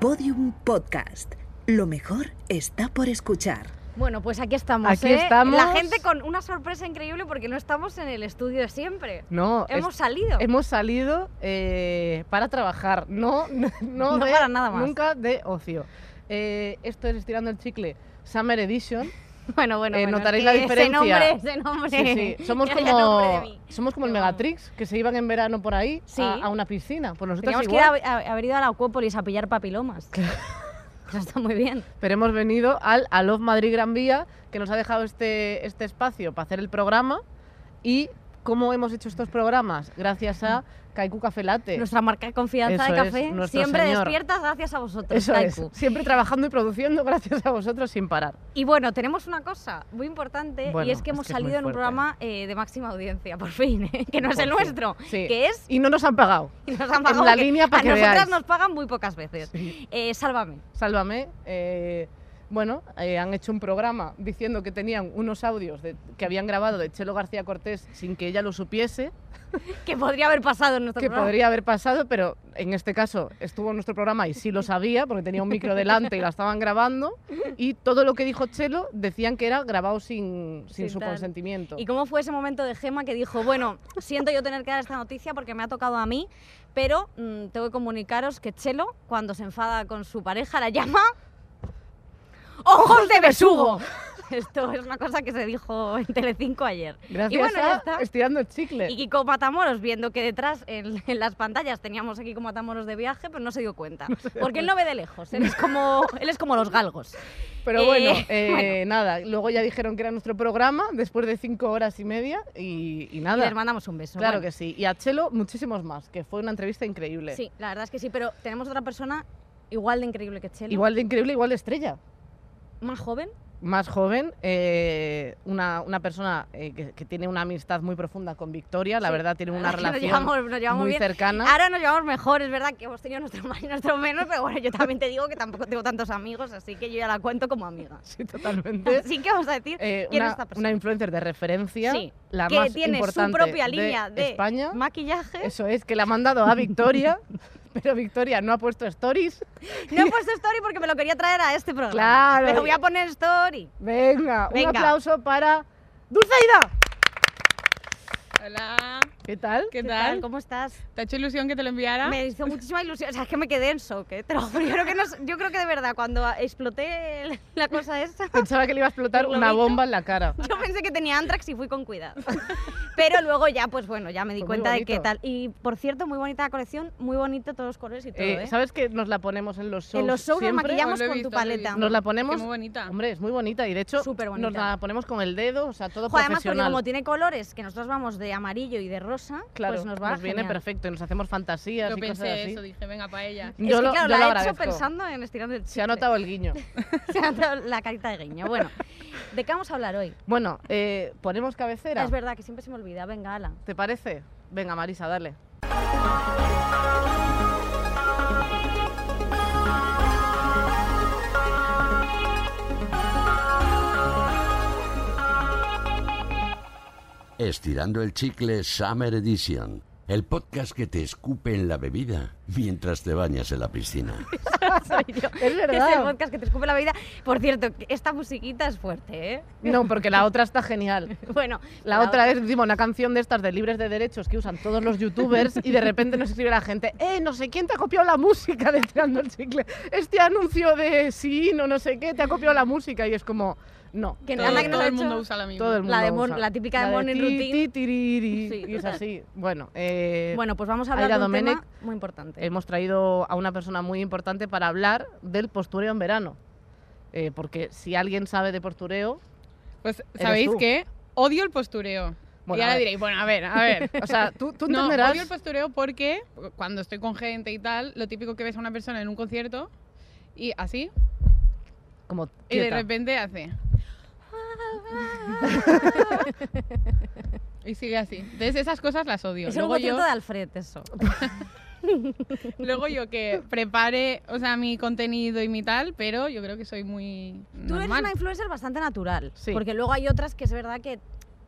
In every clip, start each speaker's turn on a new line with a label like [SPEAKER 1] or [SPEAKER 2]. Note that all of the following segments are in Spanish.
[SPEAKER 1] Podium Podcast. Lo mejor está por escuchar.
[SPEAKER 2] Bueno, pues aquí estamos.
[SPEAKER 3] Aquí
[SPEAKER 2] ¿eh?
[SPEAKER 3] estamos.
[SPEAKER 2] La gente con una sorpresa increíble porque no estamos en el estudio de siempre.
[SPEAKER 3] No, es-
[SPEAKER 2] Hemos salido.
[SPEAKER 3] hemos salido eh, para trabajar, no, no,
[SPEAKER 2] No
[SPEAKER 3] de-
[SPEAKER 2] para nada más.
[SPEAKER 3] Nunca de ocio. Eh, esto es Estirando el Chicle Summer Edition.
[SPEAKER 2] Bueno, bueno,
[SPEAKER 3] Eh,
[SPEAKER 2] bueno,
[SPEAKER 3] notaréis
[SPEAKER 2] es
[SPEAKER 3] la
[SPEAKER 2] que
[SPEAKER 3] diferencia.
[SPEAKER 2] Ese nombre, ese nombre.
[SPEAKER 3] Sí, sí. Somos,
[SPEAKER 2] Ya, ya nombre de
[SPEAKER 3] como,
[SPEAKER 2] mí.
[SPEAKER 3] somos como el
[SPEAKER 2] Pero vamos.
[SPEAKER 3] Megatrix, que se iban en verano por ahí
[SPEAKER 2] Sí.
[SPEAKER 3] a, a una piscina. Pues nosotros
[SPEAKER 2] Teníamos que ir
[SPEAKER 3] igual,
[SPEAKER 2] a, a- haber ido a la Acuópolis a pillar papilomas. Eso está muy bien.
[SPEAKER 3] pero hemos venido al a Love Madrid Gran Vía, que nos ha dejado este, este espacio para hacer el programa. Y cómo hemos hecho estos programas, gracias a Kaiku Café Latte.
[SPEAKER 2] Nuestra marca de confianza
[SPEAKER 3] Eso
[SPEAKER 2] de
[SPEAKER 3] es,
[SPEAKER 2] café
[SPEAKER 3] nuestro
[SPEAKER 2] siempre
[SPEAKER 3] señor.
[SPEAKER 2] despiertas gracias a vosotros,
[SPEAKER 3] Eso es,
[SPEAKER 2] Kaiku.
[SPEAKER 3] siempre trabajando y produciendo gracias a vosotros sin parar.
[SPEAKER 2] Y bueno, tenemos una cosa muy importante y
[SPEAKER 3] Bueno,
[SPEAKER 2] es que
[SPEAKER 3] es
[SPEAKER 2] hemos
[SPEAKER 3] que es muy
[SPEAKER 2] salido en un
[SPEAKER 3] fuerte.
[SPEAKER 2] programa eh, de máxima audiencia, por fin, ¿eh? que no es
[SPEAKER 3] Por
[SPEAKER 2] el
[SPEAKER 3] fin.
[SPEAKER 2] nuestro,
[SPEAKER 3] Sí.
[SPEAKER 2] que es
[SPEAKER 3] Y no nos han pagado.
[SPEAKER 2] y nos han pagado
[SPEAKER 3] la
[SPEAKER 2] que
[SPEAKER 3] línea para
[SPEAKER 2] a
[SPEAKER 3] que
[SPEAKER 2] nosotras
[SPEAKER 3] veáis.
[SPEAKER 2] nos pagan muy pocas veces. Eh, sálvame.
[SPEAKER 3] Sálvame. eh, bueno, eh, han hecho un programa diciendo que tenían unos audios de- que habían grabado de Chelo García Cortés sin que ella lo supiese,
[SPEAKER 2] que podría haber pasado en nuestro
[SPEAKER 3] que
[SPEAKER 2] programa.
[SPEAKER 3] podría haber pasado, pero en este caso estuvo en nuestro programa y sí lo sabía porque tenía un micro delante y la estaban grabando. Y todo lo que dijo Chelo decían que era grabado sin, sin
[SPEAKER 2] Sin
[SPEAKER 3] su
[SPEAKER 2] tal.
[SPEAKER 3] consentimiento.
[SPEAKER 2] ¿Y cómo fue ese momento de Gema que dijo, bueno, siento yo tener que dar esta noticia porque me ha tocado a mí, pero mm, tengo que comunicaros que Chelo, cuando se enfada con su pareja, la llama ¡Ojos de besugo! Esto es una cosa que se dijo en Telecinco ayer.
[SPEAKER 3] Gracias
[SPEAKER 2] y bueno, ya
[SPEAKER 3] a este
[SPEAKER 2] está.
[SPEAKER 3] Estirando el Chicle.
[SPEAKER 2] Y Kiko Matamoros, viendo que detrás en, en las pantallas teníamos a Kiko Matamoros de viaje, pero no se dio cuenta. Porque él no ve de lejos, él es como, él es como los galgos.
[SPEAKER 3] Pero bueno,
[SPEAKER 2] Eh,
[SPEAKER 3] eh,
[SPEAKER 2] bueno.
[SPEAKER 3] nada, luego ya dijeron que era nuestro programa después de cinco horas y media y, y
[SPEAKER 2] Y
[SPEAKER 3] nada.
[SPEAKER 2] les mandamos un beso.
[SPEAKER 3] claro
[SPEAKER 2] bueno.
[SPEAKER 3] que sí. Y a Chelo muchísimos más, que fue una entrevista increíble.
[SPEAKER 2] Sí, la verdad es que sí, pero tenemos otra persona igual de increíble que Chelo,
[SPEAKER 3] Igual de increíble, igual de estrella.
[SPEAKER 2] más joven.
[SPEAKER 3] Más joven, eh, una, una persona eh, que, que tiene una amistad muy profunda con Victoria, la
[SPEAKER 2] Sí.
[SPEAKER 3] verdad tiene una
[SPEAKER 2] Es que nos
[SPEAKER 3] relación
[SPEAKER 2] llevamos- nos llevamos
[SPEAKER 3] muy
[SPEAKER 2] bien.
[SPEAKER 3] cercana.
[SPEAKER 2] Ahora nos llevamos mejor, es verdad que hemos tenido nuestro más y nuestro menos, pero bueno, yo también te digo que tampoco tengo tantos amigos, así que yo ya la cuento como amiga.
[SPEAKER 3] Sí, totalmente.
[SPEAKER 2] Así que vamos a decir
[SPEAKER 3] Eh,
[SPEAKER 2] quién
[SPEAKER 3] una,
[SPEAKER 2] es esta
[SPEAKER 3] una
[SPEAKER 2] persona.
[SPEAKER 3] influencer de referencia,
[SPEAKER 2] Sí,
[SPEAKER 3] la
[SPEAKER 2] que
[SPEAKER 3] más
[SPEAKER 2] tiene su
[SPEAKER 3] importante
[SPEAKER 2] propia
[SPEAKER 3] de
[SPEAKER 2] línea de
[SPEAKER 3] España.
[SPEAKER 2] maquillaje.
[SPEAKER 3] Eso es, que la ha mandado a Victoria, pero Victoria no ha puesto stories.
[SPEAKER 2] No he puesto story porque me lo quería traer a este programa.
[SPEAKER 3] Claro.
[SPEAKER 2] Pero voy a poner story.
[SPEAKER 3] Venga,
[SPEAKER 2] Venga.
[SPEAKER 3] un aplauso para Dulceida.
[SPEAKER 4] Hola,
[SPEAKER 3] ¿Qué tal?
[SPEAKER 4] ¿qué tal?
[SPEAKER 2] ¿Cómo estás?
[SPEAKER 4] ¿Te ha hecho ilusión que te lo enviara?
[SPEAKER 2] Me hizo muchísima ilusión. O sea, es que me quedé en shock, ¿eh? Te lo juro. Yo creo que, no sé- yo creo que de verdad, cuando exploté la cosa esa,
[SPEAKER 3] Pensaba que le iba a explotar
[SPEAKER 2] ¿El
[SPEAKER 3] una
[SPEAKER 2] globito?
[SPEAKER 3] bomba en la cara.
[SPEAKER 2] Yo pensé que tenía antrax y fui con cuidado. Pero luego ya, pues bueno, ya me di
[SPEAKER 3] Pues muy
[SPEAKER 2] cuenta de qué
[SPEAKER 3] bonito.
[SPEAKER 2] tal. Y por cierto, muy bonita la colección, muy bonito todos los colores y todo,
[SPEAKER 3] Eh,
[SPEAKER 2] ¿eh?
[SPEAKER 3] ¿Sabes que nos la ponemos en los shows?
[SPEAKER 2] En los shows nos
[SPEAKER 3] siempre?
[SPEAKER 2] maquillamos
[SPEAKER 4] Lo he
[SPEAKER 2] con
[SPEAKER 4] visto,
[SPEAKER 2] tu
[SPEAKER 4] lo he
[SPEAKER 2] paleta.
[SPEAKER 4] visto.
[SPEAKER 3] Nos la
[SPEAKER 4] Es que
[SPEAKER 3] ponemos.
[SPEAKER 4] muy bonita.
[SPEAKER 3] Hombre, es muy bonita y de hecho
[SPEAKER 2] Superbonita.
[SPEAKER 3] nos la ponemos con el dedo, o sea, todo
[SPEAKER 2] Jo, además, porque
[SPEAKER 3] profesional.
[SPEAKER 2] como tiene colores que nosotros vamos de amarillo y de rosa,
[SPEAKER 3] claro,
[SPEAKER 2] pues nos va
[SPEAKER 3] viene
[SPEAKER 2] genial.
[SPEAKER 3] perfecto y nos hacemos fantasías
[SPEAKER 4] Lo
[SPEAKER 3] y cosas
[SPEAKER 4] pensé
[SPEAKER 3] así.
[SPEAKER 4] eso, dije, venga, para ella.
[SPEAKER 2] Es
[SPEAKER 3] Yo
[SPEAKER 2] que,
[SPEAKER 3] lo-
[SPEAKER 2] claro, la
[SPEAKER 3] yo lo
[SPEAKER 2] he hecho
[SPEAKER 3] agradezco.
[SPEAKER 2] pensando en estirando el chicle.
[SPEAKER 3] Se ha notado el guiño.
[SPEAKER 2] Se ha notado la carita de guiño. Bueno, ¿de qué vamos a hablar hoy?
[SPEAKER 3] Bueno, eh, ponemos cabecera.
[SPEAKER 2] Es verdad que siempre se me olvida. Venga, Ala.
[SPEAKER 3] ¿Te parece? Venga, Marisa, dale.
[SPEAKER 5] Estirando el chicle Summer Edition, el podcast que te escupe en la bebida mientras te bañas en la piscina.
[SPEAKER 2] Soy yo.
[SPEAKER 3] Es
[SPEAKER 2] Es el
[SPEAKER 3] verdad.
[SPEAKER 2] podcast que te escupe la vida. Por cierto, esta musiquita es fuerte, ¿eh?
[SPEAKER 3] No, porque la otra está genial.
[SPEAKER 2] Bueno,
[SPEAKER 3] La otra es, decimos, una canción de estas de libres de derechos que usan todos los youtubers y de repente nos escribe la gente, eh, no sé quién te ha copiado la música de Tirando el Chicle. Este anuncio de sí, no, no sé qué, te ha copiado la música y es como, no.
[SPEAKER 2] Que
[SPEAKER 4] Todo,
[SPEAKER 2] anda que no
[SPEAKER 4] todo
[SPEAKER 2] la ha
[SPEAKER 4] el
[SPEAKER 2] hecho-
[SPEAKER 4] mundo usa la misma.
[SPEAKER 3] Todo el mundo
[SPEAKER 2] La de Mon-
[SPEAKER 3] usa.
[SPEAKER 2] la típica de Morning
[SPEAKER 3] ti,
[SPEAKER 2] Routine.
[SPEAKER 3] ti, tiriri,
[SPEAKER 2] Sí,
[SPEAKER 3] y es
[SPEAKER 2] total.
[SPEAKER 3] así. Bueno, eh,
[SPEAKER 2] Bueno, pues vamos a
[SPEAKER 3] Aira
[SPEAKER 2] hablar de un
[SPEAKER 3] Domènech,
[SPEAKER 2] tema muy importante.
[SPEAKER 3] hemos traído a una persona muy importante para hablar del postureo en verano. Eh, porque si alguien sabe de postureo,
[SPEAKER 4] Pues,
[SPEAKER 3] Eres
[SPEAKER 4] ¿sabéis
[SPEAKER 3] tú.
[SPEAKER 4] qué? Odio el postureo.
[SPEAKER 3] Bueno,
[SPEAKER 4] y
[SPEAKER 3] a
[SPEAKER 4] ahora
[SPEAKER 3] ver.
[SPEAKER 4] diréis, bueno, a ver, a ver.
[SPEAKER 3] o sea, tú, tú
[SPEAKER 4] No,
[SPEAKER 3] entenderás...
[SPEAKER 4] odio el postureo porque cuando estoy con gente y tal, lo típico que ves a una persona en un concierto y así,
[SPEAKER 3] como
[SPEAKER 4] y de
[SPEAKER 3] quieta.
[SPEAKER 4] repente hace... y sigue así. Entonces esas cosas las odio.
[SPEAKER 2] es un
[SPEAKER 4] Luego yo- Pues
[SPEAKER 2] concierto de Alfred, eso.
[SPEAKER 4] Luego yo que prepare, o sea, mi contenido y mi tal, pero yo creo que soy muy
[SPEAKER 2] Tú eres
[SPEAKER 4] normal.
[SPEAKER 2] una influencer bastante natural.
[SPEAKER 3] Sí.
[SPEAKER 2] Porque luego hay otras que es verdad que,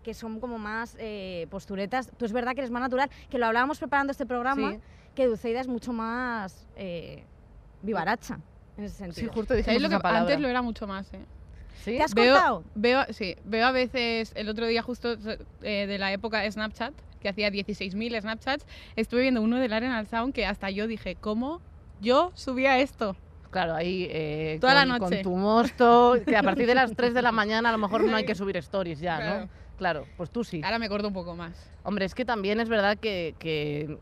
[SPEAKER 2] que son como más eh, posturetas. Tú es verdad que eres más natural. Que lo hablábamos preparando este programa,
[SPEAKER 3] Sí.
[SPEAKER 2] que Dulceida es mucho más... eh, vivaracha en ese
[SPEAKER 3] Sí,
[SPEAKER 2] sentido.
[SPEAKER 3] justo
[SPEAKER 4] ¿Sabéis
[SPEAKER 3] dijimos
[SPEAKER 4] lo que
[SPEAKER 3] esa palabra.
[SPEAKER 4] antes lo era mucho más, eh?
[SPEAKER 3] ¿Sí?
[SPEAKER 2] ¿Te has
[SPEAKER 4] Veo,
[SPEAKER 2] cortado?
[SPEAKER 4] veo, sí, veo a veces, el otro día justo eh, de la época de Snapchat, que hacía 16.000 Snapchats, estuve viendo uno del Arenal Sound que hasta yo dije, ¿cómo yo subía esto?
[SPEAKER 3] Claro, ahí eh,
[SPEAKER 4] Toda
[SPEAKER 3] con,
[SPEAKER 4] la
[SPEAKER 3] con
[SPEAKER 4] noche.
[SPEAKER 3] tu mosto, que a partir de las 3 de la mañana a lo mejor no hay que subir stories ya, ¿no?
[SPEAKER 4] Claro.
[SPEAKER 3] Claro, pues tú sí.
[SPEAKER 4] Ahora me corto un poco más.
[SPEAKER 3] Hombre, es que también es verdad que, que,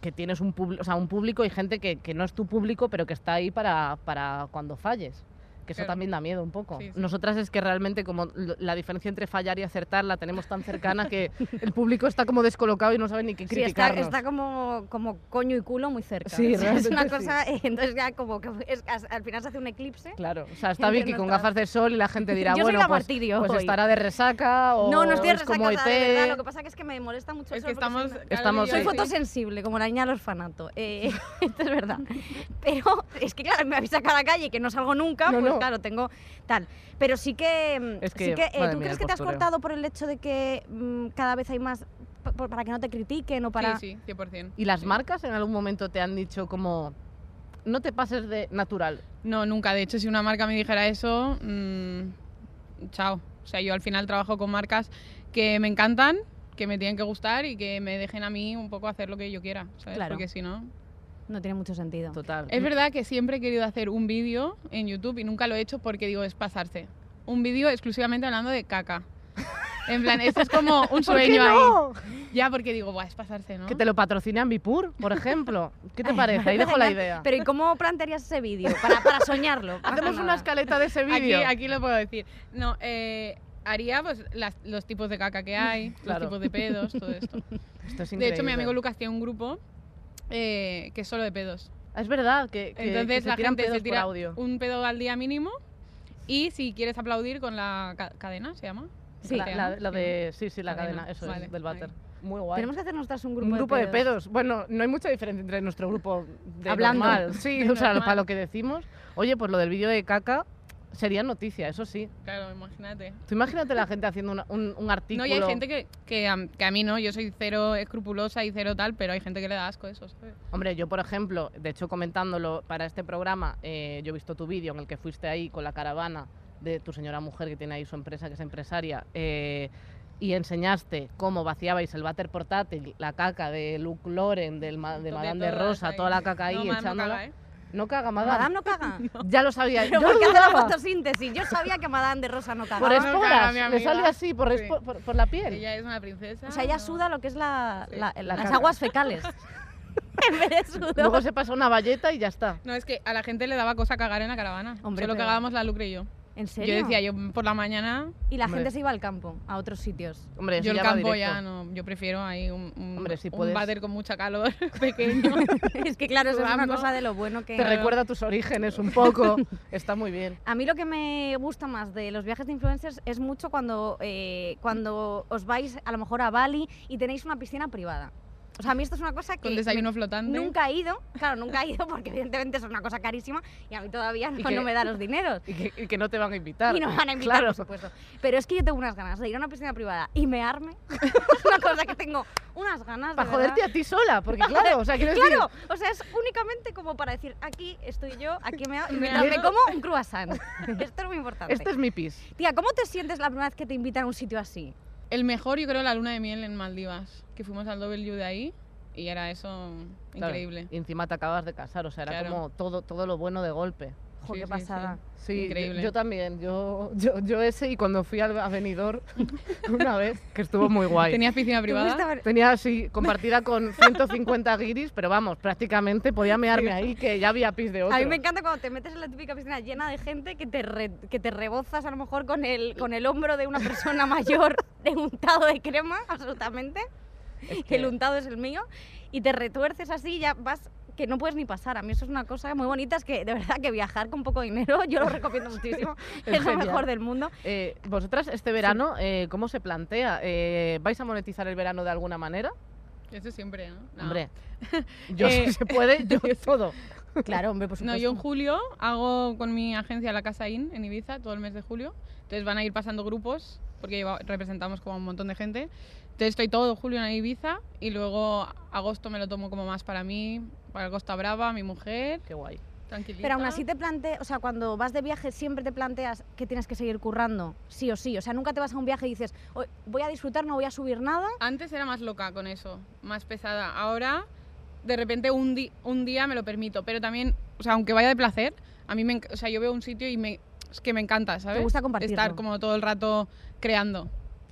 [SPEAKER 3] que tienes un, pub- o sea, un público y gente que, que no es tu público, pero que está ahí para, para cuando falles. Que eso
[SPEAKER 4] Claro.
[SPEAKER 3] también da miedo un poco.
[SPEAKER 4] Sí, sí.
[SPEAKER 3] Nosotras es que realmente como lo- la diferencia entre fallar y acertar la tenemos tan cercana que el público está como descolocado y no sabe ni qué
[SPEAKER 2] Sí, está,
[SPEAKER 3] criticarnos.
[SPEAKER 2] está como, como coño y culo muy cerca.
[SPEAKER 3] Sí,
[SPEAKER 2] O sea, es
[SPEAKER 3] realmente
[SPEAKER 2] una
[SPEAKER 3] sí.
[SPEAKER 2] cosa, eh, entonces ya como que es- as- al final se hace un eclipse.
[SPEAKER 3] Claro, o sea, está
[SPEAKER 2] Entre
[SPEAKER 3] Vicky con
[SPEAKER 2] nuestras-
[SPEAKER 3] gafas de sol y la gente dirá,
[SPEAKER 2] Yo soy
[SPEAKER 3] bueno,
[SPEAKER 2] la
[SPEAKER 3] pues,
[SPEAKER 2] martirio
[SPEAKER 3] pues
[SPEAKER 2] hoy.
[SPEAKER 3] estará de resaca o
[SPEAKER 2] no, no estoy
[SPEAKER 3] es como E
[SPEAKER 2] resacada, de
[SPEAKER 3] ET.
[SPEAKER 2] verdad, lo que pasa que es que me molesta mucho
[SPEAKER 4] Es
[SPEAKER 2] eso
[SPEAKER 4] que
[SPEAKER 2] porque soy
[SPEAKER 4] estamos...
[SPEAKER 2] una-
[SPEAKER 4] Carol y
[SPEAKER 3] Estamos-
[SPEAKER 4] yo
[SPEAKER 2] Soy
[SPEAKER 3] Sí.
[SPEAKER 2] fotosensible, como la niña del orfanato. Eh, esto es verdad. Pero es que, claro, me habéis sacado a la calle que no salgo nunca,
[SPEAKER 3] No,
[SPEAKER 2] pues
[SPEAKER 3] no.
[SPEAKER 2] claro, tengo tal. Pero sí que.
[SPEAKER 3] Es
[SPEAKER 2] Es
[SPEAKER 3] que,
[SPEAKER 2] que, sí que eh,
[SPEAKER 3] madre
[SPEAKER 2] ¿Tú
[SPEAKER 3] mía, el
[SPEAKER 2] crees que te has
[SPEAKER 3] postureo.
[SPEAKER 2] cortado por el hecho de que mm, cada vez hay más. pa- pa- para que no te critiquen o para.
[SPEAKER 4] Sí, sí, 100%.
[SPEAKER 3] ¿Y las marcas en algún momento te han dicho como, no te pases de natural?
[SPEAKER 4] No, nunca. De hecho, si una marca me dijera eso, mm, chao. O sea, yo al final trabajo con marcas que me encantan, que me tienen que gustar y que me dejen a mí un poco hacer lo que yo quiera, ¿sabes?
[SPEAKER 2] Claro.
[SPEAKER 4] Porque si
[SPEAKER 3] Mm.
[SPEAKER 4] no...
[SPEAKER 2] No tiene mucho sentido.
[SPEAKER 3] Total.
[SPEAKER 4] Es verdad que siempre he querido hacer un vídeo en YouTube y nunca lo he hecho porque digo, es pasarse. Un vídeo exclusivamente hablando de caca. En plan, esto es como un
[SPEAKER 3] ¿Por qué
[SPEAKER 4] sueño ahí.
[SPEAKER 3] no?
[SPEAKER 4] Ya, porque digo, Buah, es pasarse, ¿no?
[SPEAKER 3] Que te lo patrocine Ambipur, por ejemplo. ¿Qué te
[SPEAKER 2] Ay,
[SPEAKER 3] parece? Ahí
[SPEAKER 2] me
[SPEAKER 3] dejo la
[SPEAKER 2] parece
[SPEAKER 3] idea.
[SPEAKER 2] Pero ¿y cómo plantearías ese vídeo? Para, para soñarlo. más
[SPEAKER 3] Hacemos
[SPEAKER 2] que
[SPEAKER 3] una
[SPEAKER 2] nada.
[SPEAKER 3] escaleta de ese
[SPEAKER 4] aquí,
[SPEAKER 3] vídeo.
[SPEAKER 4] aquí lo puedo decir. No, eh, haría pues, las- los tipos de caca que hay,
[SPEAKER 3] Claro.
[SPEAKER 4] los tipos de pedos, todo esto.
[SPEAKER 3] Esto es
[SPEAKER 4] De hecho, mi
[SPEAKER 3] increíble.
[SPEAKER 4] amigo Lucas tiene un grupo eh, que es solo de pedos.
[SPEAKER 3] Ah, Es verdad que, que-
[SPEAKER 4] Entonces
[SPEAKER 3] que se
[SPEAKER 4] la
[SPEAKER 3] tiran
[SPEAKER 4] gente
[SPEAKER 3] pedos
[SPEAKER 4] se
[SPEAKER 3] por
[SPEAKER 4] tira
[SPEAKER 3] audio.
[SPEAKER 4] un pedo al día mínimo y si quieres aplaudir con la ca- cadena, ¿se llama?
[SPEAKER 3] Sí, la,
[SPEAKER 4] ¿Se
[SPEAKER 3] la-
[SPEAKER 4] llama?
[SPEAKER 3] la de, sí, sí, la cadena,
[SPEAKER 4] Cadena.
[SPEAKER 3] eso
[SPEAKER 4] Vale,
[SPEAKER 3] es, del
[SPEAKER 4] vale.
[SPEAKER 3] váter. Muy guay.
[SPEAKER 2] Tenemos que hacer nosotras un grupo,
[SPEAKER 3] un grupo de pedos. Bueno, no hay mucha diferencia entre nuestro grupo de
[SPEAKER 2] Hablando.
[SPEAKER 3] normal. Sí,
[SPEAKER 4] De
[SPEAKER 3] o sea,
[SPEAKER 4] normal.
[SPEAKER 3] para lo que decimos. Oye, pues lo del vídeo de caca sería noticia, eso sí.
[SPEAKER 4] Claro, imagínate.
[SPEAKER 3] Tú imagínate la gente haciendo una- un, un artículo.
[SPEAKER 4] No, y hay gente que, que, a, que a mí no, yo soy cero escrupulosa y cero tal, pero hay gente que le da asco eso, ¿sabes?
[SPEAKER 3] Hombre, yo, por ejemplo, de hecho, comentándolo para este programa, eh, yo he visto tu vídeo en el que fuiste ahí con la caravana de tu señora mujer que tiene ahí su empresa, que es empresaria, eh, y enseñaste cómo vaciabais el váter portátil, la caca de Luke Loren, del ma- de
[SPEAKER 4] De
[SPEAKER 3] Madame de
[SPEAKER 4] todas
[SPEAKER 3] Rosa,
[SPEAKER 4] ahí.
[SPEAKER 3] toda la caca ahí
[SPEAKER 4] No, man, no
[SPEAKER 3] echándola.
[SPEAKER 4] caga, ¿eh?
[SPEAKER 3] No caga, Madame.
[SPEAKER 2] Madame no caga.
[SPEAKER 3] Ya lo sabía.
[SPEAKER 2] Pero
[SPEAKER 3] yo lo
[SPEAKER 2] porque hace la
[SPEAKER 3] dudaba.
[SPEAKER 2] fotosíntesis. Yo sabía que Madame de Rosa no
[SPEAKER 3] Por
[SPEAKER 2] cagaba.
[SPEAKER 4] eso- No caga,
[SPEAKER 3] esporas,
[SPEAKER 4] mi
[SPEAKER 3] le
[SPEAKER 4] amiga.
[SPEAKER 3] sale así, por,
[SPEAKER 4] Sí.
[SPEAKER 3] espo- por, por la piel.
[SPEAKER 4] Ella es una princesa.
[SPEAKER 2] O sea, ella
[SPEAKER 4] no.
[SPEAKER 2] suda lo que es la,
[SPEAKER 4] Sí.
[SPEAKER 2] la-
[SPEAKER 3] La
[SPEAKER 2] las
[SPEAKER 3] caca.
[SPEAKER 2] aguas fecales. en vez de sudor.
[SPEAKER 3] Luego se pasa una valleta y ya está.
[SPEAKER 4] No, es que a la gente le daba cosa cagar en la caravana.
[SPEAKER 2] Hombre,
[SPEAKER 4] Solo
[SPEAKER 2] pero-
[SPEAKER 4] cagábamos la Lucre y yo.
[SPEAKER 2] ¿En serio?
[SPEAKER 4] Yo decía, yo por la mañana
[SPEAKER 2] Y la
[SPEAKER 3] Hombre.
[SPEAKER 2] gente se iba al campo, a otros sitios.
[SPEAKER 3] Hombre, eso
[SPEAKER 4] Yo el
[SPEAKER 3] ya va
[SPEAKER 4] campo
[SPEAKER 3] directo.
[SPEAKER 4] ya no, yo prefiero ahí un, un,
[SPEAKER 3] Hombre, si
[SPEAKER 4] un
[SPEAKER 3] puedes.
[SPEAKER 4] váter con mucha calor pequeño.
[SPEAKER 2] es que claro, eso es una
[SPEAKER 4] Sudando.
[SPEAKER 2] cosa de lo bueno
[SPEAKER 3] Te
[SPEAKER 2] que...
[SPEAKER 3] recuerda tus orígenes un poco. Está muy bien.
[SPEAKER 2] A mí lo que me gusta más de los viajes de influencers es mucho cuando, eh, cuando os vais a lo mejor a Bali y tenéis una piscina privada. O sea, a mí esto es una cosa que...
[SPEAKER 4] con desayuno
[SPEAKER 2] me-
[SPEAKER 4] flotante.
[SPEAKER 2] Nunca he ido, claro, nunca he ido porque evidentemente es una cosa carísima y a mí todavía
[SPEAKER 3] Y
[SPEAKER 2] no,
[SPEAKER 3] que-
[SPEAKER 2] no me da los dineros.
[SPEAKER 3] Y que, y que no te van a invitar.
[SPEAKER 2] Y nos van a invitar,
[SPEAKER 3] Claro.
[SPEAKER 2] por supuesto. Pero es que yo tengo unas ganas de ir a una piscina privada y mearme. es una cosa que tengo unas ganas de
[SPEAKER 3] Para
[SPEAKER 2] verdad.
[SPEAKER 3] joderte a ti sola, porque claro, o sea, quiero decir,
[SPEAKER 2] Claro, o sea, es únicamente como para decir, aquí estoy yo, aquí me,
[SPEAKER 4] Me
[SPEAKER 2] mientras me
[SPEAKER 4] hago-
[SPEAKER 2] como un croissant. Esto es muy importante.
[SPEAKER 3] este es mi pis.
[SPEAKER 2] Tía, ¿cómo te sientes la primera vez que te invitan a un sitio así?
[SPEAKER 4] El mejor yo creo la luna de miel en Maldivas, que fuimos al W de ahí y era eso
[SPEAKER 3] Claro.
[SPEAKER 4] increíble.
[SPEAKER 3] Y encima te acabas de casar, o sea, era
[SPEAKER 4] Claro.
[SPEAKER 3] como todo, todo lo bueno de golpe.
[SPEAKER 2] Jo,
[SPEAKER 4] Sí,
[SPEAKER 2] qué
[SPEAKER 4] sí,
[SPEAKER 2] pasada.
[SPEAKER 3] Sí,
[SPEAKER 4] Increíble.
[SPEAKER 3] Yo, yo también, yo, yo, yo ese y cuando fui al avenidor una vez, que estuvo muy guay.
[SPEAKER 4] ¿Tenías piscina
[SPEAKER 2] ¿Te
[SPEAKER 4] privada?
[SPEAKER 2] gusta ver-
[SPEAKER 3] Tenía así, compartida con 150 guiris, pero vamos, prácticamente podía mearme ahí, que ya había pis de otro.
[SPEAKER 2] A mí me encanta cuando te metes en la típica piscina llena de gente que te, re- que te rebozas a lo mejor con el, con el hombro de una persona mayor de untado de crema, absolutamente.
[SPEAKER 3] Es
[SPEAKER 2] que el untado es el mío, y te retuerces así y ya vas que no puedes ni pasar. A mí eso es una cosa muy bonita, es que de verdad que viajar con poco dinero, yo lo recomiendo muchísimo, es, lo
[SPEAKER 3] genial.
[SPEAKER 2] mejor del mundo.
[SPEAKER 3] Eh, vosotras, este verano, eh, ¿cómo se plantea? Eh, ¿Vais a monetizar el verano de alguna manera?
[SPEAKER 4] Eso siempre, ¿no? No.
[SPEAKER 3] Hombre, yo
[SPEAKER 4] Eh,
[SPEAKER 3] si se puede, yo todo.
[SPEAKER 2] Claro, hombre, por
[SPEAKER 4] No, yo en julio hago con mi agencia La Casa In en Ibiza todo el mes de julio. Entonces van a ir pasando grupos porque lleva- representamos como a un montón de gente. Entonces estoy todo julio en Ibiza y luego agosto me lo tomo como más para mí, para Costa Brava, mi mujer
[SPEAKER 3] Qué guay.
[SPEAKER 4] Tranquilita.
[SPEAKER 2] Pero aún así te planteas, o sea, cuando vas de viaje siempre te planteas que tienes que seguir currando, sí o sí. O sea, nunca te vas a un viaje y dices, "Hoy voy a disfrutar, no voy a subir nada.
[SPEAKER 4] Antes era más loca con eso, más pesada. Ahora, de repente, un, di- un día me lo permito. Pero también, o sea, aunque vaya de placer, a mí me enc- o sea, yo veo un sitio y me, es que me encanta, ¿sabes?
[SPEAKER 2] gusta compartirlo.
[SPEAKER 4] Estar como todo el rato creando.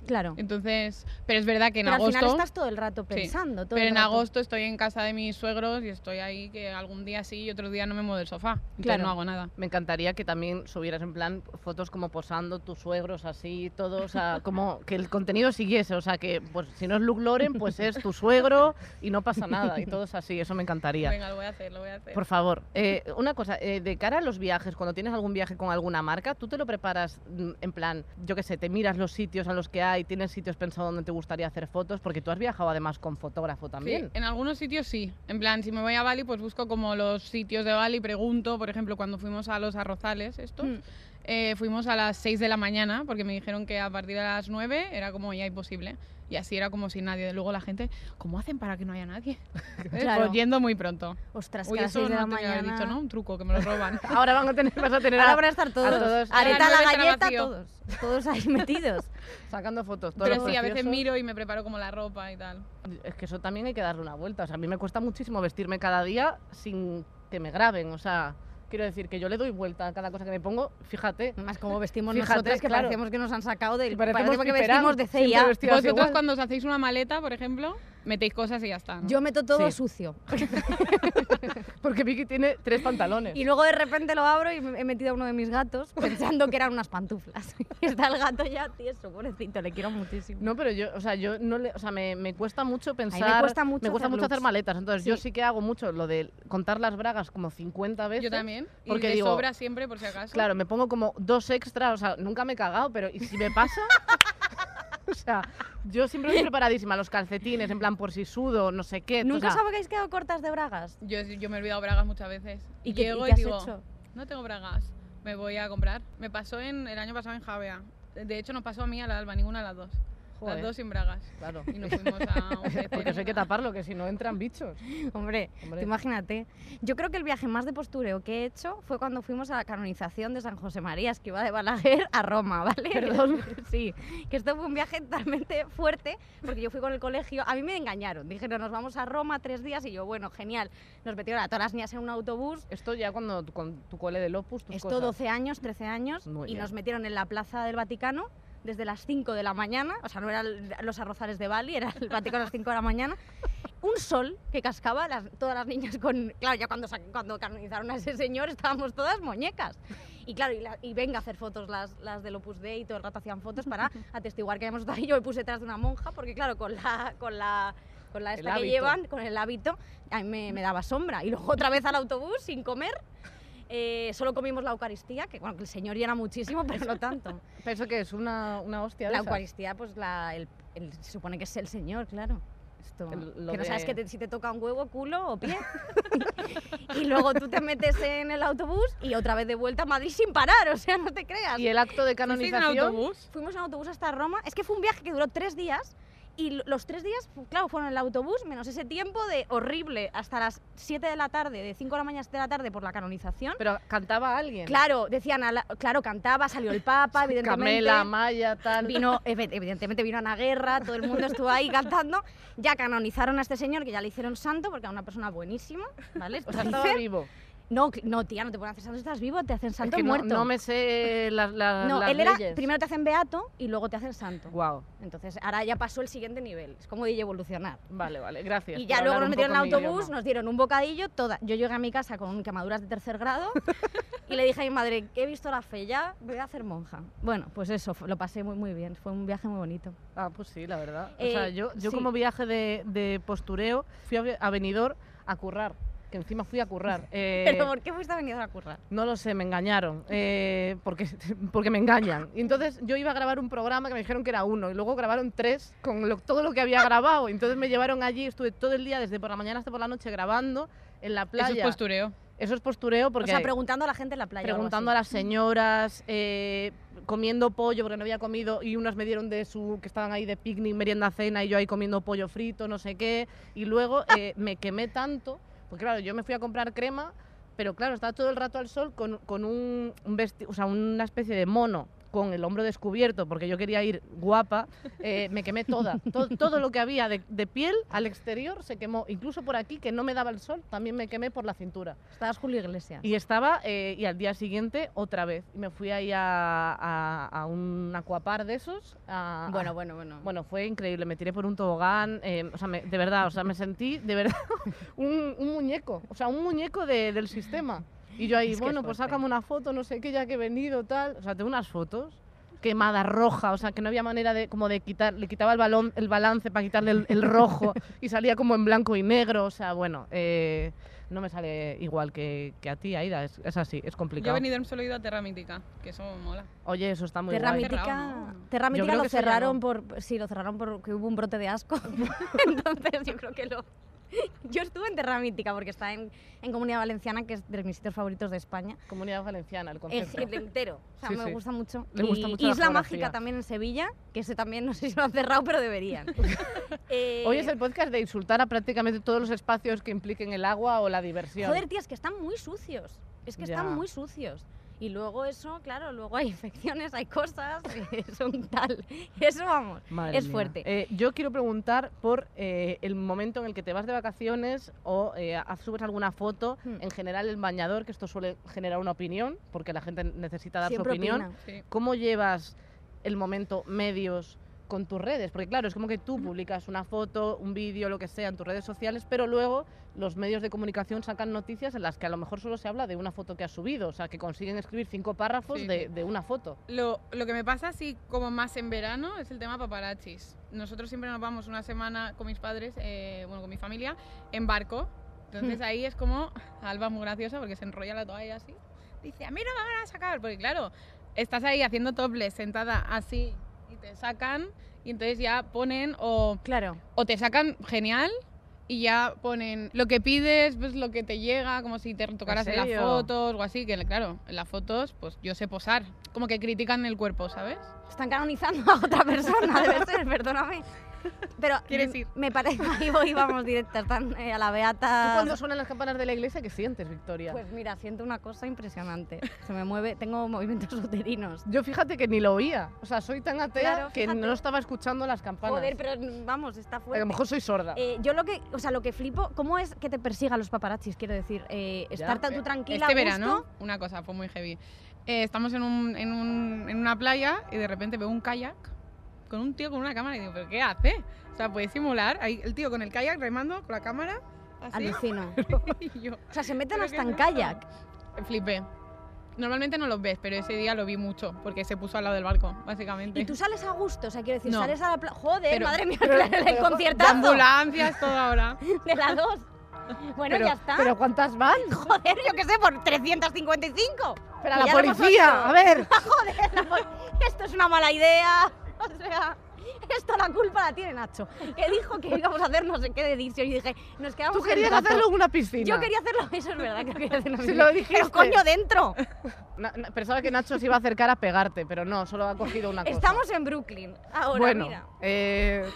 [SPEAKER 2] Claro.
[SPEAKER 4] Entonces, pero es verdad que en
[SPEAKER 2] Pero al
[SPEAKER 4] agosto...
[SPEAKER 2] final estás todo el rato pensando. todo
[SPEAKER 4] pero
[SPEAKER 2] el
[SPEAKER 4] en
[SPEAKER 2] rato.
[SPEAKER 4] agosto estoy en casa de mis suegros y estoy ahí que algún día sí y otro día no me muevo del sofá. Entonces
[SPEAKER 3] Claro.
[SPEAKER 4] no hago nada.
[SPEAKER 3] Me encantaría que también subieras en plan fotos como posando tus suegros así, todo, o sea, como que el contenido siguiese, o sea, que pues si no es Luke Loren, pues es tu suegro y no pasa nada, y todo es así, eso me encantaría.
[SPEAKER 4] Venga, lo voy a hacer, lo voy a hacer.
[SPEAKER 3] Por favor, eh, una cosa, eh, de cara a los viajes, cuando tienes algún viaje con alguna marca, ¿tú te lo preparas mm, en plan, yo qué sé, te miras los sitios a los que hay, tienes sitios pensados donde te gustaría hacer fotos? Porque tú has viajado además con fotógrafo
[SPEAKER 4] Sí,
[SPEAKER 3] también.
[SPEAKER 4] en algunos sitios sí. En plan, si me voy a Bali, pues busco como los sitios de Bali, pregunto, por ejemplo, cuando fuimos a los arrozales, estos,
[SPEAKER 2] Mm.
[SPEAKER 4] eh, fuimos a las 6 de la mañana, porque me dijeron que a partir de las 9 era como ya imposible. Y así era como sin nadie. Luego la gente, ¿cómo hacen para que no haya nadie? ¿Eh?
[SPEAKER 2] Claro.
[SPEAKER 4] Pues yendo muy pronto.
[SPEAKER 2] Ostras,
[SPEAKER 4] Uy,
[SPEAKER 2] que a las
[SPEAKER 4] eso
[SPEAKER 2] seis de
[SPEAKER 4] no
[SPEAKER 2] la
[SPEAKER 4] tenía que haber
[SPEAKER 2] mañana.
[SPEAKER 4] dicho, ¿no? Un truco, que me lo roban.
[SPEAKER 3] Ahora van a tener, vas a tener
[SPEAKER 2] Ahora
[SPEAKER 3] a-
[SPEAKER 2] van a estar todos.
[SPEAKER 3] todos.
[SPEAKER 2] Areta, la
[SPEAKER 4] A las nueve estará
[SPEAKER 2] galleta,
[SPEAKER 4] vacío.
[SPEAKER 2] todos. Todos ahí metidos.
[SPEAKER 3] sacando fotos. todos
[SPEAKER 4] Pero
[SPEAKER 3] los
[SPEAKER 4] sí, a veces
[SPEAKER 3] preciosos.
[SPEAKER 4] miro y me preparo como la ropa y tal.
[SPEAKER 3] Es que eso también hay que darle una vuelta. O sea, a mí me cuesta muchísimo vestirme cada día sin que me graben. O sea, quiero decir que yo le doy vuelta a cada cosa que me pongo. Fíjate.
[SPEAKER 2] Más como vestimos
[SPEAKER 3] Fíjate,
[SPEAKER 2] nosotras, que
[SPEAKER 3] claro.
[SPEAKER 2] parecemos que nos han sacado del.
[SPEAKER 3] Que parecemos
[SPEAKER 2] Parecemos que
[SPEAKER 3] piperán,
[SPEAKER 2] vestimos de
[SPEAKER 3] siempre
[SPEAKER 2] CIA.
[SPEAKER 3] vestidas
[SPEAKER 4] Vosotros
[SPEAKER 3] igual.
[SPEAKER 4] cuando os hacéis una maleta, por ejemplo, metéis cosas y ya está. ¿no?
[SPEAKER 2] Yo meto todo
[SPEAKER 3] Sí.
[SPEAKER 2] sucio.
[SPEAKER 3] Porque Vicky tiene tres pantalones.
[SPEAKER 2] Y luego de repente lo abro y me- he metido a uno de mis gatos pensando que eran unas pantuflas. Y está el gato ya tieso, pobrecito, le quiero muchísimo.
[SPEAKER 3] No, pero yo, o sea, yo no le, o sea, me, me cuesta mucho pensar.
[SPEAKER 2] cuesta mucho
[SPEAKER 3] me cuesta
[SPEAKER 2] hacer
[SPEAKER 3] mucho hacer
[SPEAKER 2] looks.
[SPEAKER 3] maletas. Entonces, yo
[SPEAKER 2] Sí.
[SPEAKER 3] sí que hago mucho lo de contar las bragas como 50 veces.
[SPEAKER 4] Yo también.
[SPEAKER 3] porque
[SPEAKER 4] y de
[SPEAKER 3] digo-
[SPEAKER 4] sobra siempre, por si acaso.
[SPEAKER 3] Claro, me pongo como dos extras, o sea, nunca me he cagado, pero ¿y si me pasa? o sea, yo siempre voy preparadísima, los calcetines, en plan por si sudo, no sé qué. o
[SPEAKER 2] ¿Nunca os
[SPEAKER 3] sea,
[SPEAKER 2] habéis quedado cortas de bragas?
[SPEAKER 4] Yo, yo me he olvidado bragas muchas veces.
[SPEAKER 2] ¿Y qué, y
[SPEAKER 4] Llego
[SPEAKER 2] qué has
[SPEAKER 4] digo,
[SPEAKER 2] hecho?
[SPEAKER 4] no tengo bragas, me voy a comprar. Me pasó en el año pasado en Javea. De hecho, no pasó a mí a la Alba, ninguna de las dos.
[SPEAKER 3] Joder.
[SPEAKER 4] Las dos sin bragas.
[SPEAKER 3] Claro.
[SPEAKER 4] Y nos fuimos a un café,
[SPEAKER 3] Porque eso hay que
[SPEAKER 4] nada.
[SPEAKER 3] taparlo, que si no entran bichos.
[SPEAKER 2] Hombre,
[SPEAKER 3] Hombre.
[SPEAKER 2] tú imagínate. Yo creo que el viaje más de postureo que he hecho fue cuando fuimos a la canonización de San José María, que iba de Balaguer a Roma, ¿vale?
[SPEAKER 3] Perdón.
[SPEAKER 2] Sí, que esto fue un viaje totalmente fuerte, porque yo fui con el colegio, a mí me engañaron, dijeron nos vamos a Roma tres días y yo, bueno, genial, nos metieron a todas las niñas en un autobús,
[SPEAKER 3] Esto ya cuando tu- con tu cole del Opus, tus
[SPEAKER 2] Esto
[SPEAKER 3] cosas.
[SPEAKER 2] 12 años, 13 años,
[SPEAKER 3] Muy
[SPEAKER 2] y
[SPEAKER 3] bien.
[SPEAKER 2] nos metieron en la plaza del Vaticano desde las 5 de la mañana, o sea, no eran los arrozales de Bali, era el Vaticano a las 5 de la mañana, un sol que cascaba, las- todas las niñas con... Claro, ya cuando, sa- cuando canonizaron a ese señor estábamos todas muñecas. Y claro, y, la- y venga a hacer fotos las, las del Opus Dei, todo el rato hacían fotos para atestiguar que habíamos estado ahí. Yo me puse detrás de una monja, porque claro, con la... Con la con la
[SPEAKER 3] El
[SPEAKER 2] esta que
[SPEAKER 3] hábito.
[SPEAKER 2] llevan, con el hábito, a mí me, me daba sombra. Y luego otra vez al autobús sin comer. Eh, solo comimos la Eucaristía, que bueno, que el Señor llena muchísimo, pero no tanto.
[SPEAKER 3] Pero eso que es una, una hostia de
[SPEAKER 2] La
[SPEAKER 3] esas.
[SPEAKER 2] Eucaristía, pues la, el- el- se supone que es el Señor, claro. Esto,
[SPEAKER 3] El- lo
[SPEAKER 2] que no sabes
[SPEAKER 3] de-
[SPEAKER 2] que te- si te toca un huevo, culo o pie. y luego tú te metes en el autobús y otra vez de vuelta a Madrid sin parar, o sea, no te creas.
[SPEAKER 3] Y el acto de
[SPEAKER 4] ¿Fuisteis en
[SPEAKER 3] canonización.
[SPEAKER 4] autobús?
[SPEAKER 2] Fuimos en autobús hasta Roma. Es que fue un viaje que duró tres días. Y lo- los tres días, fu- claro, fueron en el autobús, menos ese tiempo de horrible hasta las 7 de la tarde, de 5 de la mañana a 7 de la tarde por la canonización.
[SPEAKER 3] Pero cantaba alguien.
[SPEAKER 2] Claro, decían, a la- claro, cantaba, salió el Papa, evidentemente.
[SPEAKER 3] Camela, Maya, tal.
[SPEAKER 2] Vino, evi- evidentemente vino Ana Guerra, todo el mundo estuvo ahí cantando. Ya canonizaron a este señor, que ya le hicieron santo, porque era una persona buenísima, ¿vale?
[SPEAKER 3] O sea,
[SPEAKER 2] Dicen-
[SPEAKER 3] estaba vivo.
[SPEAKER 2] no, cl- no, tía, no te pueden hacer santo si estás vivo, te hacen santo
[SPEAKER 3] Es que no-
[SPEAKER 2] muerto.
[SPEAKER 3] No, me sé las, las,
[SPEAKER 2] No,
[SPEAKER 3] las
[SPEAKER 2] él era,
[SPEAKER 3] leyes.
[SPEAKER 2] primero te hacen beato y luego te hacen santo.
[SPEAKER 3] Guau.
[SPEAKER 2] Entonces, ahora ya pasó el siguiente nivel, es como DJ evolucionar.
[SPEAKER 3] Vale, vale, gracias.
[SPEAKER 2] Y
[SPEAKER 3] por
[SPEAKER 2] ya luego nos
[SPEAKER 3] hablar un
[SPEAKER 2] metieron en el
[SPEAKER 3] poco mi
[SPEAKER 2] autobús,
[SPEAKER 3] idioma.
[SPEAKER 2] nos dieron un bocadillo, toda. Yo llegué a mi casa con quemaduras de tercer grado y le dije a mi madre, he visto la fe ya, voy a hacer monja. Bueno, pues eso, lo pasé muy, muy bien, fue un viaje muy bonito.
[SPEAKER 3] Ah, pues sí, la verdad. o
[SPEAKER 2] Eh,
[SPEAKER 3] sea, yo, yo
[SPEAKER 2] sí.
[SPEAKER 3] como viaje de, de postureo fui a, a Benidorm a currar, que encima fui a currar. Eh,
[SPEAKER 2] ¿Pero por qué fuiste venido a currar?
[SPEAKER 3] No lo sé, me engañaron, eh, porque, porque me engañan. Y entonces yo iba a grabar un programa que me dijeron que era uno, y luego grabaron tres con lo- todo lo que había grabado. Entonces me llevaron allí, estuve todo el día, desde por la mañana hasta por la noche, grabando en la playa.
[SPEAKER 4] Eso es postureo.
[SPEAKER 3] Eso es postureo porque...
[SPEAKER 2] o sea, preguntando a la gente en la playa. o algo
[SPEAKER 3] preguntando a
[SPEAKER 2] así.
[SPEAKER 3] las señoras, eh, comiendo pollo porque no había comido y unas me dieron de su que estaban ahí de picnic, merienda, cena y yo ahí comiendo pollo frito, no sé qué. Y luego eh, me quemé tanto, porque claro, yo me fui a comprar crema pero claro, estaba todo el rato al sol con, con un, un vesti- o sea, una especie de mono con el hombro descubierto, porque yo quería ir guapa, eh, me quemé toda. To- Todo, lo que había de, de piel al exterior se quemó, incluso por aquí, que no me daba el sol, también me quemé por la cintura.
[SPEAKER 2] Estabas Julio Iglesias.
[SPEAKER 3] Y estaba, eh, y al día siguiente otra vez, y me fui ahí a, a- a un acuapar de esos. a- a-
[SPEAKER 2] Bueno, bueno, bueno.
[SPEAKER 3] Ah, bueno, fue increíble. Me tiré por un tobogán. eh, o sea, me- de verdad, o sea, me sentí de verdad un, un muñeco. O sea, un muñeco de- del sistema. Y yo ahí,
[SPEAKER 2] Es que
[SPEAKER 3] bueno,
[SPEAKER 2] es
[SPEAKER 3] pues
[SPEAKER 2] fuerte.
[SPEAKER 3] sácame una foto, no sé qué, ya que he venido, tal. O sea, tengo unas fotos quemada roja, o sea, que no había manera de como de quitar, le quitaba el balón, el balance para quitarle el, el rojo y salía como en blanco y negro, o sea, bueno, eh, no me sale igual que, que a ti, Aida, es, es así, es
[SPEAKER 4] Yo he
[SPEAKER 3] complicado.
[SPEAKER 4] venido en solo he ido a Terra Mítica, que eso mola.
[SPEAKER 3] Oye, eso está muy
[SPEAKER 2] Terra
[SPEAKER 3] guay.
[SPEAKER 2] Mítica,
[SPEAKER 4] Cerrado, ¿no?
[SPEAKER 2] Terra
[SPEAKER 3] Yo
[SPEAKER 2] Mítica
[SPEAKER 3] creo
[SPEAKER 2] lo
[SPEAKER 3] que eso ya
[SPEAKER 2] cerraron
[SPEAKER 3] no.
[SPEAKER 2] por sí, lo cerraron porque hubo un brote de asco. Entonces yo creo que lo yo estuve en Terra Mítica porque está en, en Comunidad Valenciana, que es de mis sitios favoritos de España.
[SPEAKER 3] Comunidad Valenciana, el
[SPEAKER 2] Es
[SPEAKER 3] concepto.
[SPEAKER 2] el entero. O sea,
[SPEAKER 3] Sí,
[SPEAKER 2] me
[SPEAKER 3] sí.
[SPEAKER 2] gusta mucho.
[SPEAKER 3] Le gusta
[SPEAKER 2] Y
[SPEAKER 3] mucho la
[SPEAKER 2] Isla
[SPEAKER 3] geografía.
[SPEAKER 2] Mágica también en Sevilla, que ese también no sé si lo han cerrado, pero deberían. Eh,
[SPEAKER 3] Hoy es el podcast de insultar a prácticamente todos los espacios que impliquen el agua o la diversión.
[SPEAKER 2] Joder, tías, que están muy sucios. Es que
[SPEAKER 3] Ya.
[SPEAKER 2] están muy sucios. Y luego eso, claro, luego hay infecciones, hay cosas, es un tal. Eso vamos.
[SPEAKER 3] Madre
[SPEAKER 2] es
[SPEAKER 3] mía.
[SPEAKER 2] fuerte.
[SPEAKER 3] Eh, yo quiero preguntar por eh, el momento en el que te vas de vacaciones o eh, ha- subes alguna foto,
[SPEAKER 2] Hmm.
[SPEAKER 3] en general el bañador, que esto suele generar una opinión, porque la gente necesita dar
[SPEAKER 2] Siempre
[SPEAKER 3] su opinión.
[SPEAKER 2] opina.
[SPEAKER 4] Sí.
[SPEAKER 3] ¿Cómo llevas el momento medios con tus redes? Porque claro, es como que tú publicas una foto, un vídeo, lo que sea, en tus redes sociales, pero luego los medios de comunicación sacan noticias en las que a lo mejor solo se habla de una foto que has subido, o sea, que consiguen escribir cinco párrafos
[SPEAKER 4] Sí,
[SPEAKER 3] de,
[SPEAKER 4] sí.
[SPEAKER 3] de una foto.
[SPEAKER 4] Lo, lo que me pasa así como más en verano es el tema paparazzis. Nosotros siempre nos vamos una semana con mis padres, eh, bueno, con mi familia, en barco. Entonces ahí es como, Alba es muy graciosa porque se enrolla la toalla así. Dice, a mí no me van a sacar, porque claro, estás ahí haciendo topless, sentada así, y te sacan, y entonces ya ponen, o,
[SPEAKER 2] Claro.
[SPEAKER 4] o te sacan genial, y ya ponen lo que pides, pues lo que te llega, como si te retocaras en las
[SPEAKER 3] serio?
[SPEAKER 4] fotos o así, que claro, en las fotos, pues yo sé posar. Como que critican el cuerpo, ¿sabes?
[SPEAKER 2] Están canonizando a otra persona, debe ser, perdóname. Pero
[SPEAKER 4] ¿Quieres
[SPEAKER 2] me-
[SPEAKER 4] ir?
[SPEAKER 2] me parece ahí voy, vamos directa, están eh, a la
[SPEAKER 3] ¿Tú
[SPEAKER 2] beata.
[SPEAKER 3] cuando suenan las campanas de la iglesia qué sientes, Victoria?
[SPEAKER 2] Pues mira, siento una cosa impresionante. Se me mueve, tengo movimientos uterinos.
[SPEAKER 3] yo fíjate que ni lo oía. O sea, soy tan atea
[SPEAKER 2] Claro,
[SPEAKER 3] que
[SPEAKER 2] fíjate.
[SPEAKER 3] no estaba escuchando las campanas.
[SPEAKER 2] Joder, pero vamos, está
[SPEAKER 3] a
[SPEAKER 2] fuerte.
[SPEAKER 3] lo mejor soy sorda.
[SPEAKER 2] Eh, yo lo que, o sea, lo que flipo, ¿cómo es que te persigan los paparazzis? Quiero decir, eh,
[SPEAKER 3] Ya,
[SPEAKER 2] estar tan-
[SPEAKER 4] eh,
[SPEAKER 2] tú tranquila,
[SPEAKER 4] Este
[SPEAKER 2] a gusto,
[SPEAKER 4] verano, una cosa, fue muy heavy. Eh, estamos en, un- en un- en una playa y de repente veo un kayak con un tío con una cámara y digo, ¿pero qué hace? O sea, puede simular. Ahí, el tío con el kayak remando con la cámara.
[SPEAKER 2] Ah,
[SPEAKER 4] Así.
[SPEAKER 2] alucino.
[SPEAKER 4] y yo
[SPEAKER 2] O sea, se meten
[SPEAKER 4] Pero
[SPEAKER 2] hasta
[SPEAKER 4] qué
[SPEAKER 2] en
[SPEAKER 4] raro.
[SPEAKER 2] kayak.
[SPEAKER 4] flipé. Normalmente no los ves, pero ese día lo vi mucho porque se puso al lado del barco, básicamente.
[SPEAKER 2] Y tú sales a gusto, o sea, quiero decir,
[SPEAKER 4] No.
[SPEAKER 2] sales a la pla- Joder,
[SPEAKER 4] Pero-
[SPEAKER 2] madre mía, el
[SPEAKER 3] pero-
[SPEAKER 2] conciertazo
[SPEAKER 4] Ambulancias toda hora.
[SPEAKER 2] de las dos. Bueno,
[SPEAKER 3] pero,
[SPEAKER 2] ya está.
[SPEAKER 3] pero ¿cuántas van?
[SPEAKER 2] Joder, yo qué sé, por 355.
[SPEAKER 3] Pero
[SPEAKER 2] Que
[SPEAKER 3] a la
[SPEAKER 2] ya lo hemos hecho.
[SPEAKER 3] policía, a ver.
[SPEAKER 2] Esto es una mala idea. O sea, esto la culpa la tiene Nacho, que dijo que íbamos a hacer no sé qué de edición y dije, nos quedamos
[SPEAKER 3] Tú
[SPEAKER 2] en
[SPEAKER 3] querías
[SPEAKER 2] rato.
[SPEAKER 3] hacerlo en una piscina.
[SPEAKER 2] Yo quería hacerlo, eso es verdad, que lo quería hacer en la
[SPEAKER 3] Si
[SPEAKER 2] piscina.
[SPEAKER 3] lo dijiste.
[SPEAKER 2] Pero coño, dentro.
[SPEAKER 3] Na- na- pensaba que Nacho se iba a acercar a pegarte, pero no, solo ha cogido una cosa.
[SPEAKER 2] Estamos en Brooklyn. Ahora,
[SPEAKER 3] bueno,
[SPEAKER 2] mira.
[SPEAKER 3] eh,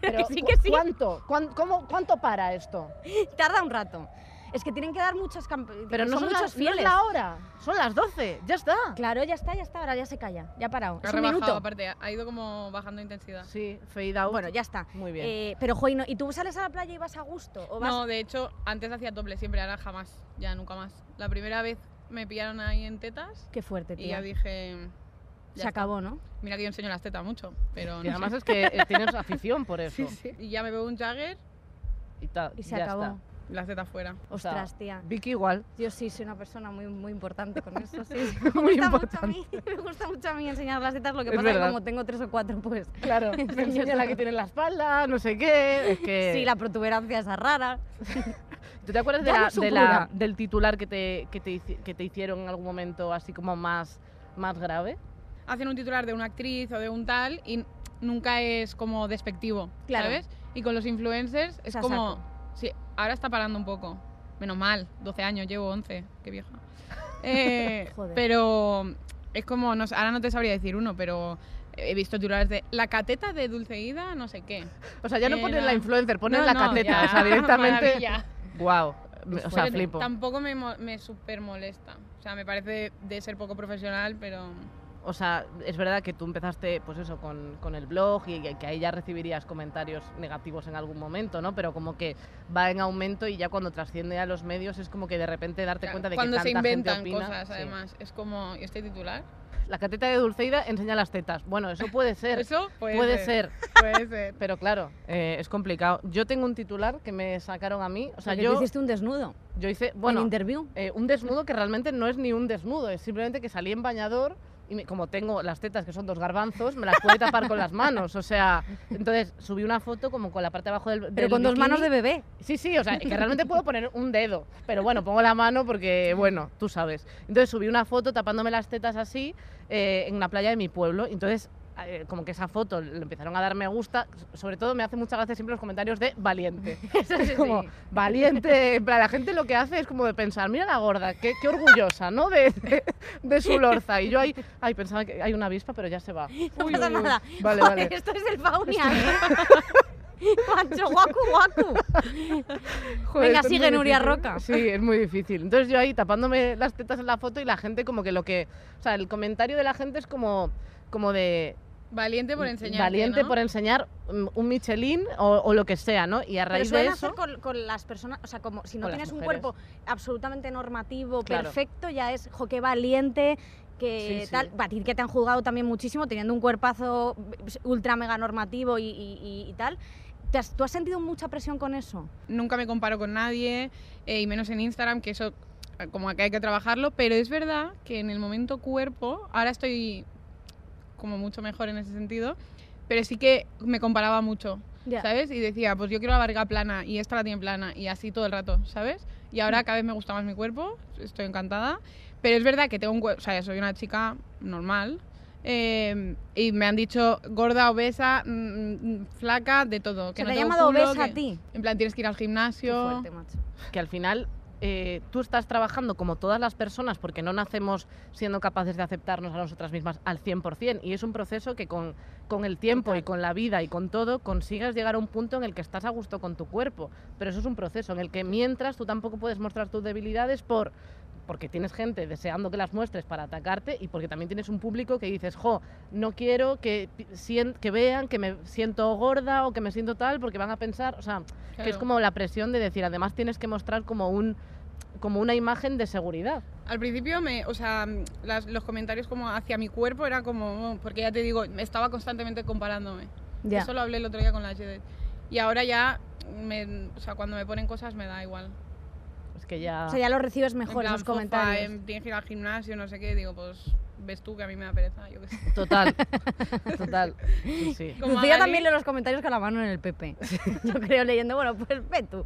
[SPEAKER 3] pero
[SPEAKER 2] sí
[SPEAKER 3] cu-
[SPEAKER 2] que sí.
[SPEAKER 3] ¿Cuánto? ¿Cuán- cómo- ¿Cuánto para esto?
[SPEAKER 2] Tarda un rato. Es que tienen que dar muchas camp-
[SPEAKER 3] Pero no
[SPEAKER 2] son
[SPEAKER 3] son
[SPEAKER 2] muchos
[SPEAKER 3] las, no es
[SPEAKER 2] fieles.
[SPEAKER 3] la hora, son las 12, ya está.
[SPEAKER 2] Claro, ya está, ya está, ahora ya se calla, ya ha parado.
[SPEAKER 4] Ha
[SPEAKER 2] es un
[SPEAKER 4] rebajado,
[SPEAKER 2] minuto.
[SPEAKER 4] aparte, ha ido como bajando intensidad.
[SPEAKER 3] Sí, fade out.
[SPEAKER 2] Bueno, ya está.
[SPEAKER 3] Muy bien.
[SPEAKER 2] Eh, pero joy, ¿y tú sales a la playa y vas a gusto? ¿O vas
[SPEAKER 4] No, de hecho, antes hacía doble siempre, ahora jamás, ya nunca más. La primera vez me pillaron ahí en tetas
[SPEAKER 2] Qué fuerte,
[SPEAKER 4] y
[SPEAKER 2] tía.
[SPEAKER 4] ya dije. ya
[SPEAKER 2] se
[SPEAKER 4] está.
[SPEAKER 2] acabó, ¿no?
[SPEAKER 4] Mira que yo enseño las tetas mucho, pero.
[SPEAKER 3] y
[SPEAKER 4] no
[SPEAKER 3] además
[SPEAKER 4] sé.
[SPEAKER 3] es que eh, tienes afición por eso.
[SPEAKER 4] Y ya me veo un Jagger,
[SPEAKER 3] Y, ta-
[SPEAKER 2] Y se
[SPEAKER 3] ya
[SPEAKER 2] acabó.
[SPEAKER 3] está.
[SPEAKER 4] las tetas fuera.
[SPEAKER 3] O sea,
[SPEAKER 2] Ostras, tía.
[SPEAKER 3] Vicky igual.
[SPEAKER 2] Yo sí soy una persona muy, muy importante con eso, sí.
[SPEAKER 3] Muy
[SPEAKER 2] me gusta
[SPEAKER 3] importante.
[SPEAKER 2] mucho a mí, me gusta mucho a mí enseñar las tetas, lo que
[SPEAKER 3] Es
[SPEAKER 2] pasa es que
[SPEAKER 3] verdad.
[SPEAKER 2] como tengo tres o cuatro, pues
[SPEAKER 3] Claro, me enseña la que tiene en la espalda, no sé qué. Es que...
[SPEAKER 2] sí, la protuberancia es rara.
[SPEAKER 3] ¿Tú te acuerdas de
[SPEAKER 2] Ya
[SPEAKER 3] la-
[SPEAKER 2] no es un
[SPEAKER 3] de la-
[SPEAKER 2] plural.
[SPEAKER 3] del titular que te, que, te, hici- que te hicieron en algún momento así como más, más grave?
[SPEAKER 4] Hacen un titular de una actriz o de un tal y nunca es como despectivo,
[SPEAKER 2] Claro.
[SPEAKER 4] ¿sabes? Y con los influencers es
[SPEAKER 2] sea,
[SPEAKER 4] como.
[SPEAKER 2] saco.
[SPEAKER 4] Sí, ahora está parando un poco. Menos mal, 12 años, llevo 11, qué vieja. Eh,
[SPEAKER 2] Joder.
[SPEAKER 4] Pero es como, no, sé, ahora no te sabría decir uno, pero he visto titulares de la cateta de Dulceida, no sé qué.
[SPEAKER 3] O sea, ya no
[SPEAKER 4] Eh,
[SPEAKER 3] ponen
[SPEAKER 4] no.
[SPEAKER 3] la influencer, ponen
[SPEAKER 4] No,
[SPEAKER 3] la
[SPEAKER 4] no,
[SPEAKER 3] cateta.
[SPEAKER 4] ya,
[SPEAKER 3] o sea, directamente.
[SPEAKER 4] maravilla. Pues
[SPEAKER 3] Wow. o sea,
[SPEAKER 4] Pero
[SPEAKER 3] flipo.
[SPEAKER 4] Tampoco me, mo- me super molesta. O sea, me parece de ser poco profesional, pero
[SPEAKER 3] O sea, es verdad que tú empezaste, pues eso, con, con el blog y que, que ahí ya recibirías comentarios negativos en algún momento, ¿no? Pero como que va en aumento y ya cuando trasciende a los medios es como que de repente darte
[SPEAKER 4] claro,
[SPEAKER 3] cuenta de
[SPEAKER 4] cuando
[SPEAKER 3] que
[SPEAKER 4] se
[SPEAKER 3] tanta gente
[SPEAKER 4] inventan
[SPEAKER 3] opina,
[SPEAKER 4] cosas,
[SPEAKER 3] sí.
[SPEAKER 4] además, es como, ¿y este titular?
[SPEAKER 3] La cateta de Dulceida enseña las tetas. Bueno, eso puede ser.
[SPEAKER 4] Eso puede,
[SPEAKER 3] puede ser.
[SPEAKER 4] Puede ser.
[SPEAKER 3] Pero claro, eh, es complicado. Yo tengo un titular que me sacaron a mí. O sea,
[SPEAKER 2] Porque
[SPEAKER 3] yo,
[SPEAKER 2] tú hiciste un desnudo
[SPEAKER 3] yo hice.
[SPEAKER 2] bueno, en
[SPEAKER 3] Bueno,
[SPEAKER 2] interview.
[SPEAKER 3] eh, un desnudo que realmente no es ni un desnudo, es simplemente que salí en bañador y me- como tengo las tetas que son dos garbanzos, me las pude tapar con las manos. O sea, entonces subí una foto como con la parte de abajo del.
[SPEAKER 2] Pero con dos manos de bebé.
[SPEAKER 3] Sí, sí, o sea, que realmente puedo poner un dedo, pero bueno, pongo la mano porque, bueno, tú sabes. Entonces subí una foto tapándome las tetas así eh, en una playa de mi pueblo. Entonces, eh, como que esa foto le empezaron a dar me gusta. Sobre todo me hace mucha gracia siempre los comentarios de valiente. Es como, valiente. en plan, la gente lo que hace es como de pensar, mira la gorda, qué, qué orgullosa, ¿no? De, de- de su lorza. Y yo ahí, ay, pensaba que hay una avispa, pero ya se va.
[SPEAKER 2] No
[SPEAKER 3] Uy,
[SPEAKER 2] pasa
[SPEAKER 3] uy, uy.
[SPEAKER 2] nada.
[SPEAKER 3] Vale,
[SPEAKER 2] Joder,
[SPEAKER 3] vale.
[SPEAKER 2] Esto es el fauna. Pancho, guacu, guacu.
[SPEAKER 3] Joder,
[SPEAKER 2] Venga,
[SPEAKER 3] esto es
[SPEAKER 2] sigue,
[SPEAKER 3] muy
[SPEAKER 2] Nuria
[SPEAKER 3] difícil.
[SPEAKER 2] Roca.
[SPEAKER 3] Sí, es muy difícil. Entonces yo ahí tapándome las tetas en la foto y la gente como que lo que... O sea, el comentario de la gente es como, como de...
[SPEAKER 4] Valiente por enseñar.
[SPEAKER 3] Mm, valiente por enseñar mm, un Michelin o, o lo que sea, ¿no? Y a
[SPEAKER 2] Pero
[SPEAKER 3] raíz de
[SPEAKER 2] suelen
[SPEAKER 3] eso...
[SPEAKER 2] hacer con, con las personas, o sea, como si no
[SPEAKER 3] Con las
[SPEAKER 2] tienes un
[SPEAKER 3] mujeres.
[SPEAKER 2] cuerpo absolutamente normativo,
[SPEAKER 3] Claro.
[SPEAKER 2] perfecto, ya es, jo, qué valiente, que
[SPEAKER 3] Sí, sí.
[SPEAKER 2] tal. A ti que te han juzgado también muchísimo, teniendo un cuerpazo ultra mega normativo y, y- y- y tal. ¿Te has- ¿Tú has sentido mucha presión con eso?
[SPEAKER 4] Nunca me comparo con nadie, eh, y menos en Instagram, que eso eh, como que hay que trabajarlo, pero es verdad que en el momento cuerpo, ahora estoy como mucho mejor en ese sentido, pero sí que me comparaba mucho, ¿sabes? Y decía, pues yo quiero la barriga plana y esta la tiene plana y así todo el rato, ¿sabes? Y ahora
[SPEAKER 2] Mm.
[SPEAKER 4] cada vez me gusta más mi cuerpo, estoy encantada, pero es verdad que tengo un cuerpo, o sea, soy una chica normal. eh, y me han dicho gorda, obesa, mm, mm, flaca, de
[SPEAKER 2] Se
[SPEAKER 4] todo. no
[SPEAKER 2] te ha
[SPEAKER 4] tengo
[SPEAKER 2] llamado
[SPEAKER 4] culo,
[SPEAKER 2] obesa
[SPEAKER 4] que-
[SPEAKER 2] a ti.
[SPEAKER 4] en plan, tienes que ir al
[SPEAKER 2] Qué
[SPEAKER 4] gimnasio.
[SPEAKER 2] fuerte, macho.
[SPEAKER 3] que al final eh, tú estás trabajando como todas las personas porque no nacemos siendo capaces de aceptarnos a nosotras mismas al 100% y es un proceso que con, con el tiempo y con la vida y con todo consigas llegar a un punto en el que estás a gusto con tu cuerpo, pero eso es un proceso en el que mientras tú tampoco puedes mostrar tus debilidades por porque tienes gente deseando que las muestres para atacarte y porque también tienes un público que dices, jo, no quiero que, pi- sien- que vean que me siento gorda o que me siento tal porque van a pensar, o sea,
[SPEAKER 2] pues,
[SPEAKER 3] que es
[SPEAKER 4] Claro.
[SPEAKER 3] como la presión de decir, además tienes que mostrar como un como una imagen de seguridad.
[SPEAKER 4] Al principio, me, o sea, mm, las- los comentarios como hacia mi cuerpo era como, "Oh", porque ya te digo, me estaba constantemente comparándome.
[SPEAKER 2] Ya.
[SPEAKER 4] Eso lo hablé el otro día con la Jedet. Y ahora ya, me, o sea, cuando me ponen cosas me da igual.
[SPEAKER 3] Es que ya,
[SPEAKER 2] O sea, ya lo recibes
[SPEAKER 4] En
[SPEAKER 2] mejor
[SPEAKER 4] plan,
[SPEAKER 2] esos
[SPEAKER 4] "Fofa,
[SPEAKER 2] comentarios.
[SPEAKER 4] em, tienes que ir al gimnasio, no sé qué, digo, pues ves tú que a mí me da pereza, yo qué sé.
[SPEAKER 3] total, total. Sí, sí.
[SPEAKER 4] Como a
[SPEAKER 2] Lucía
[SPEAKER 4] Dani-
[SPEAKER 2] también lee los comentarios con la mano en el PP. Yo creo leyendo, bueno, pues ve tú.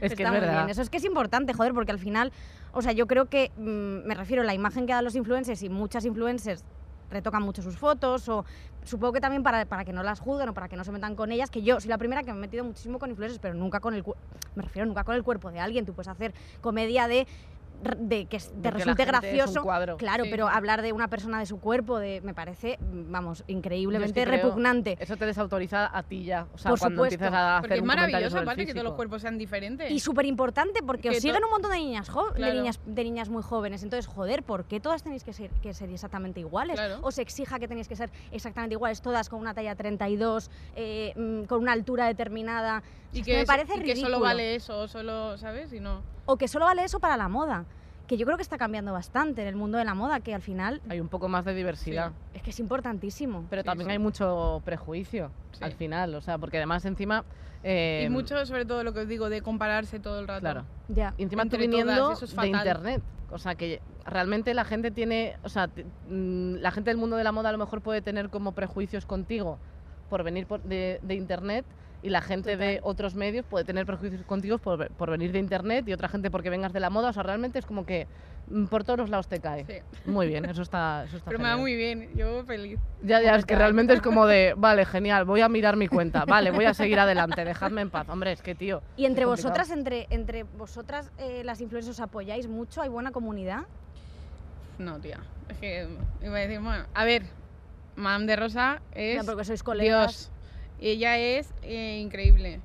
[SPEAKER 3] Es
[SPEAKER 2] Está
[SPEAKER 3] que es
[SPEAKER 2] muy
[SPEAKER 3] verdad.
[SPEAKER 2] bien. Eso es que es importante, joder, porque al final, o sea, yo creo que, mm, me refiero a la imagen que dan los influencers y muchas influencers retocan mucho sus fotos o supongo que también para, para que no las juzguen o para que no se metan con ellas, que yo soy la primera que me he metido muchísimo con influencers, pero nunca con el cu- me refiero nunca con el cuerpo de alguien, tú puedes hacer comedia de de que s- te
[SPEAKER 3] Porque la
[SPEAKER 2] resulte
[SPEAKER 3] gente es un
[SPEAKER 2] gracioso.
[SPEAKER 3] cuadro.
[SPEAKER 2] Claro,
[SPEAKER 4] Sí.
[SPEAKER 2] pero hablar de una persona de su cuerpo de me parece, mm, vamos, increíblemente
[SPEAKER 3] creo-
[SPEAKER 2] repugnante.
[SPEAKER 3] Eso te desautoriza a ti ya, o sea,
[SPEAKER 2] Por
[SPEAKER 3] cuando
[SPEAKER 2] supuesto,
[SPEAKER 3] empiezas a hacer
[SPEAKER 4] Porque es
[SPEAKER 3] un comentario
[SPEAKER 4] maravilloso,
[SPEAKER 3] sobre el
[SPEAKER 4] aparte, que todos los
[SPEAKER 3] físico.
[SPEAKER 4] cuerpos sean diferentes.
[SPEAKER 2] Y súper importante porque os
[SPEAKER 4] Que to-
[SPEAKER 2] siguen un montón de niñas, jo- de,
[SPEAKER 4] Claro.
[SPEAKER 2] niñas, de niñas muy jóvenes. Entonces, joder, ¿por qué todas tenéis que ser, que ser exactamente iguales?
[SPEAKER 4] Claro.
[SPEAKER 2] ¿Os exija que tenéis que ser exactamente iguales, todas con una talla 32, eh, mm, con una altura determinada?
[SPEAKER 4] Y
[SPEAKER 2] Es
[SPEAKER 4] que,
[SPEAKER 2] que me
[SPEAKER 4] es-
[SPEAKER 2] parece
[SPEAKER 4] y que solo
[SPEAKER 2] ridículo.
[SPEAKER 4] vale eso, solo, ¿sabes? Y no.
[SPEAKER 2] O que solo vale eso para la moda. Que yo creo que está cambiando bastante en el mundo de la moda, que al final
[SPEAKER 3] Hay un poco más de diversidad.
[SPEAKER 2] es que es importantísimo.
[SPEAKER 3] Pero
[SPEAKER 4] Sí,
[SPEAKER 3] también
[SPEAKER 4] sí.
[SPEAKER 3] hay mucho prejuicio
[SPEAKER 4] Sí.
[SPEAKER 3] al final, o sea, porque además encima...
[SPEAKER 4] Y
[SPEAKER 3] eh,
[SPEAKER 4] mucho, sobre todo, lo que os digo, de compararse todo el rato.
[SPEAKER 3] Claro.
[SPEAKER 2] Ya.
[SPEAKER 3] Y encima tú
[SPEAKER 4] Entre todas,
[SPEAKER 3] viniendo
[SPEAKER 4] eso es
[SPEAKER 3] de
[SPEAKER 4] fatal.
[SPEAKER 3] internet. O sea que realmente la gente tiene. O sea, te- mm, la gente del mundo de la moda a lo mejor puede tener como prejuicios contigo por venir por- de, de internet. Y la gente de otros medios puede tener prejuicios contigo por, ve- por venir de internet y otra gente porque vengas de la moda. O sea, realmente es como que mm, por todos los lados te cae.
[SPEAKER 4] Sí.
[SPEAKER 3] Muy bien, eso está. Eso está
[SPEAKER 4] Pero me va
[SPEAKER 3] genial.
[SPEAKER 4] muy bien, yo feliz.
[SPEAKER 3] Ya, ya, es que
[SPEAKER 4] Total.
[SPEAKER 3] realmente es como de, vale, genial, voy a mirar mi cuenta, vale, voy a seguir adelante, dejadme en paz. Hombre, es que tío.
[SPEAKER 2] Y entre
[SPEAKER 3] es complicado.
[SPEAKER 2] vosotras, entre, entre vosotras eh, las influencers os apoyáis mucho, hay buena comunidad.
[SPEAKER 4] No, tía. Es que iba a decir, bueno, a ver, Madame de Rosa es
[SPEAKER 2] Ya, porque sois colegas.
[SPEAKER 4] Dios. Y ella es eh, increíble.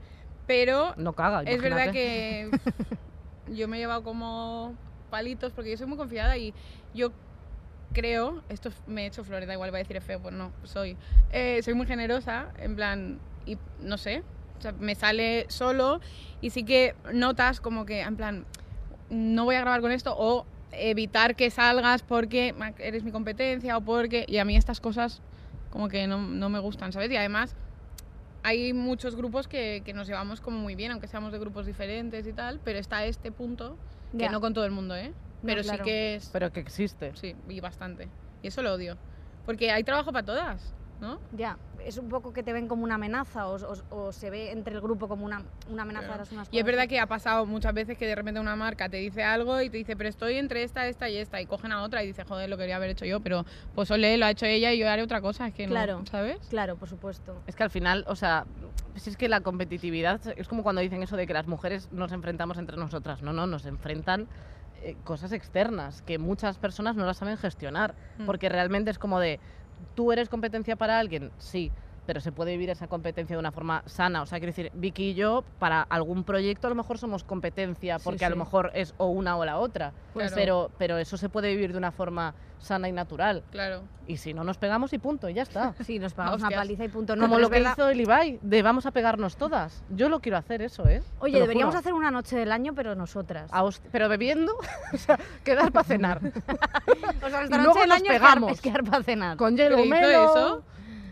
[SPEAKER 4] Pero
[SPEAKER 3] No caga.
[SPEAKER 4] es verdad
[SPEAKER 3] imagínate.
[SPEAKER 4] que yo me he llevado como palitos porque yo soy muy confiada y yo creo, esto es- me he hecho flores, da igual, va a decir es feo, pues no, soy. Eh, soy muy generosa, en plan, y no sé, o sea, me sale solo y sí que notas como que, en plan, no voy a grabar con esto o evitar que salgas porque ma- eres mi competencia o porque... Y a mí estas cosas como que no, no me gustan, ¿sabes? Y además hay muchos grupos que, que nos llevamos como muy bien, aunque seamos de grupos diferentes y tal, pero está este punto, que
[SPEAKER 2] Ya.
[SPEAKER 4] no con todo el mundo, ¿eh?
[SPEAKER 2] No,
[SPEAKER 4] Pero sí
[SPEAKER 2] claro.
[SPEAKER 4] que es...
[SPEAKER 3] Pero que existe.
[SPEAKER 4] Sí, y bastante. Y eso lo odio. Porque hay trabajo para todas, ¿no?
[SPEAKER 2] Ya, es un poco que te ven como una amenaza o, o- o se ve entre el grupo como una, una amenaza
[SPEAKER 4] Claro.
[SPEAKER 2] de las unas
[SPEAKER 4] Y es
[SPEAKER 2] con
[SPEAKER 4] verdad
[SPEAKER 2] las
[SPEAKER 4] que ha pasado muchas veces que de repente una marca te dice algo y te dice, pero estoy entre esta, esta y esta. Y cogen a otra y dices, joder, lo quería haber hecho yo, pero pues ole, lo ha hecho ella y yo haré otra cosa. Es que
[SPEAKER 2] Claro.
[SPEAKER 4] no, ¿sabes?
[SPEAKER 2] otras. Claro, por supuesto.
[SPEAKER 3] Es que al final, o sea, si es que la competitividad es como cuando dicen eso de que las mujeres nos enfrentamos entre nosotras. No, no, nos enfrentan eh, cosas externas que muchas personas no las saben gestionar.
[SPEAKER 4] Mm.
[SPEAKER 3] Porque realmente es como de, tú eres competencia para alguien, sí, pero se puede vivir esa competencia de una forma sana. O sea, quiero decir, Vicky y yo, para algún proyecto a lo mejor somos competencia
[SPEAKER 2] Sí,
[SPEAKER 3] porque a lo
[SPEAKER 2] sí.
[SPEAKER 3] mejor es o una o la otra.
[SPEAKER 4] Claro.
[SPEAKER 3] Pero, pero eso se puede vivir de una forma sana y natural.
[SPEAKER 4] Mm, Claro.
[SPEAKER 3] Y si no, nos pegamos y punto, y ya está.
[SPEAKER 2] Sí, nos pagamos una
[SPEAKER 4] Hostias.
[SPEAKER 2] paliza y punto. No,
[SPEAKER 3] Como
[SPEAKER 2] pero
[SPEAKER 3] lo
[SPEAKER 2] es
[SPEAKER 3] que
[SPEAKER 2] verdad-
[SPEAKER 3] hizo el Ibai, de vamos a pegarnos todas. Yo lo quiero hacer eso, ¿eh? Te
[SPEAKER 2] Oye,
[SPEAKER 3] lo
[SPEAKER 2] deberíamos
[SPEAKER 3] juro.
[SPEAKER 2] hacer una noche del año, pero nosotras.
[SPEAKER 3] A hosti- Pero bebiendo, o sea, quedar para cenar.
[SPEAKER 2] O sea,
[SPEAKER 3] Y luego nos
[SPEAKER 2] es quedar-
[SPEAKER 3] pegamos.
[SPEAKER 2] Es quedar para cenar.
[SPEAKER 3] Con hielo
[SPEAKER 4] ¿Pero hizo
[SPEAKER 3] melo.
[SPEAKER 4] eso?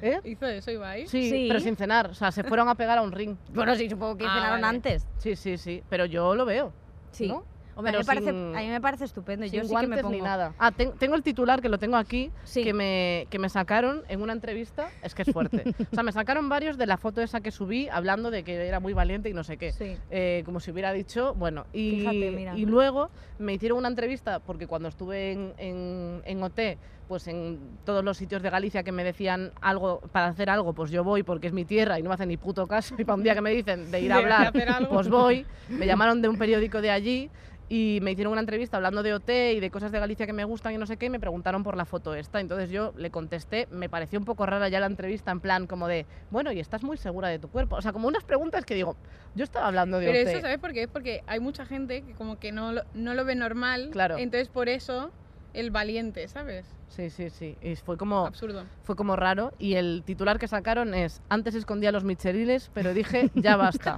[SPEAKER 3] ¿Eh?
[SPEAKER 4] Hizo eso, Ibai.
[SPEAKER 3] Sí,
[SPEAKER 2] Sí.
[SPEAKER 3] pero sin cenar. O sea, se fueron a pegar a un ring.
[SPEAKER 2] Bueno, sí, supongo que
[SPEAKER 4] Ah,
[SPEAKER 2] cenaron
[SPEAKER 4] vale.
[SPEAKER 2] antes.
[SPEAKER 3] Sí, sí, sí. Pero yo lo veo.
[SPEAKER 2] Sí.
[SPEAKER 3] ¿no?
[SPEAKER 2] Hombre, a mí,
[SPEAKER 3] Pero
[SPEAKER 2] me parece,
[SPEAKER 3] sin-
[SPEAKER 2] a mí me parece estupendo.
[SPEAKER 3] Sin
[SPEAKER 2] Yo sí que
[SPEAKER 3] guantes
[SPEAKER 2] me pongo.
[SPEAKER 3] ni nada. Ah, ten- tengo el titular que lo tengo aquí,
[SPEAKER 2] Sí.
[SPEAKER 3] que, me, que me sacaron en una entrevista. Es que es fuerte. o sea, me sacaron varios de la foto esa que subí hablando de que era muy valiente y no sé qué.
[SPEAKER 2] Sí.
[SPEAKER 3] eh, como si hubiera dicho, bueno, y,
[SPEAKER 2] Fíjate, mira.
[SPEAKER 3] y luego me hicieron una entrevista porque cuando estuve en, en, en OT, pues en todos los sitios de Galicia que me decían algo para hacer algo, pues yo voy porque es mi tierra y no me hacen ni puto caso y para un día que me dicen de ir a
[SPEAKER 4] De- de
[SPEAKER 3] hablar,
[SPEAKER 4] hacer algo.
[SPEAKER 3] pues voy, me llamaron de un periódico de allí y me hicieron una entrevista hablando de OT y de cosas de Galicia que me gustan y no sé qué y me preguntaron por la foto esta, entonces yo le contesté, me pareció un poco rara ya la entrevista en plan como de, bueno, y estás muy segura de tu cuerpo, o sea, como unas preguntas que digo, yo estaba hablando de
[SPEAKER 4] Pero
[SPEAKER 3] OT.
[SPEAKER 4] eso, ¿sabes por qué? Es porque hay mucha gente que como que no lo, no lo ve normal.
[SPEAKER 3] Claro.
[SPEAKER 4] Entonces, por eso, el valiente, ¿sabes?
[SPEAKER 3] Sí, sí, sí. Y fue como,
[SPEAKER 4] Absurdo.
[SPEAKER 3] fue como raro. Y el titular que sacaron es, antes escondía los micheriles, pero dije, ya basta.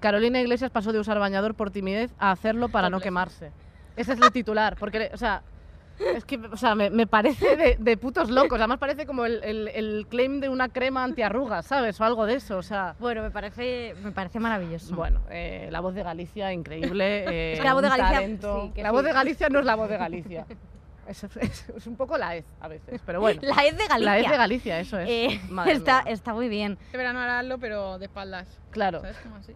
[SPEAKER 3] Carolina Iglesias pasó de usar bañador por timidez a hacerlo para no
[SPEAKER 4] Doblez.
[SPEAKER 3] quemarse. Ese es el titular, porque, le- o sea, es que, o sea, me, me parece de, de putos locos. Además parece como el, el- el claim de una crema antiarrugas, ¿sabes? O algo de eso, o sea...
[SPEAKER 2] Bueno, me parece, me parece maravilloso.
[SPEAKER 3] Bueno, eh, la voz de Galicia, increíble. eh,
[SPEAKER 2] Mm. Es que la voz de
[SPEAKER 3] un
[SPEAKER 2] Galicia,
[SPEAKER 3] talento.
[SPEAKER 2] sí, que
[SPEAKER 3] la
[SPEAKER 2] sí.
[SPEAKER 3] voz de Galicia no es la voz de Galicia. Es, es- es un poco la EZ a veces, pero bueno.
[SPEAKER 2] La es de Galicia.
[SPEAKER 3] La EZ de Galicia, eso es.
[SPEAKER 2] Eh,
[SPEAKER 3] Madre
[SPEAKER 2] está,
[SPEAKER 3] mía.
[SPEAKER 2] está muy bien.
[SPEAKER 4] Este verano haráslo, pero de espaldas.
[SPEAKER 3] Claro.
[SPEAKER 4] ¿Sabes? Como así.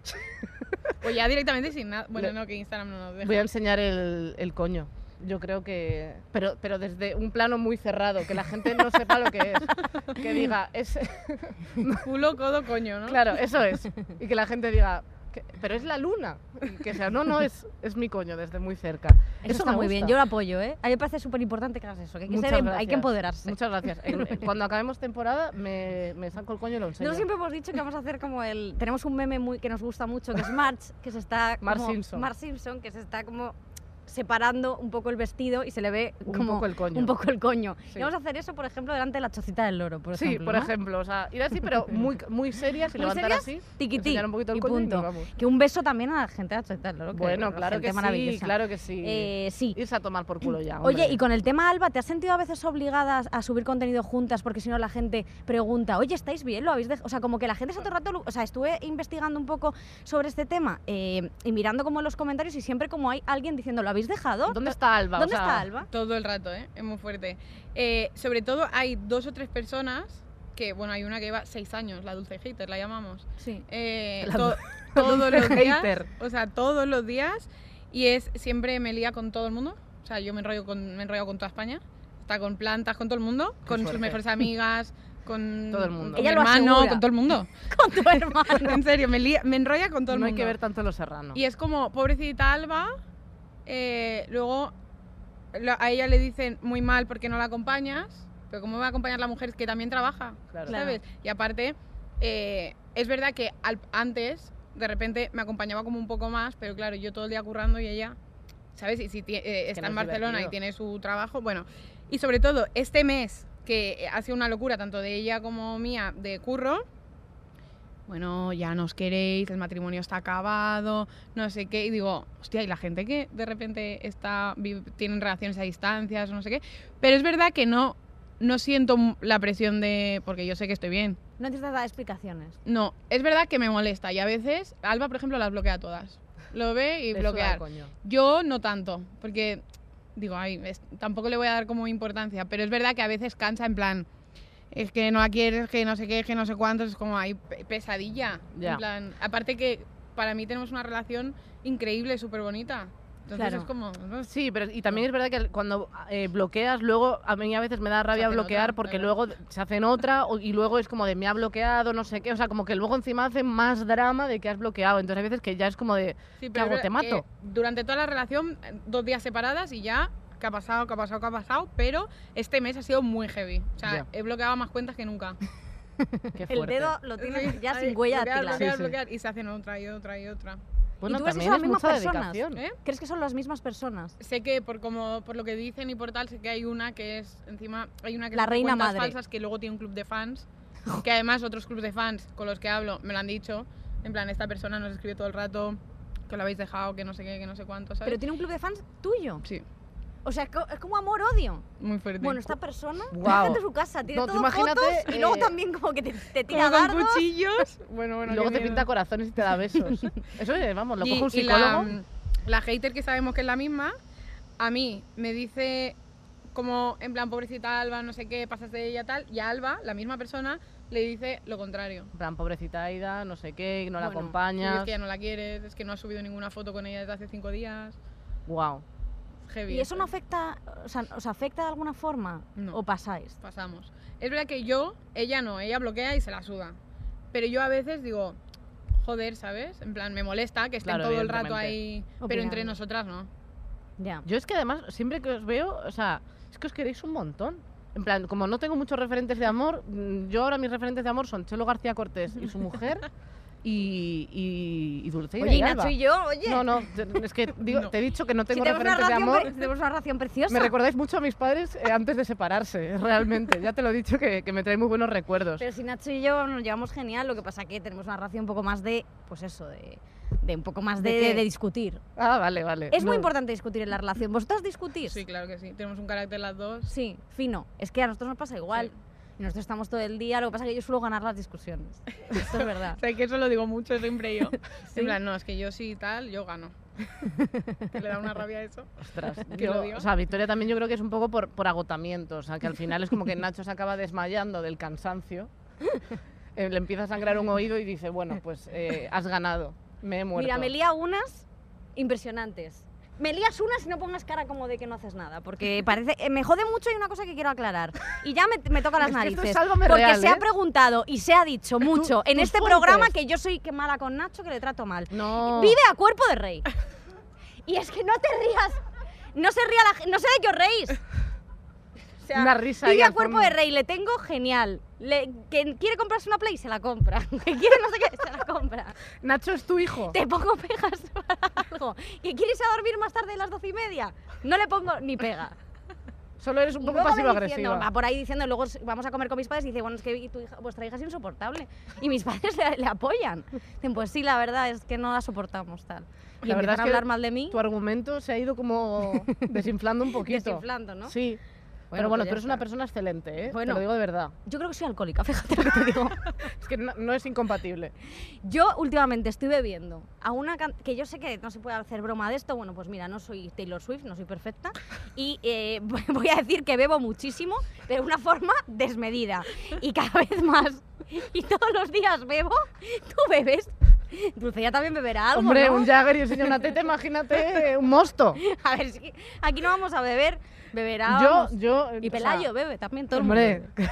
[SPEAKER 4] o ya directamente sin nada. Bueno,
[SPEAKER 3] Le-
[SPEAKER 4] no, que Instagram no nos deja.
[SPEAKER 3] Voy a enseñar el, el coño. Yo creo que. Pero, pero desde un plano muy cerrado, que la gente no sepa lo que es. Que diga, es.
[SPEAKER 4] Culo, codo, coño, ¿no?
[SPEAKER 3] Claro, eso es. Y que la gente diga, "Que- pero es la luna. Y que sea, no, no, es, es mi coño desde muy cerca.
[SPEAKER 2] Eso, está
[SPEAKER 3] me
[SPEAKER 2] muy bien.
[SPEAKER 3] gusta.
[SPEAKER 2] Yo lo apoyo, ¿eh? A mí me parece súper importante que hagas eso. Que hay que,
[SPEAKER 3] Muchas
[SPEAKER 2] ser- em, hay
[SPEAKER 3] gracias.
[SPEAKER 2] que empoderarse.
[SPEAKER 3] Muchas gracias. En- en- cuando acabemos temporada me, me saco el coño y lo enseño.
[SPEAKER 2] Nosotros siempre hemos dicho que vamos a hacer como el... Tenemos un meme muy, que nos gusta mucho, que es March, que se está...
[SPEAKER 3] Mar
[SPEAKER 2] como-
[SPEAKER 3] Simpson.
[SPEAKER 2] Mar Simpson, que se está como separando un poco el vestido y se le ve
[SPEAKER 3] Un
[SPEAKER 2] como
[SPEAKER 3] poco el coño.
[SPEAKER 2] un poco el coño. Y
[SPEAKER 3] Sí.
[SPEAKER 2] vamos a hacer eso, por ejemplo, delante de la chocita del loro, por
[SPEAKER 3] sí,
[SPEAKER 2] ejemplo.
[SPEAKER 3] por
[SPEAKER 2] ¿no?
[SPEAKER 3] ejemplo. O sea, ir así, pero muy, muy serias y
[SPEAKER 2] ¿Muy
[SPEAKER 3] levantar
[SPEAKER 2] serias?
[SPEAKER 3] así.
[SPEAKER 2] Tiquití,
[SPEAKER 3] enseñar un poquito el
[SPEAKER 2] y
[SPEAKER 3] coño y
[SPEAKER 2] punto.
[SPEAKER 3] nos vamos.
[SPEAKER 2] Que un beso también a la gente de la chocita del loro. que
[SPEAKER 3] Bueno,
[SPEAKER 2] es
[SPEAKER 3] claro que
[SPEAKER 2] gente
[SPEAKER 3] sí,
[SPEAKER 2] maravillosa.
[SPEAKER 3] claro que sí.
[SPEAKER 2] Eh, sí.
[SPEAKER 3] Irse a tomar por culo ya.
[SPEAKER 2] Oye,
[SPEAKER 3] hombre.
[SPEAKER 2] y con el tema Alba, ¿te has sentido a veces obligada a subir contenido juntas? Porque si no la gente pregunta, oye, ¿estáis bien? ¿Lo habéis dejado? O sea, como que la gente está todo el rato... lu- O sea, estuve investigando un poco sobre este tema eh, y mirando como los comentarios y siempre como hay alguien diciendo, ¿lo habéis dejado?
[SPEAKER 3] ¿Dónde está Alba? O
[SPEAKER 2] ¿Dónde
[SPEAKER 3] sea,
[SPEAKER 2] está Alba?
[SPEAKER 4] Todo el rato, ¿eh? Es muy fuerte. Eh, sobre todo hay dos o tres personas que, bueno, hay una que lleva seis años, la dulce hater, la llamamos.
[SPEAKER 2] Sí.
[SPEAKER 4] Eh,
[SPEAKER 3] La
[SPEAKER 4] to- todos los días. O sea, todos los días. Y es, siempre me lía con todo el mundo. O sea, yo me enrollo con, me he enrollado con toda España. Está con plantas, con todo el mundo. con
[SPEAKER 3] suerte.
[SPEAKER 4] sus mejores amigas, con
[SPEAKER 3] Todo el mundo.
[SPEAKER 4] con
[SPEAKER 2] Ella
[SPEAKER 4] mi
[SPEAKER 2] lo
[SPEAKER 4] hermano,
[SPEAKER 2] asegura.
[SPEAKER 4] con todo el mundo.
[SPEAKER 2] Con tu hermano.
[SPEAKER 4] en serio, me, lía- me enrolla con todo el
[SPEAKER 3] No hay
[SPEAKER 4] mundo.
[SPEAKER 3] que ver tanto Los Serrano.
[SPEAKER 4] Y es como, pobrecita Alba, eh, luego lo- a ella le dicen muy mal porque no la acompañas, pero ¿cómo va a acompañar la mujer que también trabaja?
[SPEAKER 3] Claro.
[SPEAKER 2] Claro.
[SPEAKER 4] ¿Sabes? Y aparte, eh, es verdad que al- antes de repente me acompañaba como un poco más, pero claro, yo todo el día currando y ella, ¿sabes? Y si tie- eh,
[SPEAKER 3] que
[SPEAKER 4] está
[SPEAKER 3] no
[SPEAKER 4] en
[SPEAKER 3] es
[SPEAKER 4] Barcelona
[SPEAKER 3] divertido.
[SPEAKER 4] y tiene su trabajo, bueno. Y sobre todo, este mes, que ha sido una locura tanto de ella como mía, de curro, bueno, ya nos queréis, el matrimonio está acabado, no sé qué. Y digo, hostia, y la gente que de repente está, vi- tienen relaciones a distancias, no sé qué. Pero es verdad que no, no siento m- la presión de, porque yo sé que estoy bien.
[SPEAKER 2] No necesitas dar explicaciones.
[SPEAKER 4] No, es verdad que me molesta y a veces Alba, por ejemplo, las bloquea todas. Lo ve y
[SPEAKER 3] Le suda el
[SPEAKER 4] bloquear.
[SPEAKER 3] coño.
[SPEAKER 4] Yo no tanto, porque digo, ay, es- tampoco le voy a dar como importancia, pero es verdad que a veces cansa en plan, es que no la quieres, que no sé qué, que no sé cuántos, es como hay pesadilla.
[SPEAKER 3] Ya.
[SPEAKER 4] En plan, aparte que para mí tenemos una relación increíble, súper bonita. Entonces
[SPEAKER 2] Claro.
[SPEAKER 4] es como... no sé.
[SPEAKER 3] Sí, pero y también es verdad que cuando eh, bloqueas, luego a mí a veces me da rabia
[SPEAKER 4] hacen
[SPEAKER 3] bloquear
[SPEAKER 4] otra,
[SPEAKER 3] porque
[SPEAKER 4] claro.
[SPEAKER 3] luego se hacen otra o- y luego es como de me ha bloqueado, no sé qué. O sea, como que luego encima hacen más drama de que has bloqueado. Entonces hay veces que ya es como de hago?
[SPEAKER 4] Sí, es
[SPEAKER 3] ¿Te
[SPEAKER 4] verdad que
[SPEAKER 3] mato?
[SPEAKER 4] Durante toda la relación, eh, dos días separadas y ya, ¿qué ha pasado? ¿Qué ha pasado? ¿Qué ha pasado? Pero este mes ha sido muy heavy. O sea,
[SPEAKER 3] Ya.
[SPEAKER 4] he bloqueado más cuentas que nunca.
[SPEAKER 3] qué
[SPEAKER 2] El
[SPEAKER 3] fuerte.
[SPEAKER 2] dedo lo
[SPEAKER 4] Sí,
[SPEAKER 2] tienes ya
[SPEAKER 4] ahí,
[SPEAKER 2] sin huella
[SPEAKER 4] bloquear,
[SPEAKER 2] dactilar.
[SPEAKER 4] bloquear,
[SPEAKER 3] Sí, sí.
[SPEAKER 4] bloquear, Y se hacen otra y otra y otra.
[SPEAKER 3] Bueno,
[SPEAKER 2] tú ves
[SPEAKER 3] también
[SPEAKER 2] eso a las
[SPEAKER 3] es
[SPEAKER 2] mismas
[SPEAKER 3] mucha
[SPEAKER 2] personas?
[SPEAKER 3] dedicación.
[SPEAKER 4] ¿Eh?
[SPEAKER 2] ¿Crees que son las mismas personas?
[SPEAKER 4] Sé que por como por lo que dicen y por tal, sé que hay una que es encima hay una que
[SPEAKER 2] La
[SPEAKER 4] son
[SPEAKER 2] reina
[SPEAKER 4] cuentas
[SPEAKER 2] madre.
[SPEAKER 4] falsas que luego tiene un club de fans, que además otros clubes de fans con los que hablo me lo han dicho, en plan esta persona nos escribe todo el rato que lo habéis dejado, que no sé qué, que no sé cuánto, ¿sabes?
[SPEAKER 2] Pero tiene un club de fans tuyo.
[SPEAKER 4] sí,
[SPEAKER 2] O sea, es co- es como amor-odio.
[SPEAKER 4] muy fuerte.
[SPEAKER 2] Bueno, esta persona
[SPEAKER 3] Guau.
[SPEAKER 2] está en su casa, tiene
[SPEAKER 3] No, tú
[SPEAKER 2] todo
[SPEAKER 3] imagínate,
[SPEAKER 2] fotos y luego
[SPEAKER 3] eh,
[SPEAKER 2] también como que te, te
[SPEAKER 4] Como
[SPEAKER 2] tira
[SPEAKER 4] con
[SPEAKER 2] dardos.
[SPEAKER 4] cuchillos. Bueno, bueno,
[SPEAKER 3] Y luego
[SPEAKER 4] qué
[SPEAKER 3] te
[SPEAKER 4] miedo.
[SPEAKER 3] pinta corazones y te da besos. Eso es, vamos, lo
[SPEAKER 4] Y-
[SPEAKER 3] coge un
[SPEAKER 4] y la,
[SPEAKER 3] psicólogo.
[SPEAKER 4] la hater que sabemos que es la misma, a mí me dice como en plan pobrecita Alba, no sé qué, pasas de ella tal, y a Alba, la misma persona, le dice lo contrario.
[SPEAKER 3] En plan, pobrecita Aida, no sé qué, no la
[SPEAKER 2] Bueno,
[SPEAKER 4] Sí,
[SPEAKER 3] acompañas.
[SPEAKER 4] es que ya no la quieres, es que no has subido ninguna foto con ella desde hace cinco días.
[SPEAKER 3] Wow.
[SPEAKER 4] Heavy.
[SPEAKER 2] ¿Y eso no
[SPEAKER 4] eh.
[SPEAKER 2] afecta, o sea, os afecta de alguna forma?
[SPEAKER 4] No.
[SPEAKER 2] ¿O pasáis?
[SPEAKER 4] Pasamos. Es verdad que yo, ella no, ella bloquea y se la suda. Pero yo a veces digo, joder, ¿sabes? En plan, me molesta que estén
[SPEAKER 3] Claro,
[SPEAKER 4] todo el rato
[SPEAKER 3] evidentemente.
[SPEAKER 4] ahí. Pero entre
[SPEAKER 2] Opinando.
[SPEAKER 4] nosotras no.
[SPEAKER 2] Ya.
[SPEAKER 3] Yo es que además, siempre que os veo, o sea, es que os queréis un montón. En plan, como no tengo muchos referentes de amor, mm, yo ahora mis referentes de amor son Chelo García Cortés y su mujer y, y, y Dulce
[SPEAKER 2] Oye, y Nacho y yo, oye,
[SPEAKER 3] No, no, te- es que digo-
[SPEAKER 4] No.
[SPEAKER 3] te he dicho que no
[SPEAKER 2] si
[SPEAKER 3] tengo
[SPEAKER 2] tenemos una,
[SPEAKER 3] referentes de
[SPEAKER 2] relación,
[SPEAKER 3] amor.
[SPEAKER 2] pre- tenemos una relación preciosa.
[SPEAKER 3] Me recordáis mucho a mis padres eh, antes de separarse, realmente. Ya te lo he dicho que, que me trae muy buenos recuerdos.
[SPEAKER 2] Pero si Nacho y yo nos llevamos genial, lo que pasa que tenemos una relación un poco más de, pues eso, de, de un poco más
[SPEAKER 3] ¿De
[SPEAKER 2] de,
[SPEAKER 3] qué?
[SPEAKER 2] de discutir.
[SPEAKER 3] Ah, vale, vale.
[SPEAKER 2] Es muy
[SPEAKER 3] No.
[SPEAKER 2] importante discutir en la relación. ¿Vosotras discutís?
[SPEAKER 4] Sí, claro que sí. Tenemos un carácter las dos.
[SPEAKER 2] Sí, fino. Es que a nosotros nos pasa igual.
[SPEAKER 4] Sí.
[SPEAKER 2] Y nosotros estamos todo el día, lo que pasa que yo suelo ganar las discusiones. Esto es verdad.
[SPEAKER 4] O sea, que eso lo digo mucho siempre yo.
[SPEAKER 2] Sí.
[SPEAKER 4] En plan, no, es que yo sí tal, yo gano. ¿Que le da una rabia eso?
[SPEAKER 3] Ostras,
[SPEAKER 4] Que
[SPEAKER 3] yo-
[SPEAKER 4] lo diga.
[SPEAKER 3] o sea, Victoria también yo creo que es un poco por, por agotamiento, o sea, que al final es como que Nacho se acaba desmayando del cansancio, eh, le empieza a sangrar un oído y dice, bueno, pues eh, has ganado, me he muerto.
[SPEAKER 2] Mira, me lía unas impresionantes. Me lías unas y no pongas cara como de que no haces nada, porque parece eh, me jode mucho y una cosa que quiero aclarar. Y ya me, me toca las
[SPEAKER 3] Es que esto
[SPEAKER 2] narices.
[SPEAKER 3] es Sálvame
[SPEAKER 2] porque
[SPEAKER 3] Real,
[SPEAKER 2] se ha
[SPEAKER 3] ¿eh?
[SPEAKER 2] preguntado y se ha dicho mucho en
[SPEAKER 3] tus
[SPEAKER 2] este programa
[SPEAKER 3] fuentes.
[SPEAKER 2] que yo soy que mala con Nacho, que le trato mal.
[SPEAKER 3] No,
[SPEAKER 2] Vive a cuerpo de rey. Y es que no te rías. No se ría la gen- no sé de qué os reís. O sea,
[SPEAKER 3] Una risa ahí
[SPEAKER 2] Vive a
[SPEAKER 3] al
[SPEAKER 2] cuerpo
[SPEAKER 3] fondo.
[SPEAKER 2] de rey, le tengo genial. Le- que quiere comprarse una Play, se la compra. Que quiere no sé qué, se la compra.
[SPEAKER 3] Nacho es tu hijo.
[SPEAKER 2] Te pongo pegas para algo. ¿Que quieres ir a dormir más tarde de las doce y media? No le pongo ni pega.
[SPEAKER 3] Solo eres un
[SPEAKER 2] Y
[SPEAKER 3] poco
[SPEAKER 2] luego me diciendo,
[SPEAKER 3] pasivo-agresiva.
[SPEAKER 2] Va por ahí diciendo, luego s- vamos a comer con mis padres y dice, bueno, es que tu hija- vuestra hija es insoportable. Y mis padres le, le apoyan. Dicen, pues sí, la verdad es que no la soportamos tal. Y
[SPEAKER 3] La
[SPEAKER 2] empiezan
[SPEAKER 3] verdad es
[SPEAKER 2] a
[SPEAKER 3] que
[SPEAKER 2] hablar mal de mí,
[SPEAKER 3] Tu argumento se ha ido como desinflando un poquito.
[SPEAKER 2] desinflando, ¿no?
[SPEAKER 3] Sí. Pero bueno,
[SPEAKER 2] pues ya
[SPEAKER 3] tú eres una
[SPEAKER 2] está.
[SPEAKER 3] persona excelente, ¿eh? Te
[SPEAKER 2] Bueno.
[SPEAKER 3] lo digo de verdad.
[SPEAKER 2] Yo creo que soy alcohólica, fíjate lo que te digo.
[SPEAKER 3] Es que no, no es incompatible.
[SPEAKER 2] Yo últimamente estoy bebiendo a una can- que yo sé que no se puede hacer broma de esto. Bueno, pues mira, no soy Taylor Swift, no soy perfecta. Y eh, voy a decir que bebo muchísimo, pero de una forma desmedida. Y cada vez más. Y todos los días bebo. Tú bebes. Dulce ya también beberá algo.
[SPEAKER 3] Hombre,
[SPEAKER 2] ¿no?
[SPEAKER 3] un Jagger y enseña una teta, imagínate eh, un mosto.
[SPEAKER 2] A ver, si aquí no vamos a beber. Beberá.
[SPEAKER 3] Yo,
[SPEAKER 2] vamos.
[SPEAKER 3] yo... o
[SPEAKER 2] y
[SPEAKER 3] sea,
[SPEAKER 2] Pelayo bebe también. Todo el
[SPEAKER 3] Hombre,
[SPEAKER 2] mundo bebe.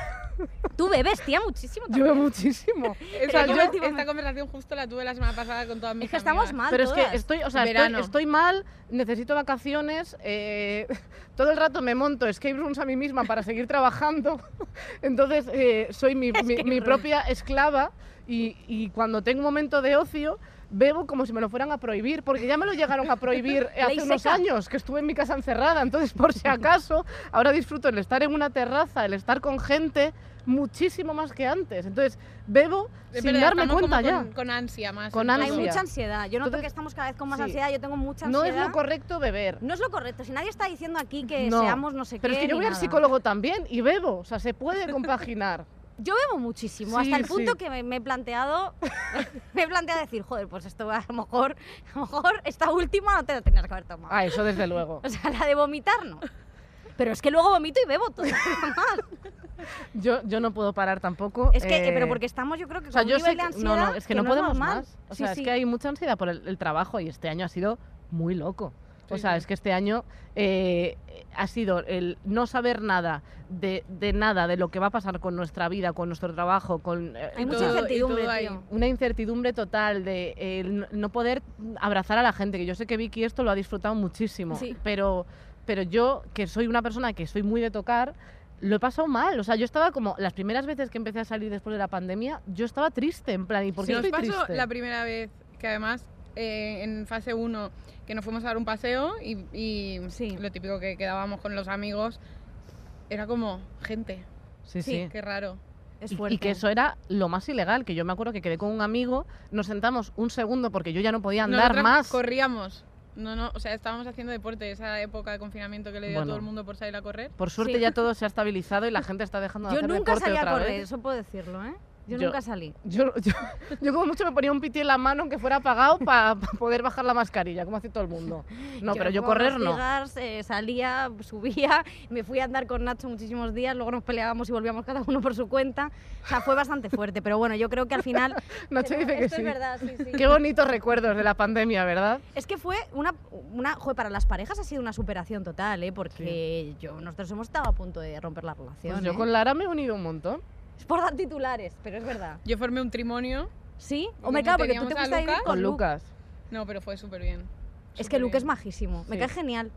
[SPEAKER 2] Tú bebes, tía, muchísimo.
[SPEAKER 3] yo
[SPEAKER 2] también.
[SPEAKER 3] veo muchísimo.
[SPEAKER 4] O
[SPEAKER 2] sea,
[SPEAKER 4] sea,
[SPEAKER 2] yo-
[SPEAKER 4] yo esta conversación justo la tuve la semana pasada con todas mis
[SPEAKER 2] Es que estamos
[SPEAKER 4] amigas.
[SPEAKER 2] mal.
[SPEAKER 3] Pero es que
[SPEAKER 2] todas.
[SPEAKER 3] estoy, o sea, estoy,
[SPEAKER 4] Verano.
[SPEAKER 3] estoy mal, necesito vacaciones, eh, todo el rato me monto escape rooms a mí misma para seguir trabajando, entonces eh, soy mi, mi- mi propia esclava y, y cuando tengo un momento de ocio bebo como si me lo fueran a prohibir, porque ya me lo llegaron a prohibir eh, hace
[SPEAKER 2] Ley
[SPEAKER 3] unos
[SPEAKER 2] seca.
[SPEAKER 3] años, que estuve en mi casa encerrada. Entonces, por si acaso, ahora disfruto el estar en una terraza, el estar con gente muchísimo más que antes. Entonces, bebo
[SPEAKER 4] Es
[SPEAKER 3] sin
[SPEAKER 4] verdad,
[SPEAKER 3] darme
[SPEAKER 4] estamos como
[SPEAKER 3] cuenta ya.
[SPEAKER 4] Con, con ansia más.
[SPEAKER 3] Con
[SPEAKER 2] Hay
[SPEAKER 3] ansia.
[SPEAKER 2] mucha ansiedad. Yo noto
[SPEAKER 3] Entonces,
[SPEAKER 2] que estamos cada vez con más
[SPEAKER 3] sí.
[SPEAKER 2] ansiedad. Yo tengo mucha
[SPEAKER 3] No
[SPEAKER 2] ansiedad.
[SPEAKER 3] es lo correcto beber.
[SPEAKER 2] No es lo correcto. Si nadie está diciendo aquí que
[SPEAKER 3] No,
[SPEAKER 2] seamos no sé
[SPEAKER 3] Pero
[SPEAKER 2] qué.
[SPEAKER 3] es que yo
[SPEAKER 2] ni
[SPEAKER 3] voy al
[SPEAKER 2] nada.
[SPEAKER 3] psicólogo también y bebo, o sea, se puede compaginar.
[SPEAKER 2] Yo bebo muchísimo,
[SPEAKER 3] Sí,
[SPEAKER 2] hasta el
[SPEAKER 3] sí.
[SPEAKER 2] punto que me, me he planteado, me he planteado decir, joder, pues esto a lo mejor, a lo mejor esta última no te la tenías que haber tomado.
[SPEAKER 3] Ah, eso desde luego.
[SPEAKER 2] O sea, la de vomitar no. Pero es que luego vomito y bebo todo.
[SPEAKER 3] Yo, yo no puedo parar tampoco.
[SPEAKER 2] es que, eh, pero
[SPEAKER 3] eh,
[SPEAKER 2] porque estamos, yo creo que
[SPEAKER 3] O sea,
[SPEAKER 2] con
[SPEAKER 3] yo
[SPEAKER 2] un nivel
[SPEAKER 3] sé
[SPEAKER 2] de
[SPEAKER 3] que,
[SPEAKER 2] ansiedad
[SPEAKER 3] no, no, es que, no
[SPEAKER 2] es
[SPEAKER 3] podemos
[SPEAKER 2] normal.
[SPEAKER 3] más. O
[SPEAKER 2] Sí,
[SPEAKER 3] sea,
[SPEAKER 2] sí.
[SPEAKER 3] es que hay mucha ansiedad por el, el trabajo y este año ha sido muy loco. o
[SPEAKER 4] Sí,
[SPEAKER 3] sea,
[SPEAKER 4] sí.
[SPEAKER 3] es que este año eh, ha sido el no saber nada de, de nada de lo que va a pasar con nuestra vida, con nuestro trabajo, con eh,
[SPEAKER 2] Hay
[SPEAKER 3] o
[SPEAKER 2] mucha
[SPEAKER 3] sea,
[SPEAKER 4] todo- y
[SPEAKER 2] incertidumbre,
[SPEAKER 4] todo ahí.
[SPEAKER 2] tío.
[SPEAKER 3] una incertidumbre total de eh, el n- no poder abrazar a la gente, que yo sé que Vicky esto lo ha disfrutado muchísimo,
[SPEAKER 2] Sí.
[SPEAKER 3] pero, pero yo, que soy una persona que soy muy de tocar, lo he pasado mal. O sea, yo estaba como, las primeras veces que empecé a salir después de la pandemia, yo estaba triste, en plan, ¿y por qué
[SPEAKER 4] nos
[SPEAKER 3] estoy
[SPEAKER 4] pasó
[SPEAKER 3] triste?
[SPEAKER 4] la primera vez que además eh, en fase 1 que nos fuimos a dar un paseo y, y
[SPEAKER 2] Sí.
[SPEAKER 4] lo típico que quedábamos con los amigos era como gente,
[SPEAKER 3] Sí,
[SPEAKER 2] Sí.
[SPEAKER 3] sí.
[SPEAKER 4] qué raro.
[SPEAKER 2] Es
[SPEAKER 3] Y-
[SPEAKER 2] fuerte.
[SPEAKER 3] Y que eso era lo más ilegal, que yo me acuerdo que quedé con un amigo, nos sentamos un segundo porque yo ya no podía andar
[SPEAKER 4] Nosotras
[SPEAKER 3] más.
[SPEAKER 4] Corríamos. No, no, o sea, estábamos haciendo deporte esa época de confinamiento que le dio
[SPEAKER 3] Bueno.
[SPEAKER 4] a todo el mundo por salir a correr.
[SPEAKER 3] Por suerte
[SPEAKER 2] Sí.
[SPEAKER 3] ya todo se ha estabilizado y la gente está dejando de
[SPEAKER 2] Yo
[SPEAKER 3] hacer
[SPEAKER 2] nunca
[SPEAKER 3] deporte
[SPEAKER 2] salí a
[SPEAKER 3] otra
[SPEAKER 2] correr,
[SPEAKER 3] vez.
[SPEAKER 2] eso puedo decirlo, ¿eh? Yo,
[SPEAKER 3] Yo-
[SPEAKER 2] nunca salí.
[SPEAKER 3] Yo, yo, yo como mucho me ponía un piti en la mano aunque fuera apagado para poder bajar la mascarilla, como hace todo el mundo. No, pero yo
[SPEAKER 2] con
[SPEAKER 3] correr
[SPEAKER 2] los
[SPEAKER 3] no.
[SPEAKER 2] cigars, eh, salía, subía, me fui a andar con Nacho muchísimos días, luego nos peleábamos y volvíamos cada uno por su cuenta. O sea, fue bastante fuerte, pero bueno, yo creo que al final...
[SPEAKER 3] Nacho dice que
[SPEAKER 2] Esto
[SPEAKER 3] sí.
[SPEAKER 2] es verdad, sí, sí.
[SPEAKER 3] Qué bonitos recuerdos de la pandemia, ¿verdad?
[SPEAKER 2] Es que fue una, una joder, para las parejas ha sido una superación total, ¿eh? Porque yo, nosotros hemos estado a punto de romper la relación.
[SPEAKER 3] Pues yo
[SPEAKER 2] ¿eh?
[SPEAKER 3] con Lara me he unido un montón.
[SPEAKER 2] Es por dar titulares, pero es verdad.
[SPEAKER 4] Yo formé un trimonio.
[SPEAKER 2] ¿Sí,
[SPEAKER 4] Porque
[SPEAKER 2] hombre,
[SPEAKER 4] como
[SPEAKER 2] claro, porque tú
[SPEAKER 4] teníamos
[SPEAKER 2] te
[SPEAKER 4] a
[SPEAKER 2] gusta vivir
[SPEAKER 4] Lucas-
[SPEAKER 2] con,
[SPEAKER 3] Con
[SPEAKER 2] Lu.
[SPEAKER 3] Lucas.
[SPEAKER 4] No, pero fue súper bien.
[SPEAKER 2] Es que Luke es
[SPEAKER 4] más
[SPEAKER 2] majísimo, me
[SPEAKER 3] Sí. Pues
[SPEAKER 2] cae genial.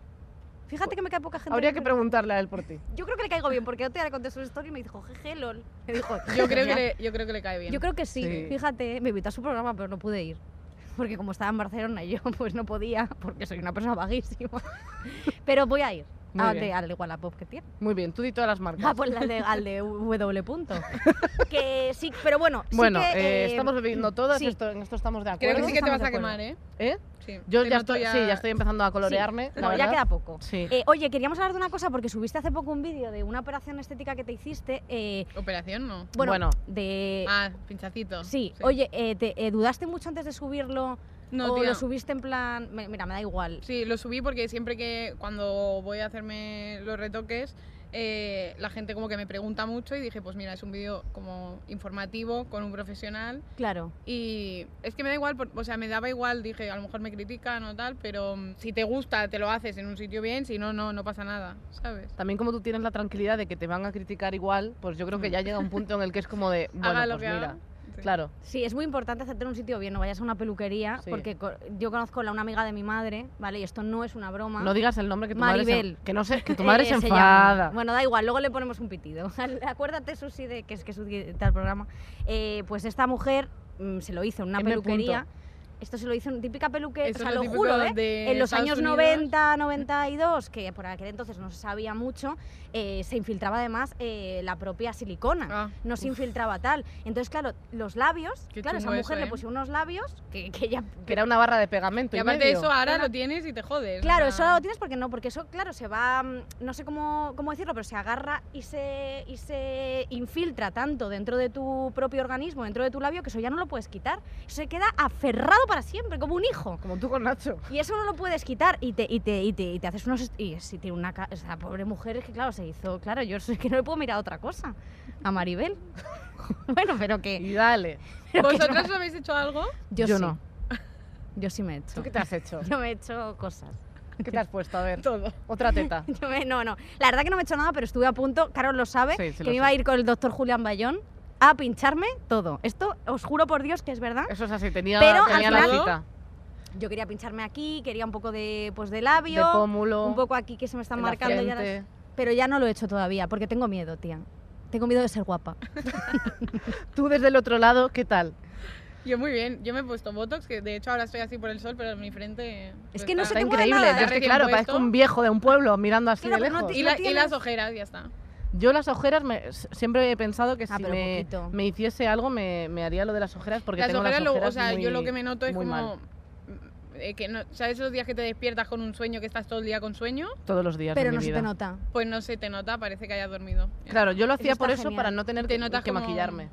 [SPEAKER 2] Fíjate que me cae poca gente.
[SPEAKER 3] Habría
[SPEAKER 2] bien,
[SPEAKER 3] que
[SPEAKER 2] pero-
[SPEAKER 3] preguntarle a él por ti.
[SPEAKER 2] Yo creo que le caigo bien, porque otro día le conté su historia y me dijo, jeje, lol. Me dijo,
[SPEAKER 4] Yo creo, que
[SPEAKER 2] "Genial".
[SPEAKER 4] le, yo creo que le cae bien.
[SPEAKER 2] Yo creo que sí.
[SPEAKER 3] Sí.
[SPEAKER 2] Fíjate, me invitó a su programa, pero no pude ir. Porque como estaba en Barcelona y yo pues no podía, porque soy una persona vaguísima. Pero voy a ir.
[SPEAKER 3] Muy
[SPEAKER 2] Al
[SPEAKER 3] bien.
[SPEAKER 2] de, al de Wallapop que tiene.
[SPEAKER 3] Muy bien, tú di todas las marcas.
[SPEAKER 2] Ah, pues al de, al de W. punto. que sí, pero bueno. sí
[SPEAKER 3] bueno,
[SPEAKER 2] que, eh,
[SPEAKER 3] eh, estamos bebiendo todas,
[SPEAKER 2] sí.
[SPEAKER 3] esto, en esto estamos de
[SPEAKER 4] Creo
[SPEAKER 3] acuerdo.
[SPEAKER 4] que sí que te
[SPEAKER 2] Estamos
[SPEAKER 4] vas
[SPEAKER 2] de
[SPEAKER 4] a
[SPEAKER 2] acuerdo.
[SPEAKER 4] quemar, ¿eh?
[SPEAKER 3] ¿Eh?
[SPEAKER 4] Sí.
[SPEAKER 3] Yo
[SPEAKER 4] Te
[SPEAKER 3] ya
[SPEAKER 4] noto
[SPEAKER 3] estoy, sí, ya estoy empezando a colorearme. la
[SPEAKER 2] No, ya
[SPEAKER 3] verdad.
[SPEAKER 2] queda poco.
[SPEAKER 3] Sí.
[SPEAKER 2] Eh, oye, queríamos hablar de una cosa porque subiste hace poco un vídeo de una operación estética que te hiciste. eh,
[SPEAKER 4] Operación, ¿no?
[SPEAKER 2] bueno,
[SPEAKER 3] Bueno.
[SPEAKER 2] de.
[SPEAKER 4] ah, pinchacito.
[SPEAKER 2] Eh, sí. oye, eh, te, eh, ¿dudaste mucho antes de subirlo?
[SPEAKER 4] No,
[SPEAKER 2] ¿O
[SPEAKER 4] tía.
[SPEAKER 2] lo subiste en plan.? me- Mira, me da igual.
[SPEAKER 4] Sí, lo subí porque siempre que cuando voy a hacerme los retoques, eh, la gente como que me pregunta mucho y dije, pues mira, es un vídeo como informativo con un profesional
[SPEAKER 2] Claro.
[SPEAKER 4] y es que me da igual, por- o sea, me daba igual, dije, a lo mejor me critican o tal, pero mm, si te gusta, te lo haces en un sitio bien, si no, no, no pasa nada, ¿sabes?
[SPEAKER 3] También como tú tienes la tranquilidad de que te van a criticar igual, pues yo creo que ya llega un punto en el que es como de, bueno,
[SPEAKER 4] Haga lo
[SPEAKER 3] pues
[SPEAKER 4] que
[SPEAKER 3] mira,
[SPEAKER 4] haga. Sí.
[SPEAKER 3] claro,
[SPEAKER 2] Sí, es muy importante hacerte en un sitio bien, no vayas a una peluquería,
[SPEAKER 3] Sí.
[SPEAKER 2] porque co- yo conozco a una amiga de mi madre, ¿vale? Y esto no es una broma.
[SPEAKER 3] no digas el nombre que tu madre
[SPEAKER 2] Maribel.
[SPEAKER 3] se, que no sé, que tu madre
[SPEAKER 2] Eh,
[SPEAKER 3] se
[SPEAKER 2] llama.
[SPEAKER 3] enfada.
[SPEAKER 2] Bueno, da igual, luego le ponemos un pitido. Acuérdate, Susi, de que es que Susi está el programa. Eh, pues esta mujer mm, se lo hizo en una
[SPEAKER 3] M punto.
[SPEAKER 2] peluquería. Esto se lo hizo en una típica peluquería, o
[SPEAKER 4] Eso
[SPEAKER 2] sea,
[SPEAKER 4] es
[SPEAKER 2] lo
[SPEAKER 4] lo típico
[SPEAKER 2] juro, ¿eh?
[SPEAKER 4] de
[SPEAKER 2] En los
[SPEAKER 4] Estados
[SPEAKER 2] años
[SPEAKER 4] Unidos.
[SPEAKER 2] 90, 92, que por aquel entonces no se sabía mucho, eh, se infiltraba además eh, la propia silicona.
[SPEAKER 4] Ah,
[SPEAKER 2] no se infiltraba tal. Entonces, claro, los labios,
[SPEAKER 4] Qué
[SPEAKER 2] claro, esa
[SPEAKER 4] chungo
[SPEAKER 2] mujer
[SPEAKER 4] eso,
[SPEAKER 2] le
[SPEAKER 4] ¿eh?
[SPEAKER 2] puso unos labios que, que ella...
[SPEAKER 3] Que era una barra de pegamento.
[SPEAKER 4] y
[SPEAKER 3] Y,
[SPEAKER 4] aparte de
[SPEAKER 3] medio.
[SPEAKER 4] eso, ahora
[SPEAKER 2] Era-
[SPEAKER 4] lo tienes y te jodes. o
[SPEAKER 2] Claro, eso
[SPEAKER 4] sea,
[SPEAKER 2] ahora lo tienes porque no, porque eso, claro, se va, mm, no sé cómo, cómo decirlo, pero se agarra y se, y se infiltra tanto dentro de tu propio organismo, dentro de tu labio, que eso ya no lo puedes quitar. Eso se queda aferrado para siempre, como un hijo.
[SPEAKER 3] Como tú con Nacho.
[SPEAKER 2] Y eso no lo puedes quitar y te, y te, y te, y te haces unos... est- Y si tiene una... ca- O sea, pobre mujer, es que claro, se hizo... Claro, yo soy que no le puedo mirar otra cosa a Maribel. bueno, pero que...
[SPEAKER 3] Y dale.
[SPEAKER 4] ¿Vosotras os habéis hecho algo?
[SPEAKER 2] Yo, sí.
[SPEAKER 3] no.
[SPEAKER 2] Yo sí me he hecho.
[SPEAKER 3] ¿Tú qué te has hecho?
[SPEAKER 2] Yo me he hecho cosas.
[SPEAKER 3] ¿Qué te has puesto? A ver,
[SPEAKER 4] Todo.
[SPEAKER 3] otra teta.
[SPEAKER 2] Yo me- no, no. La verdad que no me he hecho nada, pero estuve a punto, Carol lo sabe,
[SPEAKER 3] Sí, sí
[SPEAKER 2] que
[SPEAKER 3] lo
[SPEAKER 2] me
[SPEAKER 3] sé.
[SPEAKER 2] iba a ir con el doctor Julián Bayón a pincharme todo. Esto, os juro por Dios que es verdad.
[SPEAKER 3] Eso es así, tenía,
[SPEAKER 2] Pero
[SPEAKER 3] tenía
[SPEAKER 2] al
[SPEAKER 3] la
[SPEAKER 4] final-
[SPEAKER 3] cita.
[SPEAKER 2] Yo quería pincharme aquí, quería un poco de, pues, de
[SPEAKER 3] De
[SPEAKER 2] labio,
[SPEAKER 3] pómulo,
[SPEAKER 2] un poco aquí que se me están
[SPEAKER 3] en la
[SPEAKER 2] marcando ya.
[SPEAKER 3] frente.
[SPEAKER 2] las- Pero ya no lo he hecho todavía, porque tengo miedo, tía. Tengo miedo de ser guapa.
[SPEAKER 3] Tú desde el otro lado, ¿qué tal?
[SPEAKER 4] Yo muy bien, yo me he puesto Botox, que de hecho ahora estoy así por el sol, pero mi frente... pues,
[SPEAKER 2] que no
[SPEAKER 4] está-
[SPEAKER 2] se
[SPEAKER 3] Está
[SPEAKER 2] te mueve
[SPEAKER 3] increíble.
[SPEAKER 2] nada.
[SPEAKER 3] Yo es que,
[SPEAKER 4] Recién
[SPEAKER 3] claro,
[SPEAKER 4] puesto.
[SPEAKER 3] parezco un viejo de un pueblo mirando así
[SPEAKER 2] Claro,
[SPEAKER 3] de
[SPEAKER 2] pero no
[SPEAKER 3] lejos.
[SPEAKER 4] Y, la- y
[SPEAKER 2] tienes-
[SPEAKER 4] las ojeras, ya está.
[SPEAKER 3] Yo las ojeras me- s- siempre he pensado que
[SPEAKER 2] Ah,
[SPEAKER 3] si
[SPEAKER 2] pero
[SPEAKER 3] me,
[SPEAKER 2] poquito.
[SPEAKER 3] me hiciese algo me, me haría lo de las ojeras porque
[SPEAKER 4] las
[SPEAKER 3] tengo
[SPEAKER 4] ojeras,
[SPEAKER 3] las
[SPEAKER 4] lo-
[SPEAKER 3] ojeras
[SPEAKER 4] o sea,
[SPEAKER 3] muy-
[SPEAKER 4] yo lo que me noto es
[SPEAKER 3] muy
[SPEAKER 4] como...
[SPEAKER 3] mal.
[SPEAKER 4] eh, que no, ¿Sabes esos días que te despiertas con un sueño, que estás todo el día con sueño?
[SPEAKER 3] todos los días
[SPEAKER 2] Pero
[SPEAKER 3] de
[SPEAKER 2] no
[SPEAKER 3] mi
[SPEAKER 2] se
[SPEAKER 3] vida.
[SPEAKER 2] te nota.
[SPEAKER 4] Pues no se te nota, parece que hayas dormido.
[SPEAKER 3] Claro, yo lo
[SPEAKER 2] Eso
[SPEAKER 3] hacía por
[SPEAKER 2] está
[SPEAKER 3] eso
[SPEAKER 2] genial.
[SPEAKER 3] para no tener
[SPEAKER 4] Te
[SPEAKER 3] que,
[SPEAKER 4] notas
[SPEAKER 3] que
[SPEAKER 4] como-
[SPEAKER 3] maquillarme.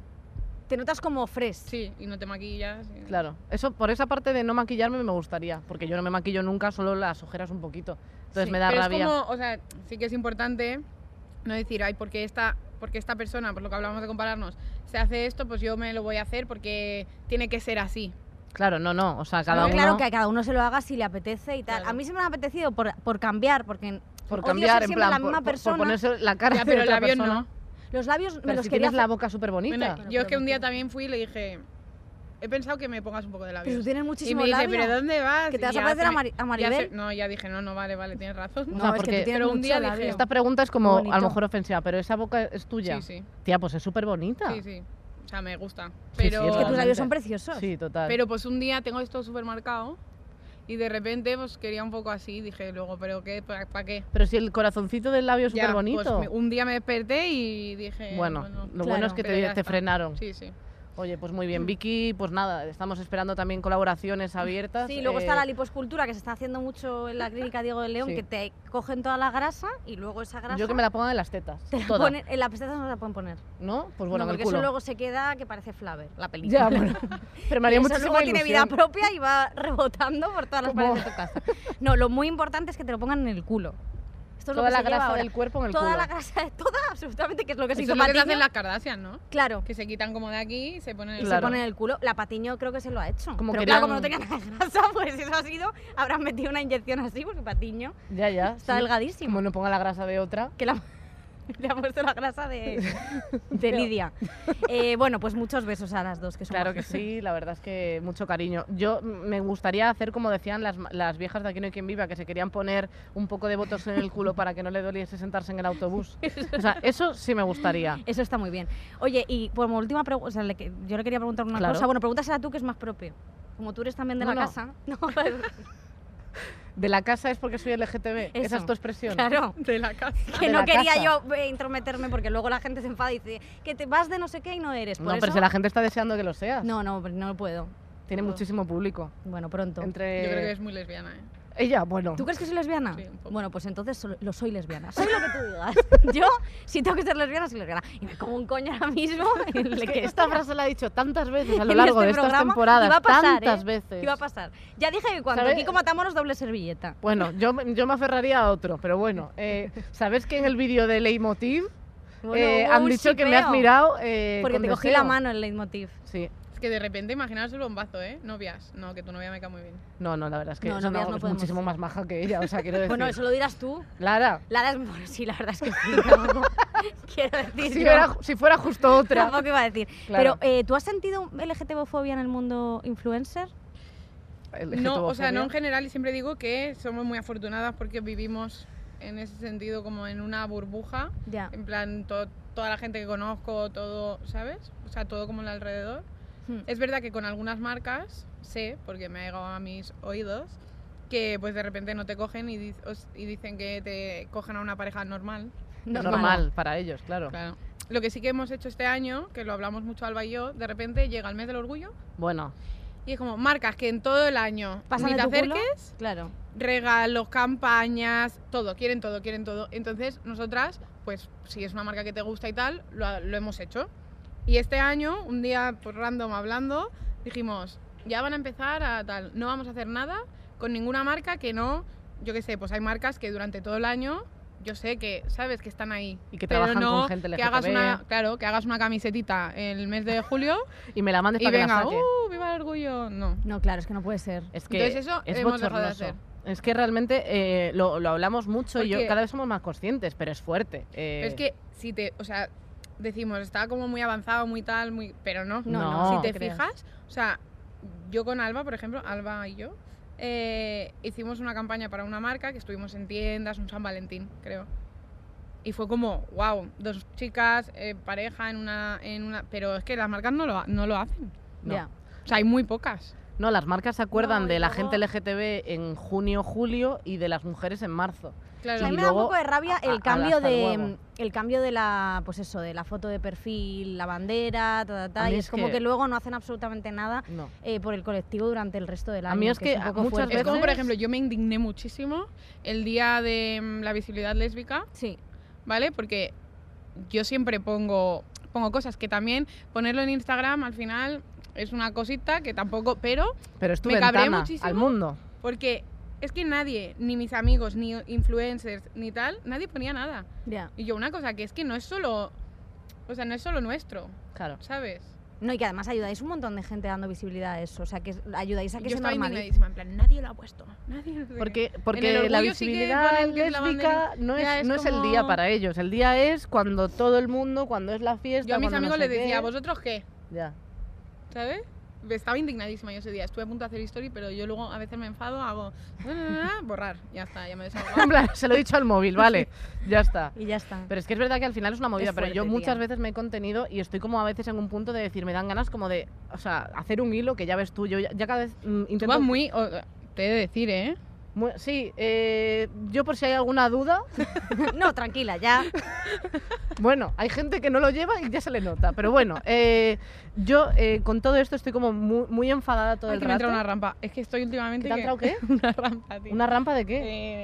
[SPEAKER 2] Te notas como fresh.
[SPEAKER 4] Sí, y no te maquillas. y-
[SPEAKER 3] Claro, eso por esa parte de no maquillarme me gustaría, porque yo no me maquillo nunca, solo las ojeras un poquito. Entonces
[SPEAKER 2] Sí,
[SPEAKER 3] me da
[SPEAKER 4] Pero
[SPEAKER 3] rabia.
[SPEAKER 4] es como, o sea, sí que es importante no decir, ay, porque esta, porque esta persona, por lo que hablamos de compararnos, se hace esto, pues yo me lo voy a hacer porque tiene que ser así.
[SPEAKER 3] Claro, no, no, o sea, cada
[SPEAKER 2] No,
[SPEAKER 3] uno
[SPEAKER 2] Claro que a cada uno se lo haga si le apetece y tal.
[SPEAKER 4] Claro.
[SPEAKER 2] A mí se me ha apetecido por, por cambiar, porque
[SPEAKER 3] por
[SPEAKER 2] odio ser
[SPEAKER 3] cambiar en
[SPEAKER 2] siempre
[SPEAKER 3] plan
[SPEAKER 2] la
[SPEAKER 3] por-
[SPEAKER 2] misma
[SPEAKER 3] por, por
[SPEAKER 2] persona.
[SPEAKER 3] ponerse la cara
[SPEAKER 4] Ya,
[SPEAKER 3] de
[SPEAKER 4] pero el
[SPEAKER 3] otra
[SPEAKER 4] avión
[SPEAKER 3] persona.
[SPEAKER 4] no.
[SPEAKER 2] los labios me
[SPEAKER 3] Pero
[SPEAKER 2] los
[SPEAKER 3] si
[SPEAKER 2] quería
[SPEAKER 3] tienes
[SPEAKER 2] hacer.
[SPEAKER 3] la boca súper bonita.
[SPEAKER 4] Bueno,
[SPEAKER 2] Claro,
[SPEAKER 4] yo es
[SPEAKER 2] pero
[SPEAKER 4] que un día
[SPEAKER 2] mentira.
[SPEAKER 4] también fui y le dije, he pensado que me pongas un poco de
[SPEAKER 2] Pero
[SPEAKER 4] labios.
[SPEAKER 2] tú tienes
[SPEAKER 4] Y
[SPEAKER 2] muchísimo
[SPEAKER 4] me dice,
[SPEAKER 2] labio.
[SPEAKER 4] ¿pero dónde vas?
[SPEAKER 2] Que te
[SPEAKER 4] Y
[SPEAKER 2] vas a
[SPEAKER 4] ya
[SPEAKER 2] parecer
[SPEAKER 4] se
[SPEAKER 2] a,
[SPEAKER 4] me-
[SPEAKER 2] Mari- a
[SPEAKER 4] ya se-
[SPEAKER 2] Maribel.
[SPEAKER 4] no, ya dije, no, no vale, vale, tienes razón.
[SPEAKER 3] O
[SPEAKER 2] No,
[SPEAKER 3] sea,
[SPEAKER 2] es que
[SPEAKER 3] porque-
[SPEAKER 2] tú tienes
[SPEAKER 4] pero un
[SPEAKER 2] mucho
[SPEAKER 4] día
[SPEAKER 2] labio.
[SPEAKER 4] dije-
[SPEAKER 3] Esta pregunta es como, a
[SPEAKER 2] Bonito.
[SPEAKER 3] lo mejor ofensiva, pero esa boca es tuya.
[SPEAKER 4] Sí, sí,
[SPEAKER 3] Tía, pues es súper bonita.
[SPEAKER 4] sí, sí. O sea, me gusta.
[SPEAKER 3] Sí, sí,
[SPEAKER 2] Ah. Es que
[SPEAKER 4] Pero,
[SPEAKER 2] tus
[SPEAKER 3] Totalmente.
[SPEAKER 2] labios son preciosos.
[SPEAKER 3] Sí, total.
[SPEAKER 4] pero pues un día tengo esto súper marcado y de repente pues quería un poco así. Dije luego, ¿pero qué? ¿Para qué?
[SPEAKER 3] Pero si el corazoncito del labio es
[SPEAKER 4] Ya,
[SPEAKER 3] súper bonito.
[SPEAKER 4] pues, me- un día me desperté y dije.
[SPEAKER 3] bueno, lo bueno
[SPEAKER 2] Claro.
[SPEAKER 3] es que
[SPEAKER 4] Pero
[SPEAKER 3] te,
[SPEAKER 4] ya
[SPEAKER 3] te
[SPEAKER 4] está.
[SPEAKER 3] frenaron.
[SPEAKER 4] Sí, sí.
[SPEAKER 3] Oye, pues
[SPEAKER 2] Mm.
[SPEAKER 3] muy bien. Vicky, pues nada, estamos esperando también colaboraciones abiertas.
[SPEAKER 2] Sí, luego
[SPEAKER 3] eh,
[SPEAKER 2] está la liposcultura que se está haciendo mucho en la clínica Diego de León,
[SPEAKER 3] Sí.
[SPEAKER 2] que te cogen toda la grasa y luego esa grasa
[SPEAKER 3] Yo que me la pongan en las tetas.
[SPEAKER 2] te la
[SPEAKER 3] toda,
[SPEAKER 2] ponen- en las pestañas no te la pueden poner.
[SPEAKER 3] ¿No? Pues
[SPEAKER 2] no,
[SPEAKER 3] bueno, en el
[SPEAKER 2] porque
[SPEAKER 3] culo.
[SPEAKER 2] eso luego se queda que parece Flaver, la película.
[SPEAKER 3] Ya, bueno. Pero me
[SPEAKER 2] Y
[SPEAKER 3] haría
[SPEAKER 2] eso
[SPEAKER 3] muchísima
[SPEAKER 2] luego tiene vida
[SPEAKER 3] ilusión.
[SPEAKER 2] propia y va rebotando por todas las
[SPEAKER 3] Como-
[SPEAKER 2] paredes de tu casa. No, lo muy importante es que te lo pongan en el culo. Esto es lo
[SPEAKER 3] Toda
[SPEAKER 2] que
[SPEAKER 3] la
[SPEAKER 2] se lleva
[SPEAKER 3] grasa
[SPEAKER 2] ahora.
[SPEAKER 3] del cuerpo en el
[SPEAKER 2] toda
[SPEAKER 3] culo.
[SPEAKER 2] la grasa, toda absolutamente, que es lo que se hizo
[SPEAKER 4] Eso es lo que te
[SPEAKER 2] Patiño.
[SPEAKER 4] hacen las Kardashian, ¿no?
[SPEAKER 2] Claro,
[SPEAKER 4] Que se quitan como de aquí y se ponen
[SPEAKER 2] y
[SPEAKER 4] en
[SPEAKER 3] Claro.
[SPEAKER 2] se pone en el culo. La Patiño creo que se lo ha hecho.
[SPEAKER 3] Como
[SPEAKER 2] Pero
[SPEAKER 3] que
[SPEAKER 2] claro,
[SPEAKER 3] le
[SPEAKER 2] como no
[SPEAKER 3] han-
[SPEAKER 2] tenía nada de grasa, pues eso ha sido, habrán metido una inyección así, porque Patiño
[SPEAKER 3] Ya, ya.
[SPEAKER 2] está
[SPEAKER 3] sí.
[SPEAKER 2] delgadísimo.
[SPEAKER 3] Como no ponga la grasa de otra.
[SPEAKER 2] que la- le ha puesto la grasa de, de Lidia. Eh, bueno, pues muchos besos a las dos, que son
[SPEAKER 3] Claro que
[SPEAKER 2] majísimas.
[SPEAKER 3] sí, la verdad es que mucho cariño. Yo m- me gustaría hacer como decían las, ma- las viejas de Aquí no hay quien viva, que se querían poner un poco de botox en el culo para que no le doliese sentarse en el autobús. O sea, eso sí me gustaría.
[SPEAKER 2] Eso está muy bien. Oye, y como última pregunta, yo le quería preguntar una
[SPEAKER 3] Claro.
[SPEAKER 2] cosa. Bueno, pregúntasela tú, que es más propio. Como tú eres también de
[SPEAKER 3] No,
[SPEAKER 2] la
[SPEAKER 3] no.
[SPEAKER 2] casa. No, pues,
[SPEAKER 3] De la casa es porque soy LGTB. Esa
[SPEAKER 2] Eso.
[SPEAKER 3] es tu expresión.
[SPEAKER 2] claro.
[SPEAKER 4] de la casa.
[SPEAKER 2] Que
[SPEAKER 3] De
[SPEAKER 2] no
[SPEAKER 3] la
[SPEAKER 2] quería
[SPEAKER 3] casa.
[SPEAKER 2] yo eh, intrometerme porque luego la gente se enfada y dice que te vas de no sé qué y no eres. Por
[SPEAKER 3] No, pero
[SPEAKER 2] eso-
[SPEAKER 3] si la gente está deseando que lo seas.
[SPEAKER 2] no, no, pero no puedo.
[SPEAKER 3] Tiene
[SPEAKER 2] no.
[SPEAKER 3] muchísimo público.
[SPEAKER 2] Bueno, pronto.
[SPEAKER 3] Entre
[SPEAKER 4] Yo creo que es muy lesbiana, ¿eh?
[SPEAKER 3] ella, bueno.
[SPEAKER 2] ¿Tú crees que soy lesbiana?
[SPEAKER 4] Sí, un poco.
[SPEAKER 2] bueno, pues entonces so- lo soy lesbiana. Soy lo que tú digas. Yo, si tengo que ser lesbiana, soy lesbiana. Y me como un coño ahora mismo. en el
[SPEAKER 3] Es
[SPEAKER 2] que
[SPEAKER 3] que esta frase la he dicho tantas veces a lo
[SPEAKER 2] en
[SPEAKER 3] largo
[SPEAKER 2] este
[SPEAKER 3] de estas
[SPEAKER 2] programa,
[SPEAKER 3] temporadas,
[SPEAKER 2] iba a pasar,
[SPEAKER 3] tantas
[SPEAKER 2] ¿eh?
[SPEAKER 3] veces.
[SPEAKER 2] iba a pasar. Ya dije que cuando
[SPEAKER 3] ¿Sabes? Eh,
[SPEAKER 2] aquí como Matamoros doble servilleta.
[SPEAKER 3] Bueno, yo, me- yo me aferraría a otro, pero bueno. eh, ¿Sabes que en el vídeo de Leitmotiv
[SPEAKER 2] Bueno,
[SPEAKER 3] eh,
[SPEAKER 2] hubo
[SPEAKER 3] han
[SPEAKER 2] un
[SPEAKER 3] dicho que me has
[SPEAKER 2] shipeo,
[SPEAKER 3] mirado eh,
[SPEAKER 2] Porque
[SPEAKER 3] con
[SPEAKER 2] te cogí
[SPEAKER 3] deseo?
[SPEAKER 2] la mano el leitmotiv.
[SPEAKER 3] Sí.
[SPEAKER 4] Es que de repente imaginaros el bombazo, ¿eh? Novias. No, que tu novia me cae muy bien.
[SPEAKER 3] No, no, la verdad es que
[SPEAKER 2] No,
[SPEAKER 3] eso
[SPEAKER 2] novias
[SPEAKER 3] no,
[SPEAKER 2] no
[SPEAKER 3] es
[SPEAKER 2] podemos
[SPEAKER 3] muchísimo
[SPEAKER 2] decir.
[SPEAKER 3] más maja que ella, o sea, quiero decir.
[SPEAKER 2] Bueno, eso lo dirás tú.
[SPEAKER 3] Lara,
[SPEAKER 2] Lara es... bueno, sí, la verdad es que sí. tampoco- Quiero decir,
[SPEAKER 3] si,
[SPEAKER 2] yo
[SPEAKER 3] era ju- si fuera justo otra.
[SPEAKER 2] tampoco iba a decir.
[SPEAKER 3] Claro.
[SPEAKER 2] Pero, eh, ¿tú has sentido LGTBofobia en el mundo influencer?
[SPEAKER 4] No, o sea, no en
[SPEAKER 3] LGTBofobia.
[SPEAKER 4] general y siempre digo que somos muy afortunadas porque vivimos en ese sentido como en una burbuja.
[SPEAKER 2] Ya.
[SPEAKER 4] En plan, to- toda la gente que conozco, todo, ¿sabes? O sea, todo como el alrededor.
[SPEAKER 2] Hmm.
[SPEAKER 4] Es verdad que con algunas marcas, sé, porque me ha llegado a mis oídos, que pues de repente no te cogen y, di- os- y dicen que te cogen a una pareja normal.
[SPEAKER 3] normal. para ellos, claro.
[SPEAKER 4] Claro. Lo que sí que hemos hecho este año, que lo hablamos mucho Alba y yo, de repente llega el mes del orgullo
[SPEAKER 3] Bueno,
[SPEAKER 4] y es como marcas que en todo el año
[SPEAKER 2] Pasan
[SPEAKER 4] ni te
[SPEAKER 2] de tu culo.
[SPEAKER 4] acerques,
[SPEAKER 2] Claro.
[SPEAKER 4] regalos, campañas, todo, quieren todo, quieren todo. Entonces, nosotras, pues si es una marca que te gusta y tal, lo, ha- lo hemos hecho. Y este año, un día por random hablando, dijimos, ya van a empezar a tal, no vamos a hacer nada con ninguna marca que no, yo qué sé, pues hay marcas que durante todo el año yo sé que sabes que están ahí
[SPEAKER 3] Y que
[SPEAKER 4] pero
[SPEAKER 3] trabajan
[SPEAKER 4] no
[SPEAKER 3] con gente
[SPEAKER 4] que hagas
[SPEAKER 3] LGTB.
[SPEAKER 4] una claro que hagas una camisetita el mes de julio
[SPEAKER 3] y me la mandes
[SPEAKER 4] y
[SPEAKER 3] para que la
[SPEAKER 4] venga
[SPEAKER 3] saque.
[SPEAKER 4] uh viva el orgullo no
[SPEAKER 2] No, claro, es que no puede ser.
[SPEAKER 3] Es que
[SPEAKER 4] Entonces eso
[SPEAKER 3] es
[SPEAKER 4] hemos dejado de
[SPEAKER 3] bochornoso.
[SPEAKER 4] hacer.
[SPEAKER 3] Es que realmente eh, lo, lo hablamos mucho y yo
[SPEAKER 4] Porque-
[SPEAKER 3] cada vez somos más conscientes, pero es fuerte. eh.
[SPEAKER 4] Pero es que si te, o sea, decimos, está como muy avanzado, muy tal, muy, pero no.
[SPEAKER 2] No,
[SPEAKER 3] no,
[SPEAKER 2] no,
[SPEAKER 3] no
[SPEAKER 4] si te
[SPEAKER 2] te creas.
[SPEAKER 4] fijas, o sea, yo con Alba, por ejemplo, Alba y yo, eh, hicimos una campaña para una marca que estuvimos en tiendas, un San Valentín, creo. Y fue como, wow, dos chicas, eh, pareja en una, en una, pero es que las marcas no lo, ha- no lo hacen.
[SPEAKER 3] No.
[SPEAKER 2] Ya.
[SPEAKER 4] O sea, hay muy pocas.
[SPEAKER 3] No, las marcas se acuerdan
[SPEAKER 2] No, y
[SPEAKER 3] de la
[SPEAKER 2] luego-
[SPEAKER 3] gente LGTB en junio, julio y de las mujeres en marzo.
[SPEAKER 2] O sea,
[SPEAKER 4] Claro.
[SPEAKER 2] a mí
[SPEAKER 3] Y
[SPEAKER 2] me da un
[SPEAKER 3] luego,
[SPEAKER 2] poco de rabia
[SPEAKER 3] a- a-
[SPEAKER 2] el cambio
[SPEAKER 3] hasta
[SPEAKER 2] de
[SPEAKER 3] luego.
[SPEAKER 2] el cambio de la pues eso de la foto de perfil la bandera ta, ta, ta,
[SPEAKER 3] A mí
[SPEAKER 2] y
[SPEAKER 3] es
[SPEAKER 2] es como
[SPEAKER 3] que-
[SPEAKER 2] que... luego no hacen absolutamente nada
[SPEAKER 3] No.
[SPEAKER 2] eh, por el colectivo durante el resto del
[SPEAKER 3] A
[SPEAKER 2] año
[SPEAKER 3] mí es que
[SPEAKER 2] un
[SPEAKER 3] a-
[SPEAKER 2] poco
[SPEAKER 3] muchas
[SPEAKER 2] fuerte.
[SPEAKER 4] Es como, por
[SPEAKER 3] veces-
[SPEAKER 4] ejemplo, yo me indigné muchísimo el día de mm, la visibilidad lésbica,
[SPEAKER 2] sí
[SPEAKER 4] ¿vale? Porque yo siempre pongo, pongo cosas que también ponerlo en Instagram al final es una cosita que tampoco, pero
[SPEAKER 3] Pero es tu
[SPEAKER 4] Me cabré
[SPEAKER 3] ventana
[SPEAKER 4] muchísimo.
[SPEAKER 3] al mundo.
[SPEAKER 4] porque es que nadie, ni mis amigos, ni influencers, ni tal, nadie ponía nada.
[SPEAKER 2] ya
[SPEAKER 4] Y yo una cosa que es que no es solo, o sea, no es solo nuestro,
[SPEAKER 3] Claro.
[SPEAKER 4] ¿sabes?
[SPEAKER 2] no y que además ayudáis un montón de gente dando visibilidad a eso o sea que es- ayudáis a que
[SPEAKER 4] yo
[SPEAKER 2] se
[SPEAKER 4] estaba
[SPEAKER 2] normalice
[SPEAKER 4] indignadísima, en plan, nadie lo ha puesto, nadie. no sé qué.
[SPEAKER 3] Porque, porque
[SPEAKER 4] el
[SPEAKER 3] la
[SPEAKER 4] orgullo sí que
[SPEAKER 3] visibilidad
[SPEAKER 4] ponen que es la
[SPEAKER 3] lésbica no, es,
[SPEAKER 4] Ya, es
[SPEAKER 3] no es el día
[SPEAKER 4] como-
[SPEAKER 3] para ellos. El día es cuando todo el mundo, cuando es la fiesta.
[SPEAKER 4] yo a mis
[SPEAKER 3] cuando no
[SPEAKER 4] amigos
[SPEAKER 3] sé
[SPEAKER 4] les decía,
[SPEAKER 3] qué.
[SPEAKER 4] ¿vosotros qué?
[SPEAKER 3] Ya.
[SPEAKER 4] ¿Sabes? Estaba indignadísima yo ese día. Estuve a punto de hacer story, pero yo luego a veces me enfado, hago "Na, na, na, na", borrar. Ya está, ya me he
[SPEAKER 3] En
[SPEAKER 4] desahogado.
[SPEAKER 3] plan, se lo he dicho al móvil, vale. Ya está.
[SPEAKER 2] y ya está
[SPEAKER 3] Pero es que es verdad que al final es una movida,
[SPEAKER 2] Es
[SPEAKER 3] pero yo
[SPEAKER 2] fuerte,
[SPEAKER 3] muchas
[SPEAKER 2] tía.
[SPEAKER 3] veces me he contenido y estoy como a veces en un punto de decir, me dan ganas como de, o sea, hacer un hilo que ya ves tú, yo ya, ya cada vez mm,
[SPEAKER 4] Tú
[SPEAKER 3] intento...
[SPEAKER 4] vas muy. o- te he de decir, ¿eh?
[SPEAKER 3] mu- sí, eh, yo por si hay alguna duda,
[SPEAKER 2] no tranquila ya
[SPEAKER 3] bueno, hay gente que no lo lleva y ya se le nota, pero bueno, eh, yo eh, con todo esto estoy como muy, muy enfadada todo
[SPEAKER 4] Ay,
[SPEAKER 3] el
[SPEAKER 4] que me
[SPEAKER 3] rato.
[SPEAKER 4] entra una rampa. Es que estoy últimamente.
[SPEAKER 3] ¿Qué te ha
[SPEAKER 4] que-
[SPEAKER 3] entrado qué?
[SPEAKER 4] una rampa, tío.
[SPEAKER 3] ¿Una rampa de qué?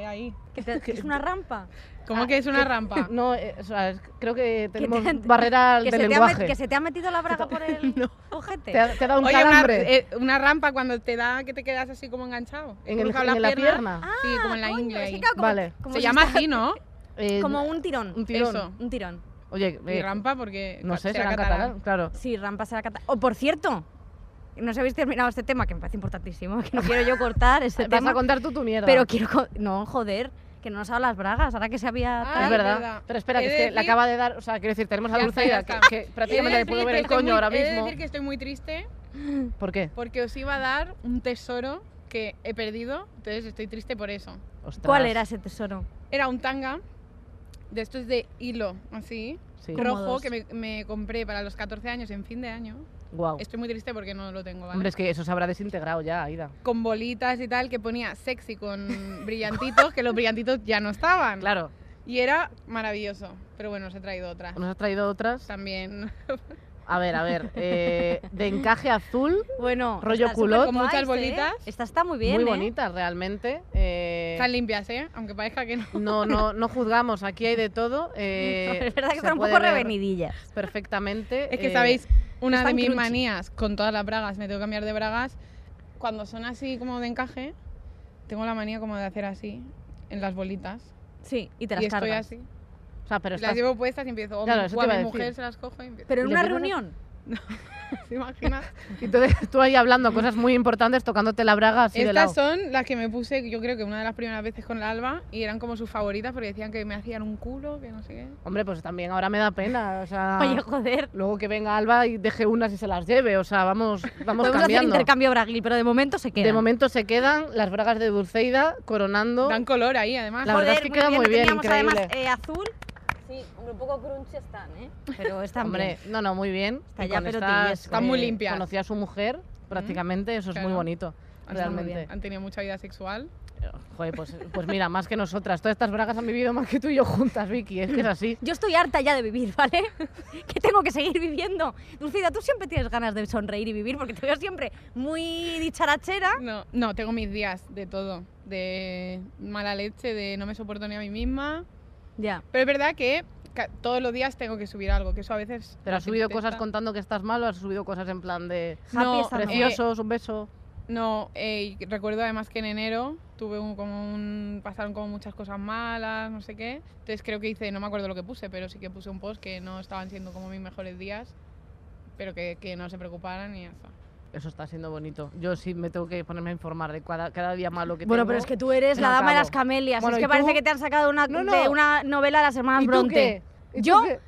[SPEAKER 4] Eh, ahí.
[SPEAKER 2] que te- que es una rampa
[SPEAKER 4] ¿Cómo
[SPEAKER 3] Ah,
[SPEAKER 4] que es una rampa?
[SPEAKER 3] No, eh, o sea, es- creo que
[SPEAKER 2] te
[SPEAKER 3] tenemos
[SPEAKER 2] han-
[SPEAKER 3] barrera
[SPEAKER 2] que se,
[SPEAKER 3] de
[SPEAKER 2] te ha met-
[SPEAKER 3] lenguaje.
[SPEAKER 2] que se te ha metido la braga por el
[SPEAKER 3] No.
[SPEAKER 2] ojete
[SPEAKER 3] Te ha, te ha dado un
[SPEAKER 4] Oye, una,
[SPEAKER 3] calambre
[SPEAKER 4] eh, una rampa cuando te da que te quedas así como enganchado.
[SPEAKER 3] en, el-
[SPEAKER 4] Cruzado
[SPEAKER 3] en la pierna. Ah,
[SPEAKER 4] Sí, como en la
[SPEAKER 2] Coño,
[SPEAKER 4] ingle.
[SPEAKER 2] es que
[SPEAKER 4] ahí.
[SPEAKER 2] claro, como-
[SPEAKER 3] Vale.
[SPEAKER 2] como
[SPEAKER 4] Se
[SPEAKER 2] si
[SPEAKER 4] llama
[SPEAKER 2] está-
[SPEAKER 4] así, ¿no?
[SPEAKER 3] Eh,
[SPEAKER 2] como un tirón
[SPEAKER 3] un tirón.
[SPEAKER 4] Eso.
[SPEAKER 2] un tirón
[SPEAKER 3] Oye,
[SPEAKER 4] Y
[SPEAKER 3] eh,
[SPEAKER 4] rampa porque.
[SPEAKER 3] No
[SPEAKER 4] ca-
[SPEAKER 3] sé,
[SPEAKER 4] será
[SPEAKER 3] será catalán, claro.
[SPEAKER 2] Sí, rampa será cata. O por cierto, no sé habéis terminado este tema, que me parece importantísimo, que no quiero yo cortar este
[SPEAKER 3] Vas a
[SPEAKER 2] tema.
[SPEAKER 3] contar tú tu mierda.
[SPEAKER 2] Pero quiero. co- No, joder, que no nos ha dado las bragas, ahora que se había.
[SPEAKER 4] Ah,
[SPEAKER 3] es
[SPEAKER 2] tal.
[SPEAKER 3] verdad.
[SPEAKER 4] verdad.
[SPEAKER 3] Pero espera,
[SPEAKER 4] He
[SPEAKER 3] que es
[SPEAKER 4] de
[SPEAKER 3] que le
[SPEAKER 4] decir-
[SPEAKER 3] acaba de dar. O sea, quiero decir, tenemos a
[SPEAKER 4] Ya
[SPEAKER 3] Dulce
[SPEAKER 4] está, ya
[SPEAKER 3] que,
[SPEAKER 4] está.
[SPEAKER 3] que
[SPEAKER 4] He de
[SPEAKER 3] prácticamente le
[SPEAKER 4] decir
[SPEAKER 3] puedo
[SPEAKER 4] que
[SPEAKER 3] ver el
[SPEAKER 4] estoy
[SPEAKER 3] coño
[SPEAKER 4] muy-
[SPEAKER 3] ahora
[SPEAKER 4] he de
[SPEAKER 3] mismo.
[SPEAKER 4] decir que estoy muy triste
[SPEAKER 3] ¿Por qué?
[SPEAKER 4] porque os iba a dar un tesoro que he perdido, entonces estoy triste por eso.
[SPEAKER 3] Ostras.
[SPEAKER 2] ¿Cuál era ese tesoro?
[SPEAKER 4] Era un tanga de estos de hilo, así,
[SPEAKER 3] Sí.
[SPEAKER 2] Ro-
[SPEAKER 4] rojo,
[SPEAKER 2] Cómodos.
[SPEAKER 4] que me, me compré para los 14 años en fin de año.
[SPEAKER 3] Guau.
[SPEAKER 4] Estoy muy triste porque no lo tengo, ¿vale? Mm.
[SPEAKER 3] Hombre, es que eso se habrá desintegrado ya, Aida.
[SPEAKER 4] Con bolitas y tal, que ponía sexy con brillantitos, que los brillantitos ya no estaban.
[SPEAKER 3] Claro,
[SPEAKER 4] Y era maravilloso. Pero bueno, os he traído otras.
[SPEAKER 3] nos has traído otras.
[SPEAKER 4] También.
[SPEAKER 3] Eh. A ver, a ver. eh, de encaje azul,
[SPEAKER 2] Bueno,
[SPEAKER 3] Rollo
[SPEAKER 2] está
[SPEAKER 3] culot.
[SPEAKER 2] superguay
[SPEAKER 4] Con muchas
[SPEAKER 2] este,
[SPEAKER 4] bolitas.
[SPEAKER 2] ¿eh? Esta está muy bien.
[SPEAKER 3] muy
[SPEAKER 2] ¿eh?
[SPEAKER 3] bonita realmente. eh,
[SPEAKER 4] Están limpias, ¿eh? Aunque parezca que no.
[SPEAKER 3] no, no, no juzgamos, aquí hay de todo. eh,
[SPEAKER 2] es verdad que
[SPEAKER 3] se
[SPEAKER 2] están un
[SPEAKER 3] puede
[SPEAKER 2] poco
[SPEAKER 3] ver
[SPEAKER 2] revenidillas.
[SPEAKER 3] Perfectamente.
[SPEAKER 4] Es que
[SPEAKER 3] eh,
[SPEAKER 4] sabéis, una de
[SPEAKER 2] están
[SPEAKER 4] mis
[SPEAKER 2] crunchy.
[SPEAKER 4] manías con todas las bragas, me tengo que cambiar de bragas, cuando son así como de encaje, tengo la manía como de hacer así en las bolitas.
[SPEAKER 2] Sí, y te las
[SPEAKER 4] y estoy
[SPEAKER 2] cargas.
[SPEAKER 4] así.
[SPEAKER 3] eh, O sea, pero
[SPEAKER 4] Las
[SPEAKER 3] estás,
[SPEAKER 4] llevo puestas y empiezo. O,
[SPEAKER 3] Claro,
[SPEAKER 4] mi-
[SPEAKER 3] eso
[SPEAKER 4] o
[SPEAKER 3] te
[SPEAKER 4] a
[SPEAKER 3] iba a
[SPEAKER 4] mi
[SPEAKER 3] decir.
[SPEAKER 4] mujer se las cojo y empiezo.
[SPEAKER 2] Pero en
[SPEAKER 3] Y le
[SPEAKER 2] una
[SPEAKER 3] empiezas a-
[SPEAKER 2] reunión.
[SPEAKER 4] ¿Te imaginas?
[SPEAKER 3] y tú, tú ahí hablando cosas muy importantes, tocándote la braga así de lado.
[SPEAKER 4] Estas son las que me puse, yo creo que una de las primeras veces con la Alba, y eran como sus favoritas porque decían que me hacían un culo, que no sé qué.
[SPEAKER 3] Hombre, pues también ahora me da pena, o sea...
[SPEAKER 2] Oye, joder.
[SPEAKER 3] Luego que venga Alba y deje unas y se las lleve, o sea, vamos, vamos
[SPEAKER 2] Podemos hacer
[SPEAKER 3] cambiando.
[SPEAKER 2] intercambio braguil, pero de momento se queda.
[SPEAKER 3] De momento se quedan las bragas de Dulceida coronando.
[SPEAKER 4] Dan color ahí, además.
[SPEAKER 3] La- verdad es que queda muy bien,
[SPEAKER 2] teníamos además
[SPEAKER 3] increíble.
[SPEAKER 2] eh, azul. Sí, un poco crunchy están, ¿eh? Pero están
[SPEAKER 3] Hombre,
[SPEAKER 2] bien.
[SPEAKER 3] no, no, muy bien.
[SPEAKER 2] Está
[SPEAKER 3] Y
[SPEAKER 2] ya,
[SPEAKER 3] con
[SPEAKER 2] pero
[SPEAKER 3] estas,
[SPEAKER 2] tibias. Están
[SPEAKER 4] muy
[SPEAKER 3] eh,
[SPEAKER 4] limpias.
[SPEAKER 3] Conocí a su mujer, prácticamente, eso es muy
[SPEAKER 4] claro.
[SPEAKER 3] bonito.
[SPEAKER 4] Han estado muy
[SPEAKER 3] Realmente.
[SPEAKER 4] bien. Han tenido mucha vida sexual.
[SPEAKER 3] Eh, Joder, pues, pues mira, más que nosotras. Todas estas bragas han vivido más que tú y yo juntas, Vicky. Es que es así.
[SPEAKER 2] Yo estoy harta ya de vivir, ¿vale? que tengo que seguir viviendo. Dulcida, tú siempre tienes ganas de sonreír y vivir porque te veo siempre muy dicharachera.
[SPEAKER 4] No, no, tengo mis días de todo. De mala leche, de no me soporto ni a mí misma.
[SPEAKER 2] Ya.
[SPEAKER 4] Pero es verdad que ca- todos los días tengo que subir algo, que eso a veces...
[SPEAKER 3] Pero
[SPEAKER 4] la
[SPEAKER 3] has subido
[SPEAKER 4] tristeza-
[SPEAKER 3] cosas contando que estás mal o has subido cosas en plan de
[SPEAKER 2] Happy
[SPEAKER 4] No,
[SPEAKER 2] esta no.
[SPEAKER 3] preciosos, un beso.
[SPEAKER 4] Eh, No, eh, y recuerdo además que en enero tuve un, como un... pasaron como muchas cosas malas, no sé qué. Entonces creo que hice, no me acuerdo lo que puse, pero sí que puse un post que no estaban siendo como mis mejores días, pero que, que no se preocuparan y ya está.
[SPEAKER 3] Eso está siendo bonito. Yo sí me tengo que ponerme a informar de cada, cada día malo que
[SPEAKER 2] Bueno,
[SPEAKER 3] tengo.
[SPEAKER 2] pero es que tú eres la
[SPEAKER 3] No
[SPEAKER 2] dama de
[SPEAKER 3] acabo.
[SPEAKER 2] las camelias.
[SPEAKER 3] Bueno,
[SPEAKER 2] es
[SPEAKER 3] ¿y
[SPEAKER 2] que
[SPEAKER 3] tú?
[SPEAKER 2] parece que te han sacado una,
[SPEAKER 3] No, no.
[SPEAKER 2] de una novela de las hermanas
[SPEAKER 3] ¿Y tú
[SPEAKER 2] Bronte.
[SPEAKER 3] qué? ¿Y tú
[SPEAKER 2] Yo-
[SPEAKER 3] qué?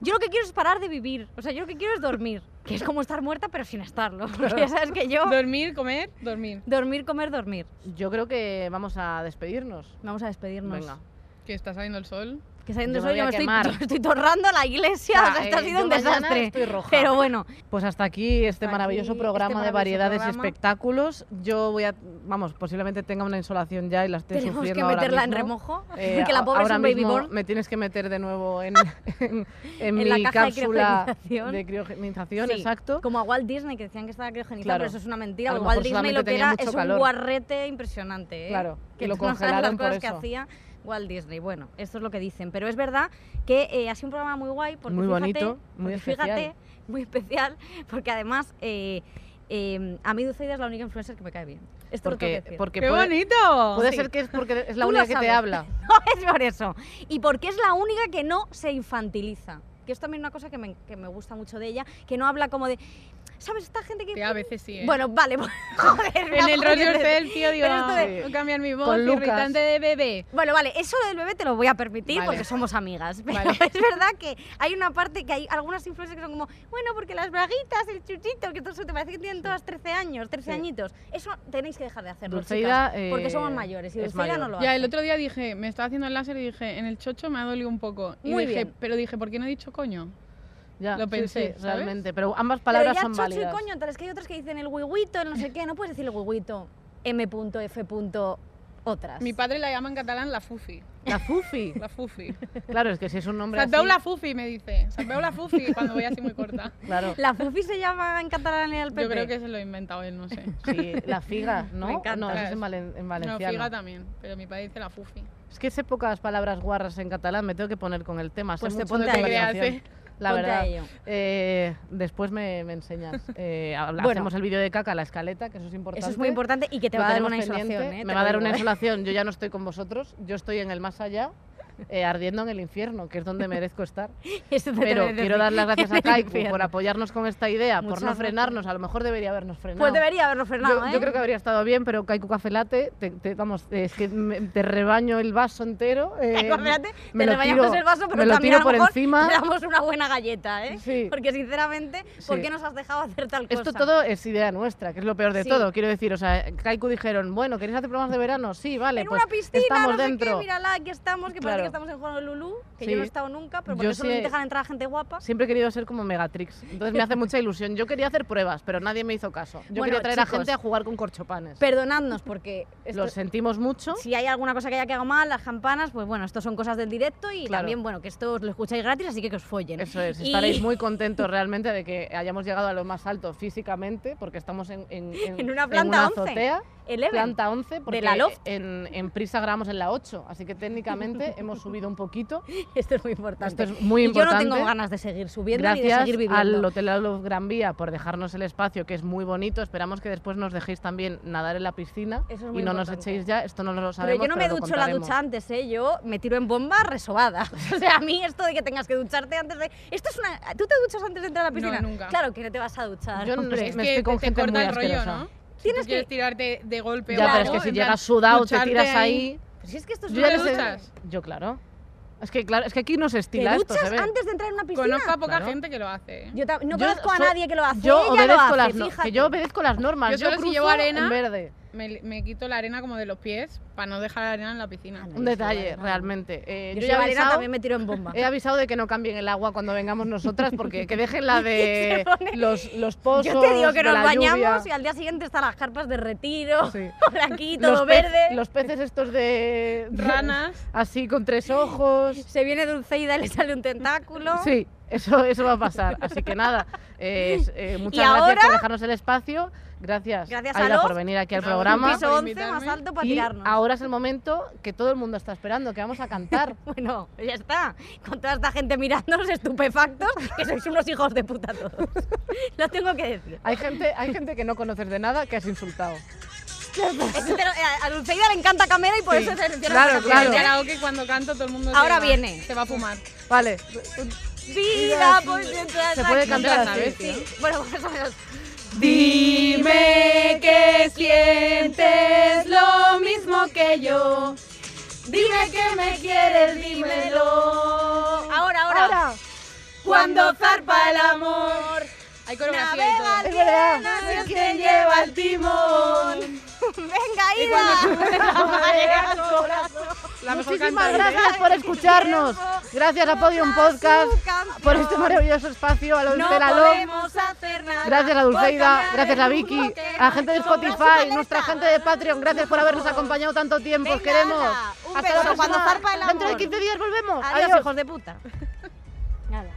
[SPEAKER 2] Yo lo que quiero es parar de vivir. O sea, yo lo que quiero es dormir. Que es como estar muerta, pero sin estarlo. Porque ya sabes que yo.
[SPEAKER 4] Dormir, comer, dormir.
[SPEAKER 2] Dormir, comer, dormir.
[SPEAKER 3] Yo creo que vamos a despedirnos.
[SPEAKER 2] Vamos a despedirnos.
[SPEAKER 3] Venga.
[SPEAKER 4] que está saliendo el sol.
[SPEAKER 2] Que saliendo el
[SPEAKER 3] Yo me
[SPEAKER 2] sol, yo me
[SPEAKER 3] voy a
[SPEAKER 2] estoy, yo
[SPEAKER 3] quemar.
[SPEAKER 2] estoy torrando la iglesia,
[SPEAKER 3] Ah,
[SPEAKER 2] o sea, esto ha
[SPEAKER 3] eh,
[SPEAKER 2] sido
[SPEAKER 3] yo
[SPEAKER 2] un
[SPEAKER 3] mañana
[SPEAKER 2] desastre.
[SPEAKER 3] estoy roja.
[SPEAKER 2] Pero bueno,
[SPEAKER 3] Pues hasta aquí este
[SPEAKER 2] Hasta
[SPEAKER 3] maravilloso
[SPEAKER 2] aquí
[SPEAKER 3] programa
[SPEAKER 2] este
[SPEAKER 3] de
[SPEAKER 2] maravilloso
[SPEAKER 3] variedades y
[SPEAKER 2] programa.
[SPEAKER 3] espectáculos. Yo voy a, vamos, posiblemente tenga una insolación ya y la esté
[SPEAKER 2] tenemos
[SPEAKER 3] sufriendo
[SPEAKER 2] que
[SPEAKER 3] ahora
[SPEAKER 2] meterla en
[SPEAKER 3] mismo.
[SPEAKER 2] remojo,
[SPEAKER 3] Eh,
[SPEAKER 2] porque la
[SPEAKER 3] a-
[SPEAKER 2] pobre es
[SPEAKER 3] ahora
[SPEAKER 2] un baby
[SPEAKER 3] mismo
[SPEAKER 2] born.
[SPEAKER 3] Me tienes que meter de nuevo en, en- en
[SPEAKER 2] En la
[SPEAKER 3] mi
[SPEAKER 2] caja de
[SPEAKER 3] cápsula
[SPEAKER 2] criogenización.
[SPEAKER 3] de criogenización,
[SPEAKER 2] Sí,
[SPEAKER 3] exacto.
[SPEAKER 2] Como a Walt Disney, que decían que estaba criogenizado,
[SPEAKER 3] Claro.
[SPEAKER 2] pero eso es una mentira.
[SPEAKER 3] A lo
[SPEAKER 2] Walt
[SPEAKER 3] mejor
[SPEAKER 2] Disney
[SPEAKER 3] solamente
[SPEAKER 2] lo que
[SPEAKER 3] tenía
[SPEAKER 2] era
[SPEAKER 3] mucho
[SPEAKER 2] es un
[SPEAKER 3] calor.
[SPEAKER 2] guarrete impresionante. ¿eh?
[SPEAKER 3] Claro,
[SPEAKER 2] que
[SPEAKER 3] y lo
[SPEAKER 2] tú no sabes
[SPEAKER 3] congelaron
[SPEAKER 2] las
[SPEAKER 3] por
[SPEAKER 2] cosas que
[SPEAKER 3] eso.
[SPEAKER 2] hacía Walt Disney. Bueno, esto es lo que dicen. Pero es verdad que eh, ha sido un programa muy guay. Porque
[SPEAKER 3] Muy
[SPEAKER 2] fíjate-
[SPEAKER 3] bonito, muy
[SPEAKER 2] porque
[SPEAKER 3] especial.
[SPEAKER 2] Fíjate, muy especial, porque además eh, eh, a mí Dulceida es la única influencer que me cae bien. Esto lo tengo que
[SPEAKER 3] Porque,
[SPEAKER 2] decir.
[SPEAKER 3] porque
[SPEAKER 4] ¡Qué
[SPEAKER 3] puede,
[SPEAKER 4] bonito!
[SPEAKER 3] puede
[SPEAKER 2] Sí.
[SPEAKER 3] ser que es porque es la
[SPEAKER 2] Tú lo
[SPEAKER 3] única que te
[SPEAKER 2] sabes.
[SPEAKER 3] habla.
[SPEAKER 2] No es por eso. Y porque es la única que no se infantiliza. Que es también una cosa que me, que me gusta mucho de ella, que no habla como de. ¿Sabes? Esta gente que.
[SPEAKER 4] Que a veces sí, ¿eh?
[SPEAKER 2] Bueno, vale, pues, joder, me
[SPEAKER 4] en el
[SPEAKER 2] joder.
[SPEAKER 4] Roger Yourself, tío, digo,
[SPEAKER 2] Pero esto
[SPEAKER 3] de-
[SPEAKER 4] "Ah, cambiar mi voz,
[SPEAKER 3] Con Lucas.
[SPEAKER 4] irritante de bebé.
[SPEAKER 2] Bueno, vale, eso del bebé te lo voy a permitir
[SPEAKER 4] Vale.
[SPEAKER 2] porque somos amigas. Pero
[SPEAKER 4] Vale.
[SPEAKER 2] es verdad que hay una parte que hay algunas influencias que son como, bueno, porque las braguitas, el chuchito, que todo eso te parece que tienen todas 13 años, 13
[SPEAKER 3] Sí.
[SPEAKER 2] añitos. Eso tenéis que dejar de hacerlo,
[SPEAKER 3] Dulceida,
[SPEAKER 2] chicas, porque
[SPEAKER 3] eh,
[SPEAKER 2] somos mayores y
[SPEAKER 3] es
[SPEAKER 2] Dulceida no
[SPEAKER 3] mayor.
[SPEAKER 2] lo hace.
[SPEAKER 4] Ya, el otro día dije, me estaba haciendo el láser y dije, en el chocho me ha dolido un poco. Y
[SPEAKER 2] Muy
[SPEAKER 4] dije,
[SPEAKER 2] bien.
[SPEAKER 4] pero dije, ¿por qué no he dicho coño?
[SPEAKER 3] Ya,
[SPEAKER 4] Lo
[SPEAKER 3] sí,
[SPEAKER 4] pensé,
[SPEAKER 3] sí,
[SPEAKER 4] ¿sabes?
[SPEAKER 3] realmente. Pero ambas
[SPEAKER 2] Pero
[SPEAKER 3] palabras
[SPEAKER 2] ya
[SPEAKER 3] son
[SPEAKER 2] chocho
[SPEAKER 3] válidas.
[SPEAKER 2] y coño, tal, es que hay otros que dicen el huiguito, el no sé qué, no puedes decir el huiguito, m.f. otras.
[SPEAKER 4] Mi padre la llama en catalán la fufi.
[SPEAKER 3] La Fufi.
[SPEAKER 4] La fufi.
[SPEAKER 3] Claro, es que si es un nombre.
[SPEAKER 4] Salveu
[SPEAKER 3] así-
[SPEAKER 4] la fufi, me dice. Salveu la fufi cuando voy así muy corta.
[SPEAKER 3] Claro.
[SPEAKER 2] ¿La Fufi se llama en catalán en el PP?
[SPEAKER 4] Yo creo que se lo ha inventado él, no sé.
[SPEAKER 3] Sí, la figa, ¿no?
[SPEAKER 2] encanta.
[SPEAKER 3] No, eso es en, valen- en
[SPEAKER 4] No,
[SPEAKER 3] valenciano.
[SPEAKER 4] figa también, pero mi padre dice la fufi.
[SPEAKER 3] Es que sé pocas palabras guarras en catalán, me tengo que poner con el tema. sé
[SPEAKER 2] Pues te
[SPEAKER 3] mucho de
[SPEAKER 2] ponte a ello.
[SPEAKER 3] conversación,
[SPEAKER 2] Ponte
[SPEAKER 3] La
[SPEAKER 2] a
[SPEAKER 3] verdad.
[SPEAKER 2] ello.
[SPEAKER 3] Eh, después me, me enseñas. Eh, habla-
[SPEAKER 2] Bueno.
[SPEAKER 3] Hacemos el vídeo de caca, la escaleta, que eso es importante.
[SPEAKER 2] Eso es muy importante y que te
[SPEAKER 3] Lo
[SPEAKER 2] va a dar
[SPEAKER 3] tenemos
[SPEAKER 2] una
[SPEAKER 3] pendiente.
[SPEAKER 2] insolación, ¿eh?
[SPEAKER 3] Me
[SPEAKER 2] Te
[SPEAKER 3] va a
[SPEAKER 2] lo
[SPEAKER 3] dar una
[SPEAKER 2] digo, ¿eh?
[SPEAKER 3] insolación. Yo ya no estoy con vosotros, yo estoy en el más allá, eh, ardiendo en el infierno, que es donde merezco estar.
[SPEAKER 2] eh. Eso te tengo
[SPEAKER 3] Pero
[SPEAKER 2] que
[SPEAKER 3] quiero
[SPEAKER 2] decir.
[SPEAKER 3] dar las gracias a
[SPEAKER 2] En el
[SPEAKER 3] Kaiku
[SPEAKER 2] infierno.
[SPEAKER 3] por apoyarnos con esta idea,
[SPEAKER 2] Muchas
[SPEAKER 3] por no
[SPEAKER 2] gracias.
[SPEAKER 3] frenarnos. A lo mejor debería habernos frenado.
[SPEAKER 2] Pues debería haberlo
[SPEAKER 3] Yo-
[SPEAKER 2] frenado,
[SPEAKER 3] yo,
[SPEAKER 2] ¿eh?
[SPEAKER 3] creo que habría estado bien, pero Kaiku Café Latte, te, te- vamos, es que me- te rebaño el vaso entero. eh,
[SPEAKER 2] Espérate,
[SPEAKER 3] me
[SPEAKER 2] te
[SPEAKER 3] lo
[SPEAKER 2] rebañamos
[SPEAKER 3] tiro-
[SPEAKER 2] el vaso, pero
[SPEAKER 3] me lo
[SPEAKER 2] también
[SPEAKER 3] tiro
[SPEAKER 2] a lo
[SPEAKER 3] por
[SPEAKER 2] mejor
[SPEAKER 3] encima.
[SPEAKER 2] te damos una buena galleta, ¿eh?
[SPEAKER 3] Sí.
[SPEAKER 2] Porque sinceramente, ¿por
[SPEAKER 3] Sí.
[SPEAKER 2] qué nos has dejado hacer tal cosa?
[SPEAKER 3] Esto todo es idea nuestra, que es lo peor de
[SPEAKER 2] Sí.
[SPEAKER 3] todo. Quiero decir, o sea, Kaiku dijeron, bueno, ¿queréis hacer programas de verano? Sí, vale,
[SPEAKER 2] en
[SPEAKER 3] pues
[SPEAKER 2] una piscina,
[SPEAKER 3] estamos
[SPEAKER 2] no sé
[SPEAKER 3] dentro.
[SPEAKER 2] qué, mírala, aquí estamos, que
[SPEAKER 3] Claro.
[SPEAKER 2] parece que estamos en Honolulu, que yo no
[SPEAKER 3] Sí.
[SPEAKER 2] he estado nunca, pero
[SPEAKER 3] Yo
[SPEAKER 2] porque solo
[SPEAKER 3] sí-
[SPEAKER 2] dejan entrar a gente guapa.
[SPEAKER 3] Siempre he querido ser como Megatrix, entonces me hace mucha ilusión. Yo quería hacer pruebas, pero nadie me hizo caso. Yo
[SPEAKER 2] Bueno,
[SPEAKER 3] quería traer a
[SPEAKER 2] chicos,
[SPEAKER 3] gente a jugar con corchopanes.
[SPEAKER 2] Perdonadnos porque esto-
[SPEAKER 3] Lo sentimos mucho.
[SPEAKER 2] si hay alguna cosa que haya quedado mal, las campanas, pues bueno, esto son cosas del directo y
[SPEAKER 3] Claro.
[SPEAKER 2] también, bueno, que esto os lo escucháis gratis, así que que os follen.
[SPEAKER 3] Eso es,
[SPEAKER 2] Y-
[SPEAKER 3] estaréis muy contentos realmente de que hayamos llegado a lo más alto físicamente, porque estamos en, en,
[SPEAKER 2] En una planta 11.
[SPEAKER 3] azotea,
[SPEAKER 2] Eleven.
[SPEAKER 3] planta 11, porque
[SPEAKER 2] la loft.
[SPEAKER 3] En, en Prisa grabamos en la 8, así que técnicamente hemos subido un poquito.
[SPEAKER 2] Esto es muy importante.
[SPEAKER 3] Esto es muy
[SPEAKER 2] Y
[SPEAKER 3] importante.
[SPEAKER 2] yo no tengo ganas de seguir subiendo ni de
[SPEAKER 3] Gracias
[SPEAKER 2] seguir viviendo.
[SPEAKER 3] al Hotel Alof Gran Vía por dejarnos el espacio, que es muy bonito. Esperamos que después nos dejéis también nadar en la piscina
[SPEAKER 2] Eso es
[SPEAKER 3] y
[SPEAKER 2] muy
[SPEAKER 3] no nos
[SPEAKER 2] importante.
[SPEAKER 3] echéis ya. Esto no lo
[SPEAKER 2] Pero
[SPEAKER 3] sabemos.
[SPEAKER 2] yo no me
[SPEAKER 3] lo
[SPEAKER 2] ducho la
[SPEAKER 3] contaremos.
[SPEAKER 2] ducha antes, ¿eh? Yo me tiro en bomba resobada. O sea, a mí esto de que tengas que ducharte antes de... Esto es una... ¿Tú te duchas antes de entrar a la
[SPEAKER 4] No,
[SPEAKER 2] piscina?
[SPEAKER 4] nunca.
[SPEAKER 2] Claro que no te vas a duchar.
[SPEAKER 3] Yo no
[SPEAKER 2] hombre.
[SPEAKER 3] sé.
[SPEAKER 4] Es
[SPEAKER 3] Me
[SPEAKER 4] que
[SPEAKER 3] estoy con
[SPEAKER 4] te, te
[SPEAKER 3] gente
[SPEAKER 4] corta
[SPEAKER 3] muy
[SPEAKER 4] el rollo,
[SPEAKER 3] asquerosa.
[SPEAKER 4] ¿no?
[SPEAKER 2] Tienes
[SPEAKER 4] Tienes
[SPEAKER 2] que-
[SPEAKER 4] quieres tirarte de golpe
[SPEAKER 3] Ya,
[SPEAKER 4] o
[SPEAKER 3] pero es
[SPEAKER 4] algo,
[SPEAKER 3] que si
[SPEAKER 4] en
[SPEAKER 3] llegas
[SPEAKER 4] plan,
[SPEAKER 3] sudado, te
[SPEAKER 4] ducharte
[SPEAKER 3] tiras ahí.
[SPEAKER 2] Pues si es que esto es
[SPEAKER 3] Yo
[SPEAKER 4] ¿Tú
[SPEAKER 2] una-
[SPEAKER 3] ya
[SPEAKER 4] te
[SPEAKER 3] les he-
[SPEAKER 4] duchas?
[SPEAKER 3] Yo, claro. Es que, claro, es que aquí no se
[SPEAKER 2] ¿Te
[SPEAKER 3] estila esto,
[SPEAKER 2] duchas
[SPEAKER 3] se ve.
[SPEAKER 2] antes de entrar en una piscina?
[SPEAKER 4] Conozco a poca
[SPEAKER 3] Claro.
[SPEAKER 4] gente que lo hace. ¿eh?
[SPEAKER 2] Yo ta- no
[SPEAKER 3] Yo
[SPEAKER 2] conozco a
[SPEAKER 3] soy-
[SPEAKER 2] nadie que lo hace.
[SPEAKER 3] Yo
[SPEAKER 2] Ella
[SPEAKER 3] obedezco,
[SPEAKER 2] lo hace,
[SPEAKER 3] las no-
[SPEAKER 2] fíjate.
[SPEAKER 3] que yo obedezco las normas.
[SPEAKER 4] Yo
[SPEAKER 3] Yo,
[SPEAKER 4] solo si
[SPEAKER 3] cruzo
[SPEAKER 4] llevo arena-
[SPEAKER 3] en verde.
[SPEAKER 4] Me, me quito la arena como de los pies para no dejar la arena en la piscina. ¿eh?
[SPEAKER 2] Ah, no. yo
[SPEAKER 3] Un
[SPEAKER 2] soy
[SPEAKER 3] detalle,
[SPEAKER 2] arena.
[SPEAKER 3] realmente. Eh,
[SPEAKER 2] Yo
[SPEAKER 3] yo
[SPEAKER 2] soy
[SPEAKER 3] ya he
[SPEAKER 2] Valera,
[SPEAKER 3] avisado-
[SPEAKER 2] también me tiro en bomba.
[SPEAKER 3] He avisado de que no cambien el agua cuando vengamos nosotras, porque que dejen la
[SPEAKER 2] Se
[SPEAKER 3] de
[SPEAKER 2] pone-
[SPEAKER 3] los, los pozos.
[SPEAKER 2] Yo te digo que
[SPEAKER 3] de
[SPEAKER 2] nos
[SPEAKER 3] la lluvia.
[SPEAKER 2] bañamos y al día siguiente están las carpas de retiro,
[SPEAKER 3] Sí.
[SPEAKER 2] por aquí, todo
[SPEAKER 3] pez-
[SPEAKER 2] verde.
[SPEAKER 3] los peces estos de.
[SPEAKER 4] Ranas.
[SPEAKER 3] Así, con tres ojos.
[SPEAKER 2] Se viene Dulceida y le sale un tentáculo.
[SPEAKER 3] Sí, eso, eso va a pasar. Así que nada, eh, es- eh, muchas
[SPEAKER 2] Y
[SPEAKER 3] gracias
[SPEAKER 2] ahora-
[SPEAKER 3] por dejarnos el espacio. Gracias,
[SPEAKER 2] Gracias a
[SPEAKER 3] Aida,
[SPEAKER 2] Lof,
[SPEAKER 3] por venir aquí al
[SPEAKER 4] a Lof,
[SPEAKER 3] programa.
[SPEAKER 4] por
[SPEAKER 2] Piso 11
[SPEAKER 4] invitarme.
[SPEAKER 2] más alto para
[SPEAKER 3] Y
[SPEAKER 2] tirarnos.
[SPEAKER 3] ahora es el momento que todo el mundo está esperando, que vamos a cantar.
[SPEAKER 2] Bueno, ya está. Con toda esta gente mirándonos estupefactos, que sois unos hijos de puta todos. Lo tengo que decir.
[SPEAKER 3] Hay gente, hay gente que no conoces de nada que has insultado.
[SPEAKER 2] Eso te lo- eh, a a Dulceida le encanta Camela y por eso se menciona
[SPEAKER 3] claro,
[SPEAKER 2] esa
[SPEAKER 4] Porque
[SPEAKER 3] claro.
[SPEAKER 4] El karaoke cuando canto todo el mundo se
[SPEAKER 2] Ahora
[SPEAKER 4] va-
[SPEAKER 2] viene.
[SPEAKER 4] Se va a fumar.
[SPEAKER 3] Vale,
[SPEAKER 2] Vida, pues mientras
[SPEAKER 3] Se puede
[SPEAKER 2] aquí-
[SPEAKER 3] cantar
[SPEAKER 2] Sí,
[SPEAKER 4] así,
[SPEAKER 2] sí. Bueno, más o menos.
[SPEAKER 4] Dime que sientes lo mismo que yo.
[SPEAKER 2] Dime que me quieres, dímelo. Ahora, ahora.
[SPEAKER 4] Cuando zarpa el amor. Hay coreografía y todo.
[SPEAKER 2] Navega
[SPEAKER 3] Es verdad.
[SPEAKER 2] liana,
[SPEAKER 4] Es quien lleva el
[SPEAKER 2] timón. Venga, Iba.
[SPEAKER 4] Llega al corazón. La mejor
[SPEAKER 3] Muchísimas
[SPEAKER 4] cantante.
[SPEAKER 3] gracias por escucharnos. Gracias a Podium Podcast por este maravilloso espacio, a los
[SPEAKER 2] No
[SPEAKER 3] de la LOM.
[SPEAKER 2] podemos hacer nada.
[SPEAKER 3] Gracias a Dulceida,
[SPEAKER 2] por cambiar
[SPEAKER 3] gracias a
[SPEAKER 2] el
[SPEAKER 3] Vicky,
[SPEAKER 2] mundo que
[SPEAKER 3] a la gente de
[SPEAKER 2] nos sobra
[SPEAKER 3] Spotify,
[SPEAKER 2] su
[SPEAKER 3] nuestra
[SPEAKER 2] maleta.
[SPEAKER 3] gente de Patreon. Gracias por habernos acompañado tanto tiempo. Os
[SPEAKER 2] Venga,
[SPEAKER 3] queremos.
[SPEAKER 2] ala, un
[SPEAKER 3] Hasta
[SPEAKER 2] beso,
[SPEAKER 3] la próxima.
[SPEAKER 2] cuando zarpa el amor.
[SPEAKER 3] Dentro de 15 días volvemos.
[SPEAKER 2] Adiós, hijos de puta. Nada.